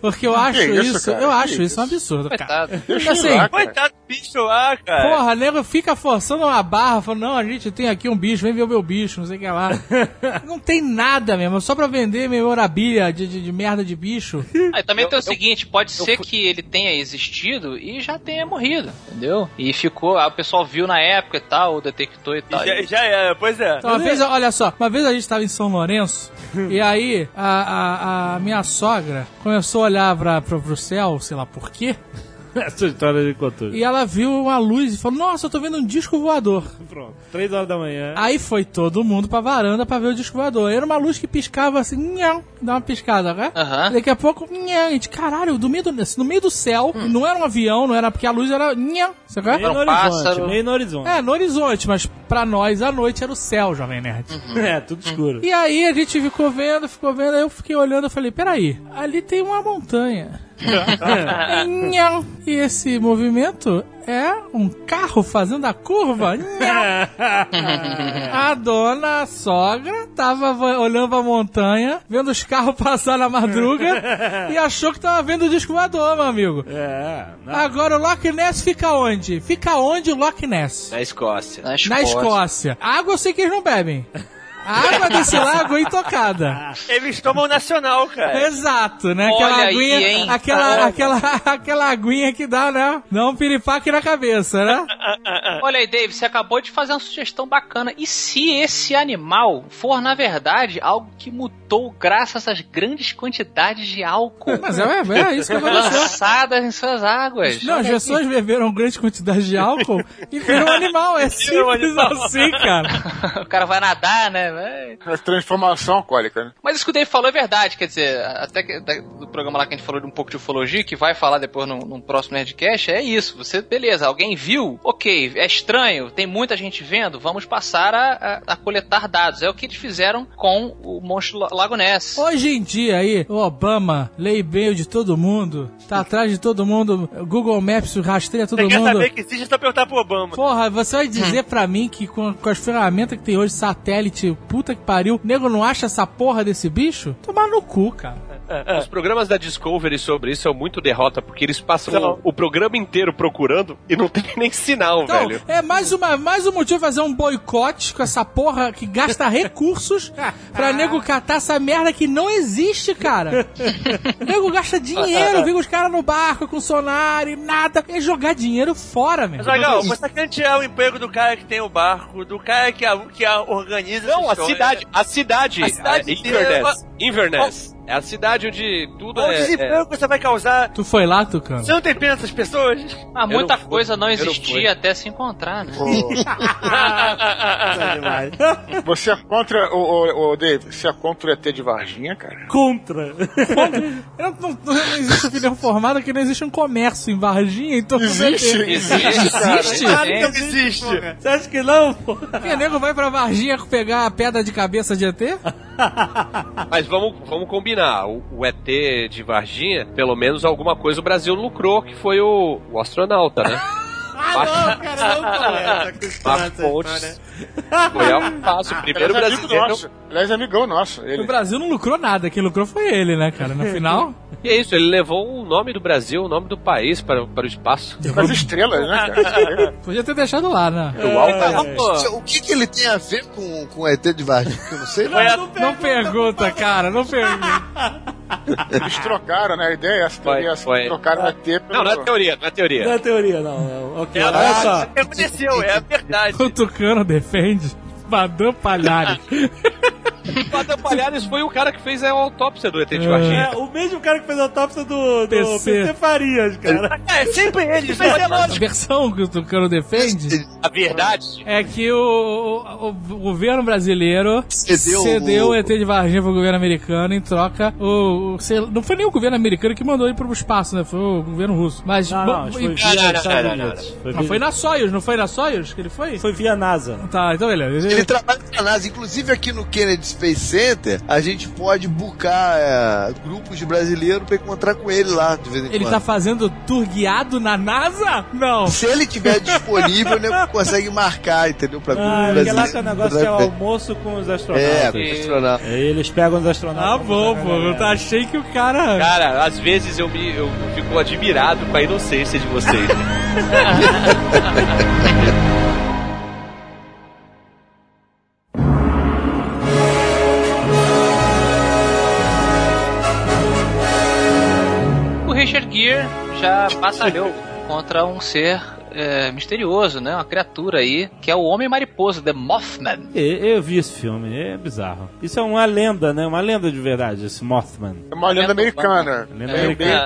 Speaker 7: Porque eu acho
Speaker 3: isso,
Speaker 7: isso,
Speaker 3: cara?
Speaker 7: eu
Speaker 3: Hum. Que
Speaker 7: acho isso,
Speaker 3: isso?
Speaker 7: um absurdo, cara.
Speaker 6: Coitado.
Speaker 3: Deixa eu
Speaker 7: Assim,
Speaker 3: ir lá, cara.
Speaker 8: Coitado, bicho lá, cara.
Speaker 7: Porra, nego fica forçando uma barra, falando, não, a gente tem aqui um bicho, vem ver o meu bicho, não sei o que lá. não tem nada mesmo, só pra vender memorabilia de, de, de merda de bicho. Então,
Speaker 6: Aí Ah, também tem o seguinte, pode ser que ele tenha existido e já tenha morrido, entendeu? E ficou, aí o pessoal viu na época e tal, ou detectou e tal.
Speaker 8: Já, já era, pois é.
Speaker 7: Então, uma vez, olha só, uma vez a gente tava em São Lourenço e aí a, a- a minha sogra começou a olhar pra, pra, pro céu, sei lá por quê,
Speaker 2: Essa história de contou.
Speaker 7: e ela viu uma luz e falou: Nossa, eu tô vendo um disco voador.
Speaker 2: Pronto. Três horas da manhã.
Speaker 6: Ah,
Speaker 7: Aí foi todo mundo pra varanda pra ver o disco voador. Era uma luz que piscava assim, nham, dá uma piscada, né?
Speaker 6: Aham.
Speaker 7: Daqui a pouco, nham, a gente, caralho, do meio do, assim, no meio do céu, não era um avião, não era porque a luz era nham, sabe? qual é?
Speaker 2: meio no
Speaker 6: Hum. um
Speaker 2: horizonte.
Speaker 6: pássaro.
Speaker 2: Meio no horizonte.
Speaker 7: É, no horizonte, mas pra nós a noite era o céu, Jovem Nerd.
Speaker 6: Uhum.
Speaker 2: É, tudo escuro.
Speaker 7: E aí a gente ficou vendo, ficou vendo, aí eu fiquei olhando eu falei, peraí, ali tem uma montanha. Nham. e esse movimento é um carro fazendo a curva? Nham. a dona sogra tava va- olhando pra montanha, vendo os carros passar na madruga e achou que tava vendo o disco voador, meu amigo.
Speaker 2: É, não.
Speaker 7: Agora o Loch Ness fica onde? Fica onde o Loch Ness?
Speaker 5: Na Escócia.
Speaker 6: Na Escócia.
Speaker 7: Na Escócia. Água eu sei que eles não bebem. A água desse lago é intocada.
Speaker 8: Eles tomam nacional, cara.
Speaker 7: Exato, né?
Speaker 6: Olha
Speaker 7: Aquela
Speaker 6: aí,
Speaker 7: aguinha,
Speaker 6: hein?
Speaker 7: aquela, aquela, aquela aguinha que dá, né? Dá um piripaque na cabeça, né?
Speaker 6: Olha aí, Dave, você acabou de fazer uma sugestão bacana. E se esse animal for, na verdade, algo que mutou graças às grandes quantidades de álcool
Speaker 7: Mas é, é, é isso que aconteceu.
Speaker 6: lançadas em suas águas?
Speaker 7: Não, as pessoas beberam grande quantidade de álcool e viram um animal. É
Speaker 8: Viram um
Speaker 7: simples
Speaker 8: animal.
Speaker 7: assim, cara.
Speaker 6: o cara vai nadar, né? Vai.
Speaker 3: É transformação alcoólica, né?
Speaker 6: Mas isso que o Dave falou é verdade, quer dizer, até que, da- do programa lá que a gente falou de um pouco de ufologia, que vai falar depois num, num próximo Nerdcast, é isso. Você, beleza, alguém viu? Ok, é estranho, tem muita gente vendo, vamos passar a, a- a coletar dados. É o que eles fizeram com o monstro La- Lago Ness.
Speaker 7: Hoje em dia aí, o Obama lê e-mail de todo mundo, tá atrás de todo mundo, Google Maps rastreia todo
Speaker 8: Você quer
Speaker 7: mundo.
Speaker 8: saber Hum. que existe, é só perguntar pro Obama.
Speaker 7: Porra, você vai dizer pra mim que com, com as ferramentas que tem hoje, satélite, puta que pariu, nego não acha essa porra desse bicho? Tomar no cu, cara.
Speaker 5: Os programas da Discovery sobre isso são muito derrota, porque eles passam
Speaker 8: Não.
Speaker 5: o programa inteiro procurando e não tem nem sinal,
Speaker 7: Então,
Speaker 5: velho.
Speaker 7: é mais, uma, mais um motivo pra fazer um boicote com essa porra que gasta recursos pra nego catar essa merda que não existe, cara. O nego gasta dinheiro, vem os caras no barco com sonar e nada. É jogar dinheiro fora, meu.
Speaker 8: Mas, Zagal, você cantear o emprego do cara que tem o barco, do cara que, a- que a organiza
Speaker 5: Não,
Speaker 8: essa
Speaker 5: a
Speaker 8: história.
Speaker 5: cidade, a cidade,
Speaker 8: A cidade
Speaker 5: é Inverness, Inverness. É a cidade onde tudo
Speaker 8: Olha o
Speaker 5: é, é-
Speaker 8: desemprego que você vai causar.
Speaker 7: Tu foi lá, Tucano?
Speaker 8: Você não tem pena dessas pessoas?
Speaker 6: Ah, muita
Speaker 5: fui,
Speaker 6: coisa não
Speaker 5: eu não fui.
Speaker 6: existia até se encontrar, né?
Speaker 3: Você é contra, o, o, Dave, você é contra o ET de Varginha, cara?
Speaker 2: Contra.
Speaker 7: Eu Não, não- não existe opinião formada que não existe um comércio em Varginha, então...
Speaker 6: Existe, cara,
Speaker 7: Existe?
Speaker 6: existe.
Speaker 8: Não existe.
Speaker 2: Você acha que não, pô?
Speaker 7: Que nego vai pra Varginha pegar a pedra de cabeça de ET?
Speaker 5: Mas vamos, vamos combinar. O, o ET de Varginha, pelo menos alguma coisa o Brasil lucrou, que foi o, o astronauta, né?
Speaker 2: Ah, não, cara, não começa com
Speaker 5: Marco Pontes. Foi ao passo.
Speaker 8: Ah,
Speaker 5: O primeiro
Speaker 3: Aliás, é amigo
Speaker 5: brasileiro.
Speaker 3: nosso. Aliás, amigão nosso.
Speaker 7: O
Speaker 3: Ele.
Speaker 7: Brasil não lucrou nada, quem lucrou foi ele, né, cara? No final,
Speaker 5: E é isso, ele levou o nome do Brasil, o nome do país para, para o espaço.
Speaker 3: As estrelas, né, cara? É.
Speaker 7: podia ter deixado lá, né?
Speaker 5: Do
Speaker 8: É.
Speaker 5: alto.
Speaker 4: O que, que ele tem a ver com, com o ET de Varginha? Eu não sei.
Speaker 8: Foi a-
Speaker 7: Não pergunta, cara, não pergunta.
Speaker 3: Eles trocaram, né? A ideia é essa.
Speaker 5: Foi,
Speaker 3: teoria é essa,
Speaker 5: foi.
Speaker 3: Trocaram o ET pelo...
Speaker 5: Não, não é teoria, não é
Speaker 2: Não
Speaker 5: teoria.
Speaker 2: é teoria, não. não. Ok,
Speaker 8: Ela-
Speaker 2: olha só.
Speaker 8: O que aconteceu? É a verdade.
Speaker 7: O Tucano defende Madame Palhares.
Speaker 5: O Adam Palhares foi o cara que fez a autópsia do ET de Varginha.
Speaker 2: É o mesmo cara que fez a autópsia do, do
Speaker 7: PC.
Speaker 2: PC Farias, cara.
Speaker 8: É, sempre eles. Mas é
Speaker 7: A
Speaker 8: lógico.
Speaker 7: versão que o Tucano defende
Speaker 5: A verdade
Speaker 7: é que o, o- o governo brasileiro
Speaker 4: Cedeu
Speaker 7: cedeu
Speaker 4: o-
Speaker 7: o ET de Varginha pro governo americano em troca. O, o- sei lá, não foi nem o governo americano que mandou ele pro espaço, né? Foi o governo russo. Mas
Speaker 2: Não, não,
Speaker 7: bom,
Speaker 2: foi
Speaker 7: e-
Speaker 2: via
Speaker 5: não, não,
Speaker 2: Estados
Speaker 5: não, não,
Speaker 2: Unidos. Foi
Speaker 7: Mas
Speaker 2: via-
Speaker 7: foi na Soyuz, não foi na Soyuz que ele foi?
Speaker 2: foi via NASA.
Speaker 7: Tá, então beleza.
Speaker 4: Ele trabalha na NASA. Inclusive aqui no Kennedy Space Center, a gente pode bucar é, grupos de brasileiros pra encontrar com ele lá de vez em
Speaker 7: Ele
Speaker 4: quando.
Speaker 7: tá fazendo tour guiado na NASA? Não.
Speaker 4: Se ele tiver disponível, né, consegue marcar, entendeu? Pra
Speaker 2: Ah,
Speaker 4: Brasil.
Speaker 2: porque lá tem o negócio que é o almoço com os astronautas.
Speaker 4: É, com os astronautas.
Speaker 2: Aí eles pegam os astronautas.
Speaker 11: Tá
Speaker 7: Ah,
Speaker 11: bom, pô. Eu achei que o cara.
Speaker 5: Cara, às vezes eu, me, eu fico admirado com a inocência de vocês.
Speaker 6: O Richard Gere já batalhou contra um ser é, misterioso, né? Uma criatura aí, que é o Homem Mariposa, The Mothman.
Speaker 2: Eu, eu vi esse filme, é bizarro. Isso é uma lenda, né? Uma lenda de verdade, esse Mothman.
Speaker 3: É uma lenda americana.
Speaker 2: Lenda
Speaker 3: É bem
Speaker 2: americana.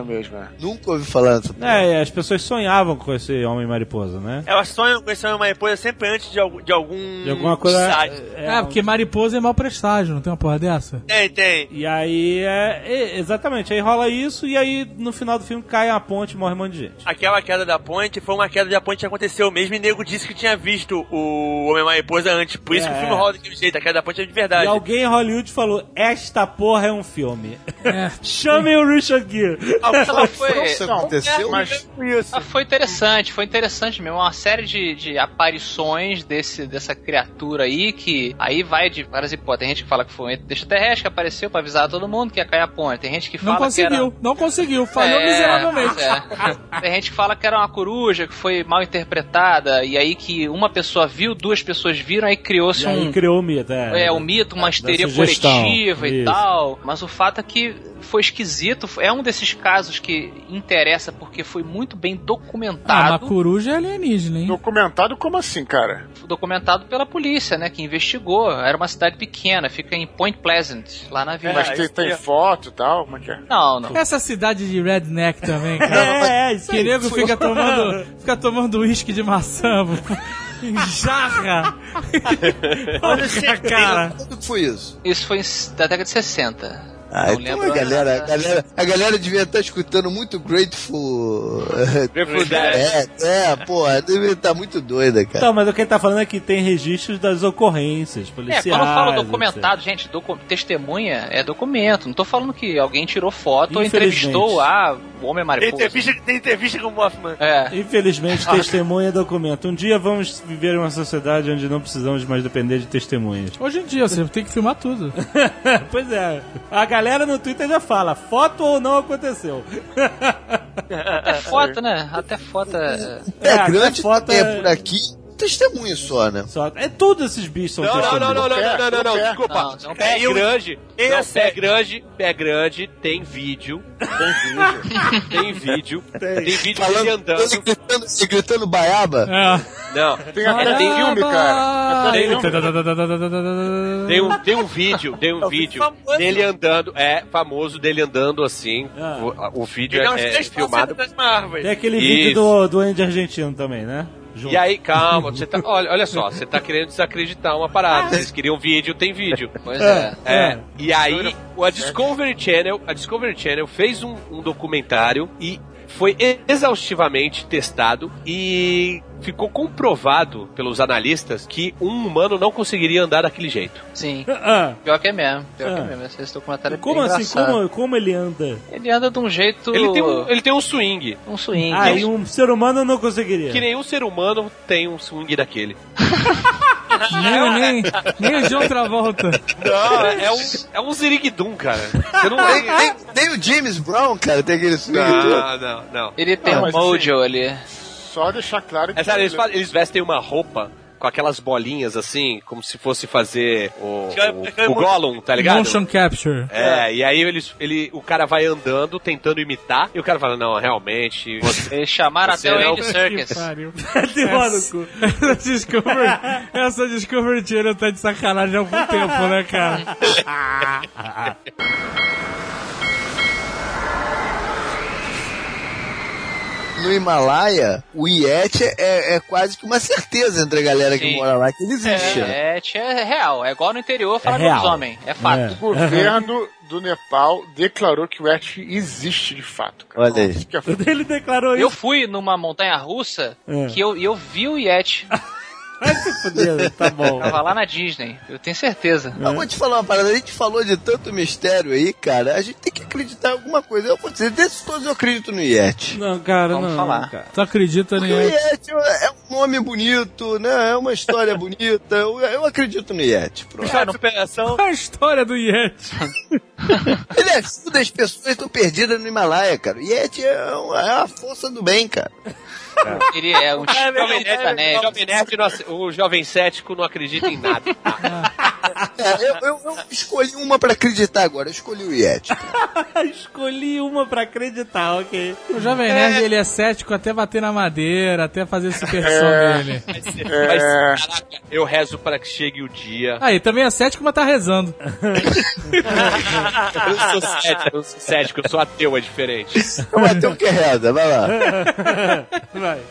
Speaker 3: americana mesmo, é.
Speaker 4: Nunca ouvi falar dessa porra.
Speaker 2: É, as pessoas sonhavam com esse homem mariposa, né?
Speaker 8: Elas sonham com esse homem mariposa é sempre antes de, algu- de algum.
Speaker 2: De alguma coisa.
Speaker 8: site.
Speaker 2: é,
Speaker 11: É, porque mariposa é mau presságio, não tem uma porra dessa?
Speaker 5: é.
Speaker 8: Tem, tem.
Speaker 2: E aí é. é, Exatamente, aí rola isso e aí no final do filme cai a ponte e morre um monte de gente.
Speaker 8: Aquela queda da ponte foi uma queda da ponte que aconteceu mesmo e o nego disse que tinha visto o Homem Mariposa antes. Por isso que
Speaker 2: É.
Speaker 8: o filme roda daquele jeito. A queda da ponte é de
Speaker 2: E
Speaker 8: verdade.
Speaker 2: alguém em Hollywood falou: Esta porra é um filme. Chame o Richard Gere.
Speaker 6: Ela foi,
Speaker 4: Isso aconteceu, mas
Speaker 6: Ah, foi interessante, foi interessante mesmo. É Uma série de, de aparições desse, dessa criatura aí, que aí vai de várias hipóteses. Tem gente que fala que foi um extraterrestre que apareceu pra avisar todo mundo que ia cair a ponte. Tem gente que
Speaker 11: Não
Speaker 6: fala que era...
Speaker 11: conseguiu, não conseguiu. Falhou
Speaker 6: É,
Speaker 11: miseravelmente.
Speaker 6: pois é. Tem gente que fala que era uma coruja, que foi mal interpretada, e aí que uma pessoa viu, duas pessoas viram, aí criou-se
Speaker 2: E aí
Speaker 6: um,
Speaker 2: criou o mito, é.
Speaker 6: é, um mito, uma histeria
Speaker 2: sugestão,
Speaker 6: coletiva e
Speaker 2: isso.
Speaker 6: tal. Mas o fato é que foi esquisito. É um desses casos que interessa porque foi muito bem
Speaker 11: Ah,
Speaker 6: documentado.
Speaker 11: mas coruja é alienígena, hein?
Speaker 3: Documentado como assim, cara?
Speaker 6: documentado pela polícia, né? Que investigou. Era uma cidade pequena, fica em Point Pleasant, lá na vila.
Speaker 3: Mas tem,
Speaker 8: isso
Speaker 3: tem
Speaker 8: é.
Speaker 3: foto e tal, como é que é?
Speaker 6: Não, não.
Speaker 11: Essa cidade de redneck também, cara.
Speaker 2: É, é, isso
Speaker 11: Que
Speaker 2: aí.
Speaker 11: nego fica tomando, fica tomando uísque de maçã em jarra. Olha essa cara.
Speaker 4: quando que foi isso?
Speaker 6: Isso foi em- da década de 60.
Speaker 4: Ah,
Speaker 6: Não
Speaker 4: então a
Speaker 6: lembro
Speaker 4: galera, a
Speaker 6: nada.
Speaker 4: galera, a galera devia estar escutando muito Grateful. É, é, porra, devia estar muito doida, cara.
Speaker 2: Então, mas o que ele tá falando é que tem registros das ocorrências
Speaker 6: É,
Speaker 2: policiais.
Speaker 6: quando eu falo
Speaker 2: etc.
Speaker 6: documentado, gente, docu- testemunha é documento. Não tô falando que alguém tirou foto ou
Speaker 2: Infelizmente.
Speaker 6: entrevistou ah, o homem
Speaker 8: Tem
Speaker 6: mariposa.
Speaker 8: entrevista, tem entrevista com o Mothman.
Speaker 6: É.
Speaker 2: Infelizmente, testemunha é documento. Um dia vamos viver em uma sociedade onde não precisamos mais depender de testemunhas.
Speaker 11: Hoje em dia, você tem que filmar tudo.
Speaker 2: pois é. A galera no Twitter já fala: foto ou não aconteceu.
Speaker 6: Até foto, né? Até foto. é-
Speaker 4: É,
Speaker 2: É,
Speaker 4: grande
Speaker 2: a foto
Speaker 4: também,
Speaker 2: é-
Speaker 4: é por aqui, testemunho só, né?
Speaker 2: Só- é tudo esses bichos são
Speaker 5: Não, não,
Speaker 2: testemunhas.
Speaker 5: não, não, não, não, não, não, não,
Speaker 3: Pé,
Speaker 5: desculpa.
Speaker 6: não, não,
Speaker 5: pé
Speaker 8: pé.
Speaker 5: grande,
Speaker 8: Eu
Speaker 5: não,
Speaker 8: sei.
Speaker 5: pé grande, pé grande, tem vídeo, tem vídeo, tem vídeo dele
Speaker 4: Falando,
Speaker 5: andando.
Speaker 4: gritando, se gritando baiaba.
Speaker 11: É.
Speaker 5: Não,
Speaker 3: Tem até
Speaker 11: Caramba!
Speaker 3: filme, cara. Até
Speaker 5: Tem-
Speaker 3: filme.
Speaker 5: tem um, tem um vídeo, tem um vídeo
Speaker 8: famoso.
Speaker 5: dele andando, é famoso dele andando assim.
Speaker 2: Ah.
Speaker 5: O, o vídeo
Speaker 8: Ele dá uns
Speaker 5: é, é
Speaker 8: três
Speaker 5: filmado.
Speaker 8: passos atrás de uma árvore.
Speaker 2: Tem aquele vídeo
Speaker 5: Isso.
Speaker 2: do, do Andy Argentino também, né? Junto.
Speaker 5: E aí, calma, você tá, olha, olha só, você tá querendo desacreditar uma parada. Vocês queriam vídeo, tem vídeo.
Speaker 6: Pois é.
Speaker 5: É, e aí o- a Discovery Channel, a Discovery Channel fez um, um documentário e foi e- exaustivamente testado e ficou comprovado pelos analistas que um humano não conseguiria andar daquele jeito.
Speaker 6: Sim.
Speaker 2: Ah,
Speaker 6: Pior que é mesmo. Pior que
Speaker 2: Ah.
Speaker 6: é mesmo. Esse, esse documentário é bem
Speaker 2: como assim?
Speaker 6: engraçado.
Speaker 2: Como, como ele anda?
Speaker 6: Ele anda de um jeito.
Speaker 5: Ele tem um, ele tem um swing
Speaker 6: um swing.
Speaker 2: Ah, e um ser humano não conseguiria.
Speaker 5: que nenhum ser humano tem um swing daquele.
Speaker 11: Nem, nem, nem o John Travolta.
Speaker 5: Não, é é um é um ziriguidum, cara. Você não
Speaker 4: Nem, nem- nem o James Brown, cara, tem aquele swing. todo.
Speaker 5: Não, não, não.
Speaker 6: Ele
Speaker 2: Ah,
Speaker 6: tem
Speaker 3: Não,
Speaker 6: um
Speaker 3: mas
Speaker 6: mojo ali.
Speaker 3: Só deixar claro que.
Speaker 5: É sério, eles, fa- eles vestem uma roupa com aquelas bolinhas assim, como se fosse fazer o, o, o Gollum, tá ligado?
Speaker 11: Motion capture.
Speaker 5: É, e aí eles, ele, o cara vai andando, tentando imitar, e o cara fala, não, realmente, você...
Speaker 6: Eles chamaram
Speaker 5: Você
Speaker 6: até
Speaker 5: é
Speaker 6: o
Speaker 5: o-
Speaker 6: Andy Serkis.
Speaker 2: Tem um maluco.
Speaker 11: Essa Discovery, essa Discovery Channel tá de sacanagem há algum tempo, né, cara?
Speaker 4: No Himalaia, o Yeti é, é quase que uma certeza entre a galera que
Speaker 6: Sim.
Speaker 4: mora lá que ele existe. né?
Speaker 6: É, é, é real. É igual no interior falar
Speaker 2: real.
Speaker 6: lobisomem. É fato.
Speaker 3: O governo do Nepal declarou que o ET existe de fato, cara.
Speaker 4: Olha aí.
Speaker 3: Isso que é foda.
Speaker 2: Ele declarou
Speaker 6: Eu
Speaker 2: isso.
Speaker 6: fui numa montanha russa
Speaker 2: É.
Speaker 6: que eu, e eu vi o Yeti.
Speaker 2: Vai se fuder, tá bom.
Speaker 6: Tava lá na Disney. Eu tenho certeza.
Speaker 4: Eu vou te falar uma parada, a gente falou de tanto mistério aí, cara, a gente tem que acreditar em alguma coisa. Eu vou dizer, desses todos eu acredito no Yeti.
Speaker 2: Não, cara,
Speaker 6: Vamos
Speaker 2: não.
Speaker 6: falar.
Speaker 2: Cara.
Speaker 11: Tu acredita
Speaker 4: Porque
Speaker 11: nem
Speaker 4: o Yeti é um nome bonito, né? É uma história bonita. Eu, eu acredito no Yeti. Pronto.
Speaker 8: História de superação.
Speaker 11: Qual é a história do Yeti?
Speaker 4: Ele ajuda as pessoas que estão perdidas no Himalaia, cara. O Yeti é, uma- é a força do bem, cara.
Speaker 6: Ele é um
Speaker 5: Jovem
Speaker 6: jovem Ah,
Speaker 5: Nerd-
Speaker 6: da neve.
Speaker 5: Jovem Nerd não ace- o jovem cético não acredita em nada.
Speaker 4: É, eu, eu- eu escolhi uma pra acreditar agora. Eu escolhi o Yeti.
Speaker 2: Escolhi uma pra acreditar, ok.
Speaker 7: O Jovem Nerd, ele é cético até bater na madeira, até fazer super som dele.
Speaker 5: Vai ser- vai ser- caraca, eu rezo para que chegue o dia.
Speaker 7: Aí, também é cético, mas tá rezando.
Speaker 5: Eu não sou cético, eu não sou cético, eu sou ateu, é diferente.
Speaker 4: Então até o que reza, vai lá.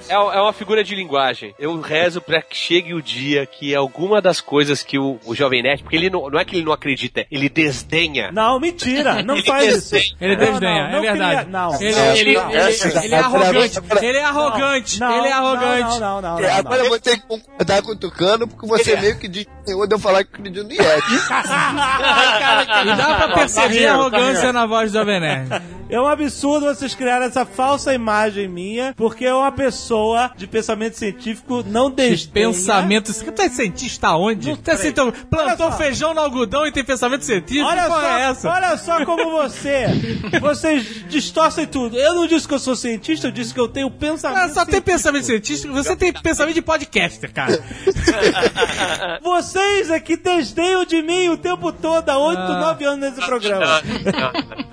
Speaker 5: É, é uma figura de linguagem. Eu rezo pra que chegue o dia que alguma das coisas que o, o Jovem Nerd, porque ele não, não é que ele não acredita, ele desdenha.
Speaker 2: Não, mentira, não
Speaker 5: Ele
Speaker 2: faz isso.
Speaker 5: desdenha.
Speaker 7: Ele
Speaker 2: Não,
Speaker 7: desdenha,
Speaker 2: não,
Speaker 7: é
Speaker 2: não
Speaker 7: verdade.
Speaker 2: queria- não.
Speaker 7: Ele,
Speaker 4: Não,
Speaker 7: ele-
Speaker 4: não,
Speaker 7: ele-
Speaker 4: essa-
Speaker 7: ele é arrogante. Ele é arrogante.
Speaker 2: Não,
Speaker 7: Ele é
Speaker 2: Não,
Speaker 7: arrogante.
Speaker 2: não, não, não.
Speaker 4: É,
Speaker 2: não,
Speaker 4: agora eu vou ter que concordar com o Tucano, porque você meio que desenhou de eu falar que eu acredito no Yeti.
Speaker 7: E dá pra perceber a
Speaker 3: rindo, tá
Speaker 7: arrogância
Speaker 3: rindo.
Speaker 7: na voz do Jovem Nerd.
Speaker 2: É um absurdo vocês criarem essa falsa imagem minha, porque é uma pessoa de pensamento científico não
Speaker 7: De
Speaker 2: desdenha.
Speaker 7: pensamento. Você tá cientista onde? Tá cientista- plantou
Speaker 2: Olha só.
Speaker 7: feijão no algodão e tem pensamento científico?
Speaker 2: Olha
Speaker 7: Qual
Speaker 2: só,
Speaker 7: é essa?
Speaker 2: olha só como você, vocês distorcem tudo. Eu não disse que eu sou cientista, eu disse que eu tenho pensamento.
Speaker 7: Ah, só tem
Speaker 2: científico.
Speaker 7: pensamento científico, você tem pensamento de podcaster, cara.
Speaker 2: Vocês é que desdenham de mim o tempo todo, há 8,
Speaker 7: Ah.
Speaker 2: 9 anos nesse programa.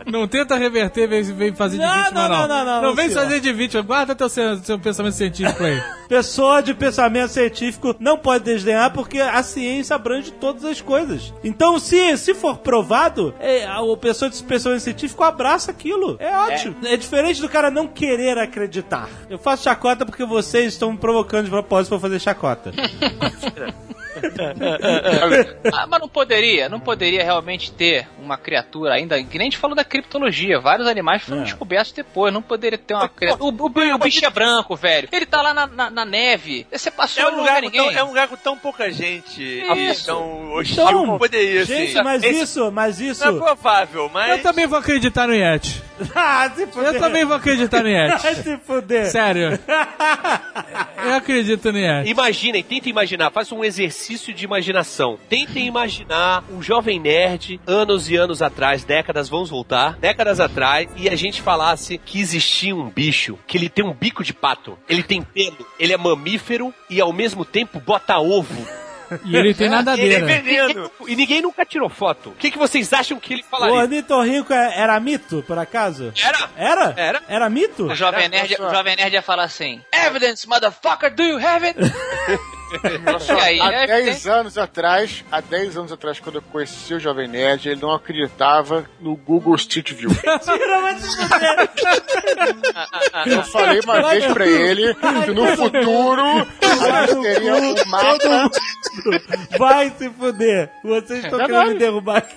Speaker 7: Não tenta reverter, vem, vem fazer de
Speaker 2: Não,
Speaker 7: vítima, não.
Speaker 2: não, não, não, não,
Speaker 7: vem
Speaker 2: senhor.
Speaker 7: fazer de vítima, guarda teu, seu, seu pensamento científico aí.
Speaker 2: Pessoa de pensamento científico não pode desdenhar porque a ciência abrange todas as coisas. Então, se, se for provado, é, a o pessoa de pensamento científico abraça aquilo. É ótimo. É. diferente do cara não querer acreditar. Eu faço chacota porque vocês estão me provocando de propósito pra fazer chacota.
Speaker 6: Ah, mas não poderia, não poderia realmente ter uma criatura ainda, que nem a gente falou da criptologia, vários animais
Speaker 7: É.
Speaker 6: foram descobertos depois, não poderia ter uma criatura. O, o- o bicho é branco, velho. Ele tá lá na, na- na neve. Você passou
Speaker 8: É
Speaker 6: ele
Speaker 8: um,
Speaker 6: não vê
Speaker 8: lugar com tão,
Speaker 6: ninguém.
Speaker 8: é um lugar com tão pouca gente e
Speaker 6: Isso.
Speaker 8: tão hostil
Speaker 2: Então,
Speaker 8: como poderia, assim.
Speaker 2: Gente, mas
Speaker 8: Esse
Speaker 2: isso, mas isso.
Speaker 8: Não é provável, mas...
Speaker 7: Eu também vou acreditar no Yeti.
Speaker 2: Ah, se fuder.
Speaker 7: Eu também vou acreditar no Yeti.
Speaker 2: Vai se fuder.
Speaker 7: Sério. Eu acredito no Yeti.
Speaker 5: Imaginem, tentem imaginar, faça um exercício de imaginação. Tentem imaginar um jovem nerd, anos e anos atrás, décadas, vamos voltar, décadas atrás, e a gente falasse que existia um bicho, que ele tem um bico de pato, ele tem pelo, ele é mamífero e ao mesmo tempo bota ovo. é
Speaker 7: E ele tem nadadeira.
Speaker 8: veneno.
Speaker 5: E ninguém nunca tirou foto. O que, que vocês acham que ele
Speaker 2: O
Speaker 5: falaria?
Speaker 2: Anitorrinco é- era mito, por acaso?
Speaker 5: Era?
Speaker 2: Era?
Speaker 5: É. Era.
Speaker 2: Era mito?
Speaker 6: O jovem, nerd, o jovem nerd ia falar assim: Evidence, motherfucker, do you have it? e aí,
Speaker 3: há
Speaker 6: né,
Speaker 3: 10
Speaker 6: tem-
Speaker 3: anos atrás, há 10 anos atrás, quando eu conheci o Jovem Nerd, ele não acreditava no Google Street View.
Speaker 2: Mentira, vai se fuder.
Speaker 3: Eu falei uma vez pra ele que no futuro nós teríamos um mapa.
Speaker 2: Vai se fuder. Vocês estão
Speaker 7: É
Speaker 2: querendo me derrubar aqui.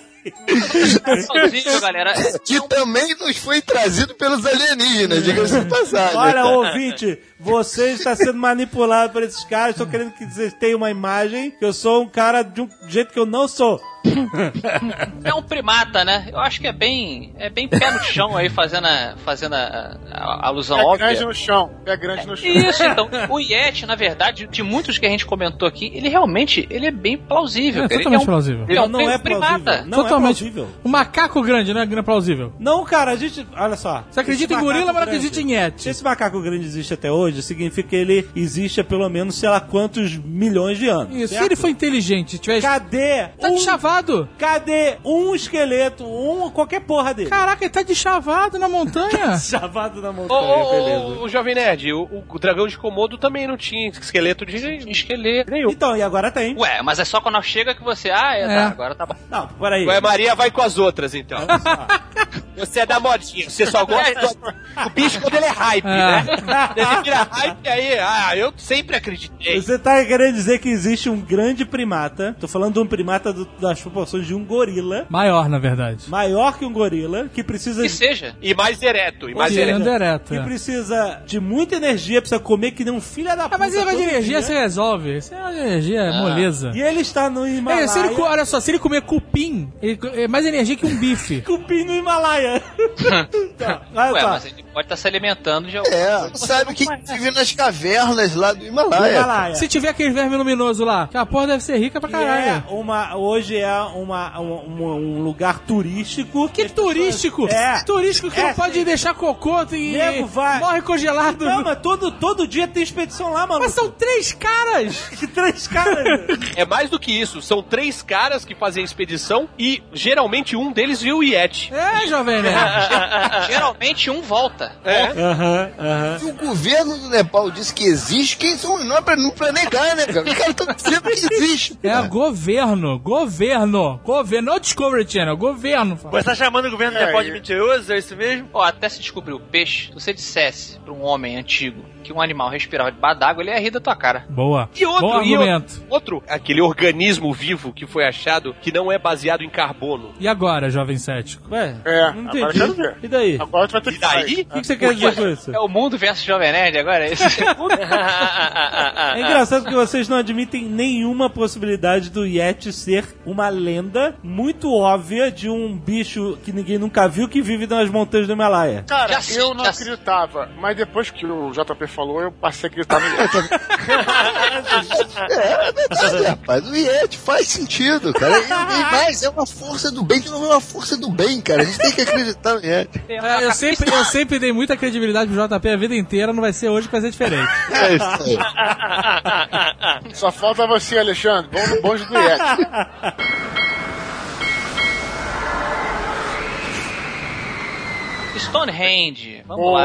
Speaker 6: sozinho, galera. É,
Speaker 4: Que também nos foi trazido pelos alienígenas, diga-se de passagem.
Speaker 2: Olha,
Speaker 4: cara.
Speaker 2: ouvinte, você está sendo manipulado por esses caras. Estou querendo que vocês tenham uma imagem que eu sou um cara de um jeito que eu não sou.
Speaker 6: É um primata, né? Eu acho que é bem, é bem pé no chão aí, fazendo a, fazendo a, a- a alusão
Speaker 3: Pé
Speaker 6: óbvia.
Speaker 3: grande no chão. Pé grande no chão.
Speaker 6: Isso, então, o Yeti, na verdade, de muitos que a gente comentou aqui, ele realmente, ele é bem plausível.
Speaker 7: É
Speaker 6: Ele
Speaker 7: totalmente
Speaker 6: um-
Speaker 7: plausível.
Speaker 6: Ele é um
Speaker 2: não é plausível.
Speaker 6: primata.
Speaker 2: Não
Speaker 7: Totalmente.
Speaker 2: é plausível.
Speaker 7: O macaco grande não é grande plausível.
Speaker 2: Não, cara, a gente. Olha só.
Speaker 7: Você acredita
Speaker 2: Esse
Speaker 7: em gorila,
Speaker 2: macaco
Speaker 7: mas não
Speaker 2: grande-
Speaker 7: acredita em Yeti.
Speaker 2: Se esse macaco grande existe até hoje, significa que ele existe há pelo menos, sei lá, quantos milhões de anos.
Speaker 7: Isso, se
Speaker 2: certo?
Speaker 7: ele for inteligente, tiver.
Speaker 2: Cadê
Speaker 7: Tá
Speaker 2: um...
Speaker 7: de chavado.
Speaker 2: Cadê um esqueleto, um qualquer porra dele?
Speaker 7: Caraca, ele tá de chavado na montanha.
Speaker 2: Chavado na
Speaker 5: Ô,
Speaker 2: montanha,
Speaker 5: ô,
Speaker 2: beleza.
Speaker 5: ô, ô, Jovem Nerd, o, o dragão de Komodo também não tinha esqueleto de
Speaker 6: Esqueleto.
Speaker 5: nenhum.
Speaker 2: Então, e agora tem.
Speaker 6: Ué, mas é só quando chega que você. Ah, é,
Speaker 7: É.
Speaker 6: Tá, agora tá bom.
Speaker 2: Não, peraí.
Speaker 5: Ué, Maria vai com as outras, então. Você é da modinha, você só gosta do, do bicho quando ele é hype,
Speaker 7: Ah.
Speaker 5: né? Ele vira hype aí, ah, eu sempre acreditei.
Speaker 2: Você tá querendo dizer que existe um grande primata, tô falando de um primata do- das proporções de um gorila,
Speaker 7: Maior, na verdade.
Speaker 2: maior que um gorila, que precisa
Speaker 6: Que
Speaker 2: de,
Speaker 6: seja.
Speaker 5: E mais ereto, e mais
Speaker 7: Que
Speaker 5: ereto.
Speaker 7: anda ereto,
Speaker 2: que
Speaker 7: é.
Speaker 2: precisa de muita energia, precisa comer que nem um filho da puta.
Speaker 7: Ah, mas ele vai de
Speaker 2: todo
Speaker 7: energia,
Speaker 2: dia. Ah.
Speaker 7: você resolve. Isso é uma energia, é moleza.
Speaker 2: E ele está no
Speaker 7: É, se ele, co-
Speaker 2: Himalaia.
Speaker 7: olha só, se ele comer cupim, ele co- é mais energia que um bife.
Speaker 2: Cupim no Himalaia, ideia. tá, vai,
Speaker 6: Ué,
Speaker 2: tá.
Speaker 6: mas ele pode estar se alimentando de alguma
Speaker 4: É, sabe que vive nas cavernas lá do Himalaia.
Speaker 2: Himalaia.
Speaker 7: Se tiver aquele verme luminoso lá, que a porra deve ser rica pra
Speaker 2: Que é
Speaker 7: caralho.
Speaker 2: uma, hoje é uma, um, um- um lugar turístico.
Speaker 7: Que turístico!
Speaker 2: É.
Speaker 7: Turístico que
Speaker 2: É,
Speaker 7: não pode
Speaker 2: sim.
Speaker 7: deixar cocô e
Speaker 2: Nego vai-
Speaker 7: morre congelado.
Speaker 2: Não, mas todo, todo dia tem expedição lá, mano.
Speaker 7: Mas são três caras!
Speaker 2: que três caras.
Speaker 5: É mais do que isso. São três caras que fazem a expedição e geralmente um deles viu o Yeti.
Speaker 7: É, jovem nerd.
Speaker 6: coisa. Geralmente um volta.
Speaker 8: É.
Speaker 5: É.
Speaker 2: Aham, aham.
Speaker 4: Se o governo do Nepal disse que existe, quem somos nós pra não planejar, né, cara? Os caras estão dizendo que existe.
Speaker 7: É governo, governo, governo. Não Discovery Channel, governo.
Speaker 8: Você tá chamando o governo do
Speaker 3: É,
Speaker 8: Nepal de
Speaker 3: e-
Speaker 8: mentiroso? É isso mesmo?
Speaker 6: Ó, até se descobrir o peixe, se você dissesse pra um homem antigo que um animal respirava debaixo d'água, ele ia rir da tua cara.
Speaker 7: Boa.
Speaker 5: E outro,
Speaker 7: Bom
Speaker 5: e
Speaker 7: argumento.
Speaker 5: outro, outro, aquele organismo vivo que foi achado que não é baseado em carbono.
Speaker 7: E agora, jovem cético?
Speaker 2: Ué,
Speaker 3: É,
Speaker 2: não
Speaker 3: agora eu quero
Speaker 2: entendi.
Speaker 3: ver.
Speaker 2: E daí? O
Speaker 3: Agora tu vai ter
Speaker 5: E
Speaker 3: que
Speaker 5: daí?
Speaker 2: que, que você quer dizer com isso?
Speaker 6: É o mundo versus Jovem Nerd agora? É isso?
Speaker 2: É engraçado que vocês não admitem nenhuma possibilidade do Yeti ser uma lenda muito óbvia de um bicho que ninguém nunca viu que vive nas montanhas do Himalaia.
Speaker 3: Cara,
Speaker 6: Já sei,
Speaker 3: eu não
Speaker 6: já sei.
Speaker 3: acreditava, mas depois que o JP falou, eu passei a acreditar no Yeti.
Speaker 4: É, é verdade, rapaz. O Yeti faz sentido, cara. E e mais, é uma força do bem, de novo é uma força do bem, cara. A gente tem que acreditar né? no Yeti.
Speaker 7: É, eu, sempre, eu sempre dei muita credibilidade pro JP a vida inteira, não vai ser hoje que vai ser diferente.
Speaker 4: É isso aí.
Speaker 3: Só falta você, Alexandre. Bom no bonde do Yeti.
Speaker 6: Stonehenge. Vamos
Speaker 3: Boa.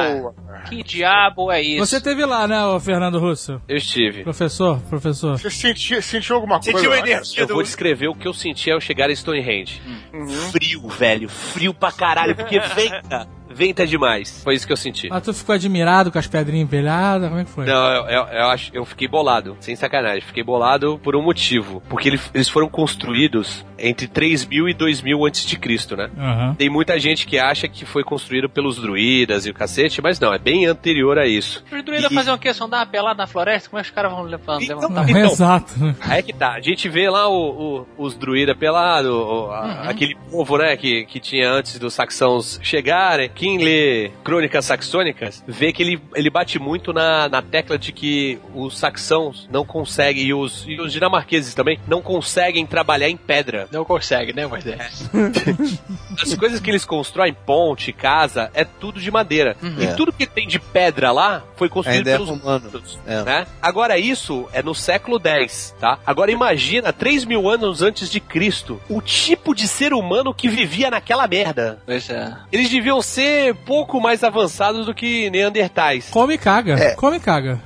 Speaker 6: lá. Que diabo é isso?
Speaker 7: Você teve lá, né, ô Fernando Russo?
Speaker 5: Eu estive.
Speaker 7: Professor, professor.
Speaker 3: Você sentiu, sentiu alguma coisa?
Speaker 8: Sentiu a
Speaker 3: né?
Speaker 8: energia
Speaker 5: Eu
Speaker 8: do. Hum.
Speaker 5: vou descrever o que eu senti ao chegar em Stonehenge. Frio, velho. Frio pra caralho, porque venta. Venta demais. Foi isso que eu senti.
Speaker 7: Mas tu ficou admirado com as pedrinhas empelhadas? Como é que foi?
Speaker 5: Não, eu, eu, eu acho, eu fiquei bolado, sem sacanagem. Fiquei bolado por um motivo. Porque ele- eles foram construídos entre 3000 e 2000 antes de Cristo, né?
Speaker 7: Aham.
Speaker 5: Tem muita gente que acha que foi construído pelos druidas e o cacete, mas não, é bem anterior a isso.
Speaker 6: Os druidas
Speaker 5: E-
Speaker 6: fazem o quê? Só andar uma pelada na floresta? Como é que os caras vão levando?
Speaker 5: Então-
Speaker 6: levantar?
Speaker 7: Não,
Speaker 5: Então-
Speaker 7: Exato. né?
Speaker 5: Aí é que tá, a gente vê lá o- o- os druidas pelados, aquele povo, né, que, que tinha antes dos saxãos chegarem. Quem lê crônicas saxônicas vê que ele, ele bate muito na, na tecla de que os saxãos não conseguem, e os, e os dinamarqueses também, não conseguem trabalhar em pedra.
Speaker 6: Não consegue, né, Moisés?
Speaker 5: As coisas que eles constroem, ponte, casa, é tudo de madeira.
Speaker 4: É.
Speaker 5: E tudo que tem de pedra lá foi construído
Speaker 4: Ainda é
Speaker 5: pelos
Speaker 4: romano.
Speaker 5: Santos,
Speaker 4: É.
Speaker 5: né? Agora, isso é no século X, tá? Agora, imagina, 3 mil anos antes de Cristo, o tipo de ser humano que vivia naquela merda.
Speaker 6: Pois é.
Speaker 5: Eles deviam ser pouco mais avançados do que Neandertais.
Speaker 7: Come e caga.
Speaker 4: É.
Speaker 7: Come e caga.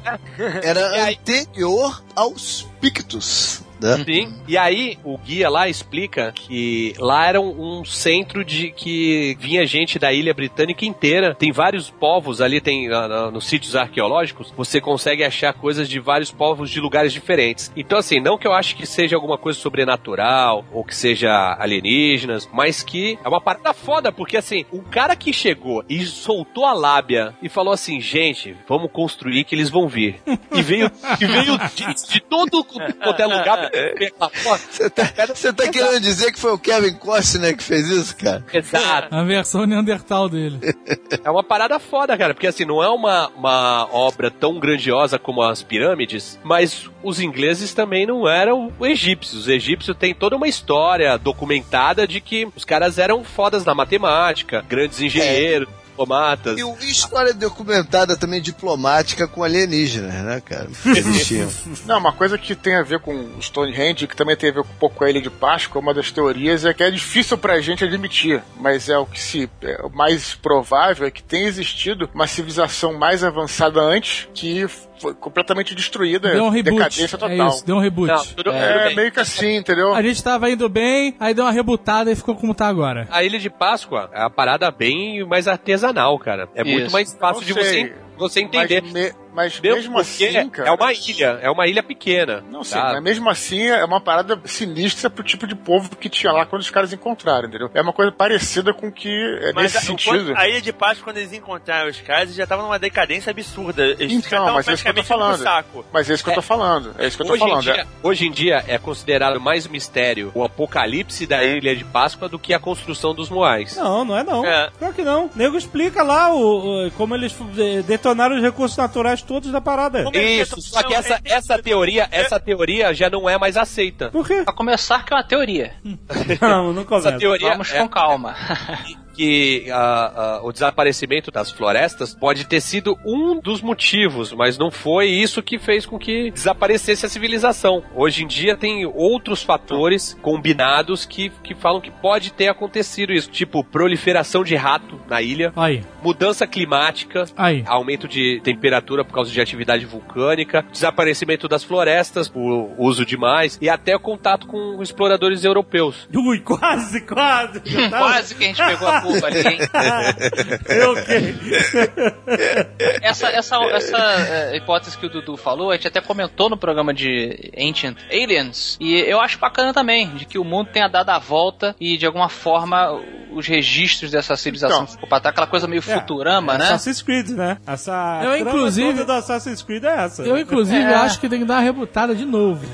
Speaker 4: Era anterior aos Pictus. Né?
Speaker 5: Sim. E aí, o guia lá explica que lá era um, um centro de que vinha gente da ilha britânica inteira. Tem vários povos ali, tem ah, ah, nos sítios arqueológicos, você consegue achar coisas de vários povos de lugares diferentes. Então, assim, não que eu ache que seja alguma coisa sobrenatural ou que seja alienígenas, mas que é uma parada foda, porque assim, o cara que chegou e soltou a lábia e falou assim, gente, vamos construir que eles vão vir. E veio, e veio de, de todo quanto é lugar. pra-
Speaker 4: Você tá, você tá querendo dizer que foi o Kevin Costner né, que fez isso, cara?
Speaker 5: Exato.
Speaker 7: A versão Neandertal dele.
Speaker 5: É uma parada foda, cara, porque assim, não é uma, uma obra tão grandiosa como as pirâmides, mas os ingleses também não eram egípcios. Os egípcios têm toda uma história documentada de que os caras eram fodas na matemática, grandes engenheiros, diplomatas.
Speaker 4: E o- e história documentada também diplomática com alienígenas, né, cara? Existia.
Speaker 3: Não, uma coisa que tem a ver com o Stonehenge, que também tem a ver com um pouco com a Ilha de Páscoa, uma das teorias é que é difícil pra gente admitir, mas é o que se é o mais provável é que tenha existido uma civilização mais avançada antes que foi completamente destruída,
Speaker 7: Deu um reboot.
Speaker 3: decadência
Speaker 7: É
Speaker 3: total.
Speaker 7: isso, deu um reboot.
Speaker 5: Não, tudo- tudo
Speaker 3: É,
Speaker 5: bem.
Speaker 3: meio que assim, entendeu?
Speaker 7: A gente tava indo bem, aí deu uma rebutada e ficou como tá agora.
Speaker 5: A Ilha de Páscoa é uma parada bem mais artesanal, cara. É muito
Speaker 6: Isso.
Speaker 5: mais fácil
Speaker 3: Eu
Speaker 5: de
Speaker 3: sei.
Speaker 5: você, você entender.
Speaker 3: Mas, me- mas Mas
Speaker 5: Mesmo,
Speaker 3: mesmo,
Speaker 5: porque
Speaker 3: assim, cara.
Speaker 5: é uma ilha, é uma ilha pequena.
Speaker 3: Não sei,
Speaker 5: tá?
Speaker 3: mas mesmo assim é uma parada sinistra pro tipo de povo que tinha lá quando os caras encontraram, entendeu? É uma coisa parecida com que é
Speaker 8: Mas
Speaker 3: nesse
Speaker 8: a,
Speaker 3: sentido.
Speaker 8: quando- a Ilha de Páscoa, quando eles encontraram os caras, eles já estavam numa decadência absurda. Eles
Speaker 3: Então,
Speaker 8: já estavam
Speaker 3: mas é isso que eu tô
Speaker 8: praticamente indo pro
Speaker 3: falando.
Speaker 8: saco.
Speaker 3: Mas é isso que eu tô falando. É isso que eu tô
Speaker 5: Hoje em,
Speaker 3: falando.
Speaker 5: dia, hoje em dia é considerado mais mistério o apocalipse da Ilha de Páscoa do que a construção dos Moais.
Speaker 2: Não, não é não.
Speaker 8: É.
Speaker 2: Claro que não. O nego explica lá o, o- como eles eh, detonaram os recursos naturais todos da parada.
Speaker 8: Como é que
Speaker 5: Isso,
Speaker 8: essa
Speaker 5: só que
Speaker 8: opção-
Speaker 5: essa, essa teoria, essa teoria já não é mais aceita.
Speaker 2: Por quê?
Speaker 6: Pra começar, que é uma teoria.
Speaker 2: Não, não
Speaker 5: Essa
Speaker 2: começa.
Speaker 5: teoria
Speaker 6: Vamos
Speaker 5: é
Speaker 6: com calma.
Speaker 5: que ah, ah, o desaparecimento das florestas pode ter sido um dos motivos, mas não foi isso que fez com que desaparecesse a civilização. Hoje em dia tem outros fatores combinados que, que falam que pode ter acontecido isso, tipo proliferação de rato na ilha,
Speaker 7: Aí,
Speaker 5: mudança climática,
Speaker 7: aí.
Speaker 5: aumento de temperatura por causa de atividade vulcânica, desaparecimento das florestas, o uso de mais e até o contato com exploradores europeus.
Speaker 2: Ui, quase, quase. Já tava-
Speaker 6: Quase tá- que a gente pegou a culpa ali, hein?
Speaker 2: Eu que-
Speaker 6: Essa, essa, essa eh, hipótese que o Dudu falou, a gente até comentou no programa de Ancient Aliens, e eu acho bacana também, de que o mundo tenha dado a volta e, de alguma forma, os registros dessa civilização
Speaker 3: Então.
Speaker 6: ficou pra trás, aquela coisa meio
Speaker 2: É,
Speaker 6: futurama,
Speaker 2: é
Speaker 6: né?
Speaker 2: Assassin's Creed, né? Essa
Speaker 7: Eu,
Speaker 2: trama
Speaker 7: inclusive-
Speaker 2: toda do Assassin's Creed é essa.
Speaker 7: Eu, inclusive,
Speaker 6: É.
Speaker 7: acho que tem que dar uma rebutada de novo.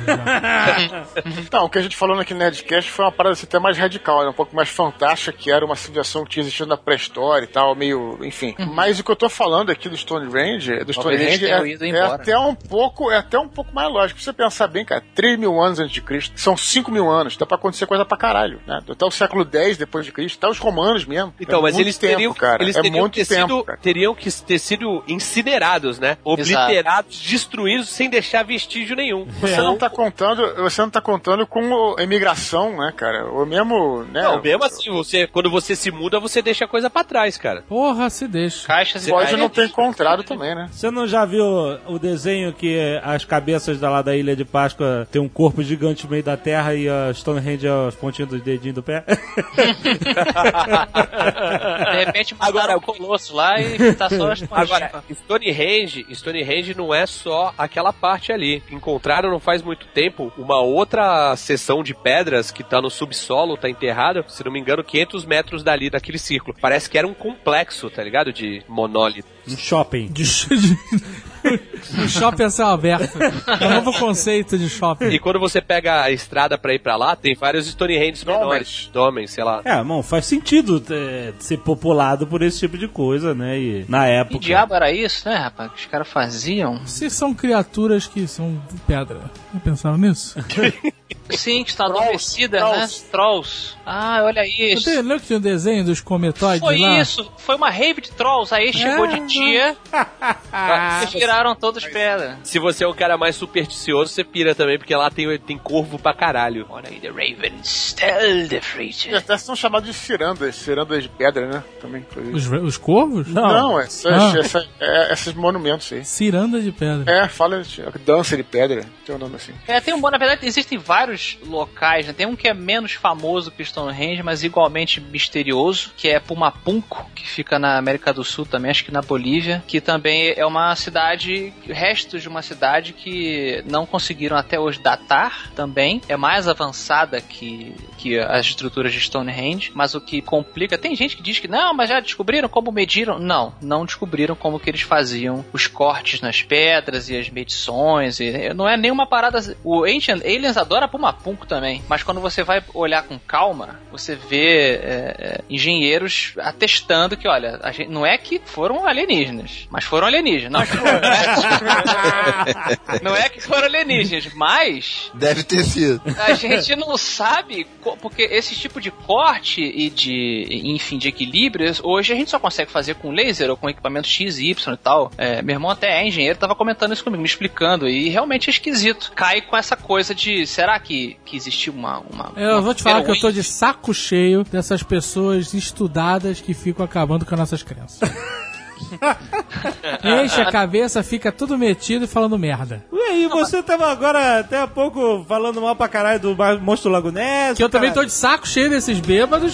Speaker 3: Então, o que a gente falou aqui no Nerdcast foi uma parada assim, até mais radical, né? um pouco mais fantástica, que era uma civilização que tinha existido na pré-história e tal, meio. enfim. Mas o que eu tô falando aqui do Stone Range, do Stone
Speaker 6: eles
Speaker 3: Range
Speaker 6: tenham
Speaker 3: é,
Speaker 6: ido
Speaker 3: é
Speaker 6: embora.
Speaker 3: até um pouco, é até um pouco mais lógico. Se você pensar bem, cara, 3 mil anos antes de Cristo, são 5 mil anos, dá pra acontecer coisa pra caralho, né? Até o século X depois de Cristo, até os romanos mesmo.
Speaker 5: Então,
Speaker 3: é
Speaker 5: mas
Speaker 3: muito
Speaker 5: eles
Speaker 3: tempo,
Speaker 5: teriam,
Speaker 3: cara.
Speaker 5: eles
Speaker 3: é
Speaker 5: teriam
Speaker 3: muito
Speaker 5: que ter
Speaker 3: tempo,
Speaker 5: sido,
Speaker 3: cara.
Speaker 5: teriam que ter sido incinerados, né? Obliterados, destruídos, sem deixar vestígio nenhum.
Speaker 3: Você não tá contando, você não tá contando com o- a imigração, né, cara? Ou mesmo, né?
Speaker 5: Não, mesmo assim, você, quando você se muda, você deixa a coisa pra trás, cara.
Speaker 7: Porra, se deixa.
Speaker 6: Caixas e
Speaker 3: Pode
Speaker 5: é
Speaker 3: não
Speaker 6: caixas.
Speaker 3: ter encontrado também, né?
Speaker 2: Você não já viu o desenho que as cabeças da lá da Ilha de Páscoa tem um corpo gigante no meio da terra e a Stonehenge é as pontinhas dos dedinhos do pé?
Speaker 6: De repente,
Speaker 5: Agora,
Speaker 6: mandaram o colosso lá e tá só as
Speaker 5: Agora,
Speaker 6: Agora,
Speaker 5: Stonehenge, Stonehenge não é só aquela parte ali. Encontraram não faz muito tempo uma outra seção de pedras que tá no subsolo, tá enterrada, se não me engano, 500 metros dali, daquele círculo. Parece que era um complexo, tá ligado? De monólito.
Speaker 2: Um shopping.
Speaker 7: De sh- de- O shopping é céu aberto. É o novo conceito de
Speaker 5: E
Speaker 7: shopping.
Speaker 5: quando você pega a estrada pra ir pra lá, tem vários Stonehenges
Speaker 3: Domens.
Speaker 5: menores. Domens, sei lá.
Speaker 2: É, irmão, faz sentido é, ser populado por esse tipo de coisa, né? E na
Speaker 6: que
Speaker 2: época.
Speaker 6: diabo era isso, né, rapaz? Que os caras faziam.
Speaker 7: Se são criaturas que são de pedra. Não pensaram nisso?
Speaker 6: Sim, que está
Speaker 3: Trolls,
Speaker 6: adormecida, né?
Speaker 3: trolls.
Speaker 6: Trolls. Ah, olha
Speaker 7: Eu
Speaker 6: isso.
Speaker 7: tenho, lembra que tinha um desenho dos cometoides
Speaker 6: Foi
Speaker 7: lá?
Speaker 6: isso, foi uma rave de trolls. Aí chegou de dia, eles tiraram todas as pedras.
Speaker 5: Se você é um cara mais supersticioso, você pira também, porque lá tem, tem corvo pra caralho.
Speaker 6: Olha aí, The Ravens, tell the freight.
Speaker 3: E até são chamados de cirandas, cirandas de pedra, né? Também, inclusive.
Speaker 7: Os, os corvos?
Speaker 2: Não.
Speaker 3: Não, essas,
Speaker 7: Ah.
Speaker 3: essa- é, esses monumentos aí.
Speaker 7: Ciranda de pedra.
Speaker 3: É, fala de- dança de pedra, tem um nome assim.
Speaker 6: É, tem um bom, na verdade, existem vários locais, né? Tem um que é menos famoso que Stonehenge, mas igualmente misterioso, que é Pumapunco, que fica na América do Sul também, acho que na Bolívia, que também é uma cidade, restos de uma cidade que não conseguiram até hoje datar também. É mais avançada que, que as estruturas de Stonehenge, mas o que complica, tem gente que diz que não, mas já descobriram como mediram. Não, não descobriram como que eles faziam os cortes nas pedras e as medições. E não é nenhuma parada. O Ancient Aliens adora Pumapunco também, mas quando você vai olhar com calma, você vê é, é, engenheiros atestando que, olha, a gente, não é que foram alienígenas, mas foram alienígenas. Não, não é que foram alienígenas, mas
Speaker 4: Deve ter sido.
Speaker 6: a gente não sabe, co- porque esse tipo de corte e de, enfim, de equilíbrios, hoje a gente só consegue fazer com laser ou com equipamento X, Y e tal. É, meu irmão até é engenheiro, tava comentando isso comigo, me explicando, e realmente é esquisito. Cai com essa coisa de, será que, que existiu uma, uma...
Speaker 7: Eu
Speaker 6: uma
Speaker 7: vou te falar que eu tô
Speaker 6: wave?
Speaker 7: de saco cheio dessas pessoas estudadas que ficam acabando com as nossas crenças. Enche a cabeça, fica tudo metido e falando merda.
Speaker 2: E aí, você tava agora até há pouco falando mal pra caralho do Mar- Monstro Lago Ness.
Speaker 7: Que eu também tô de saco cheio desses bêbados.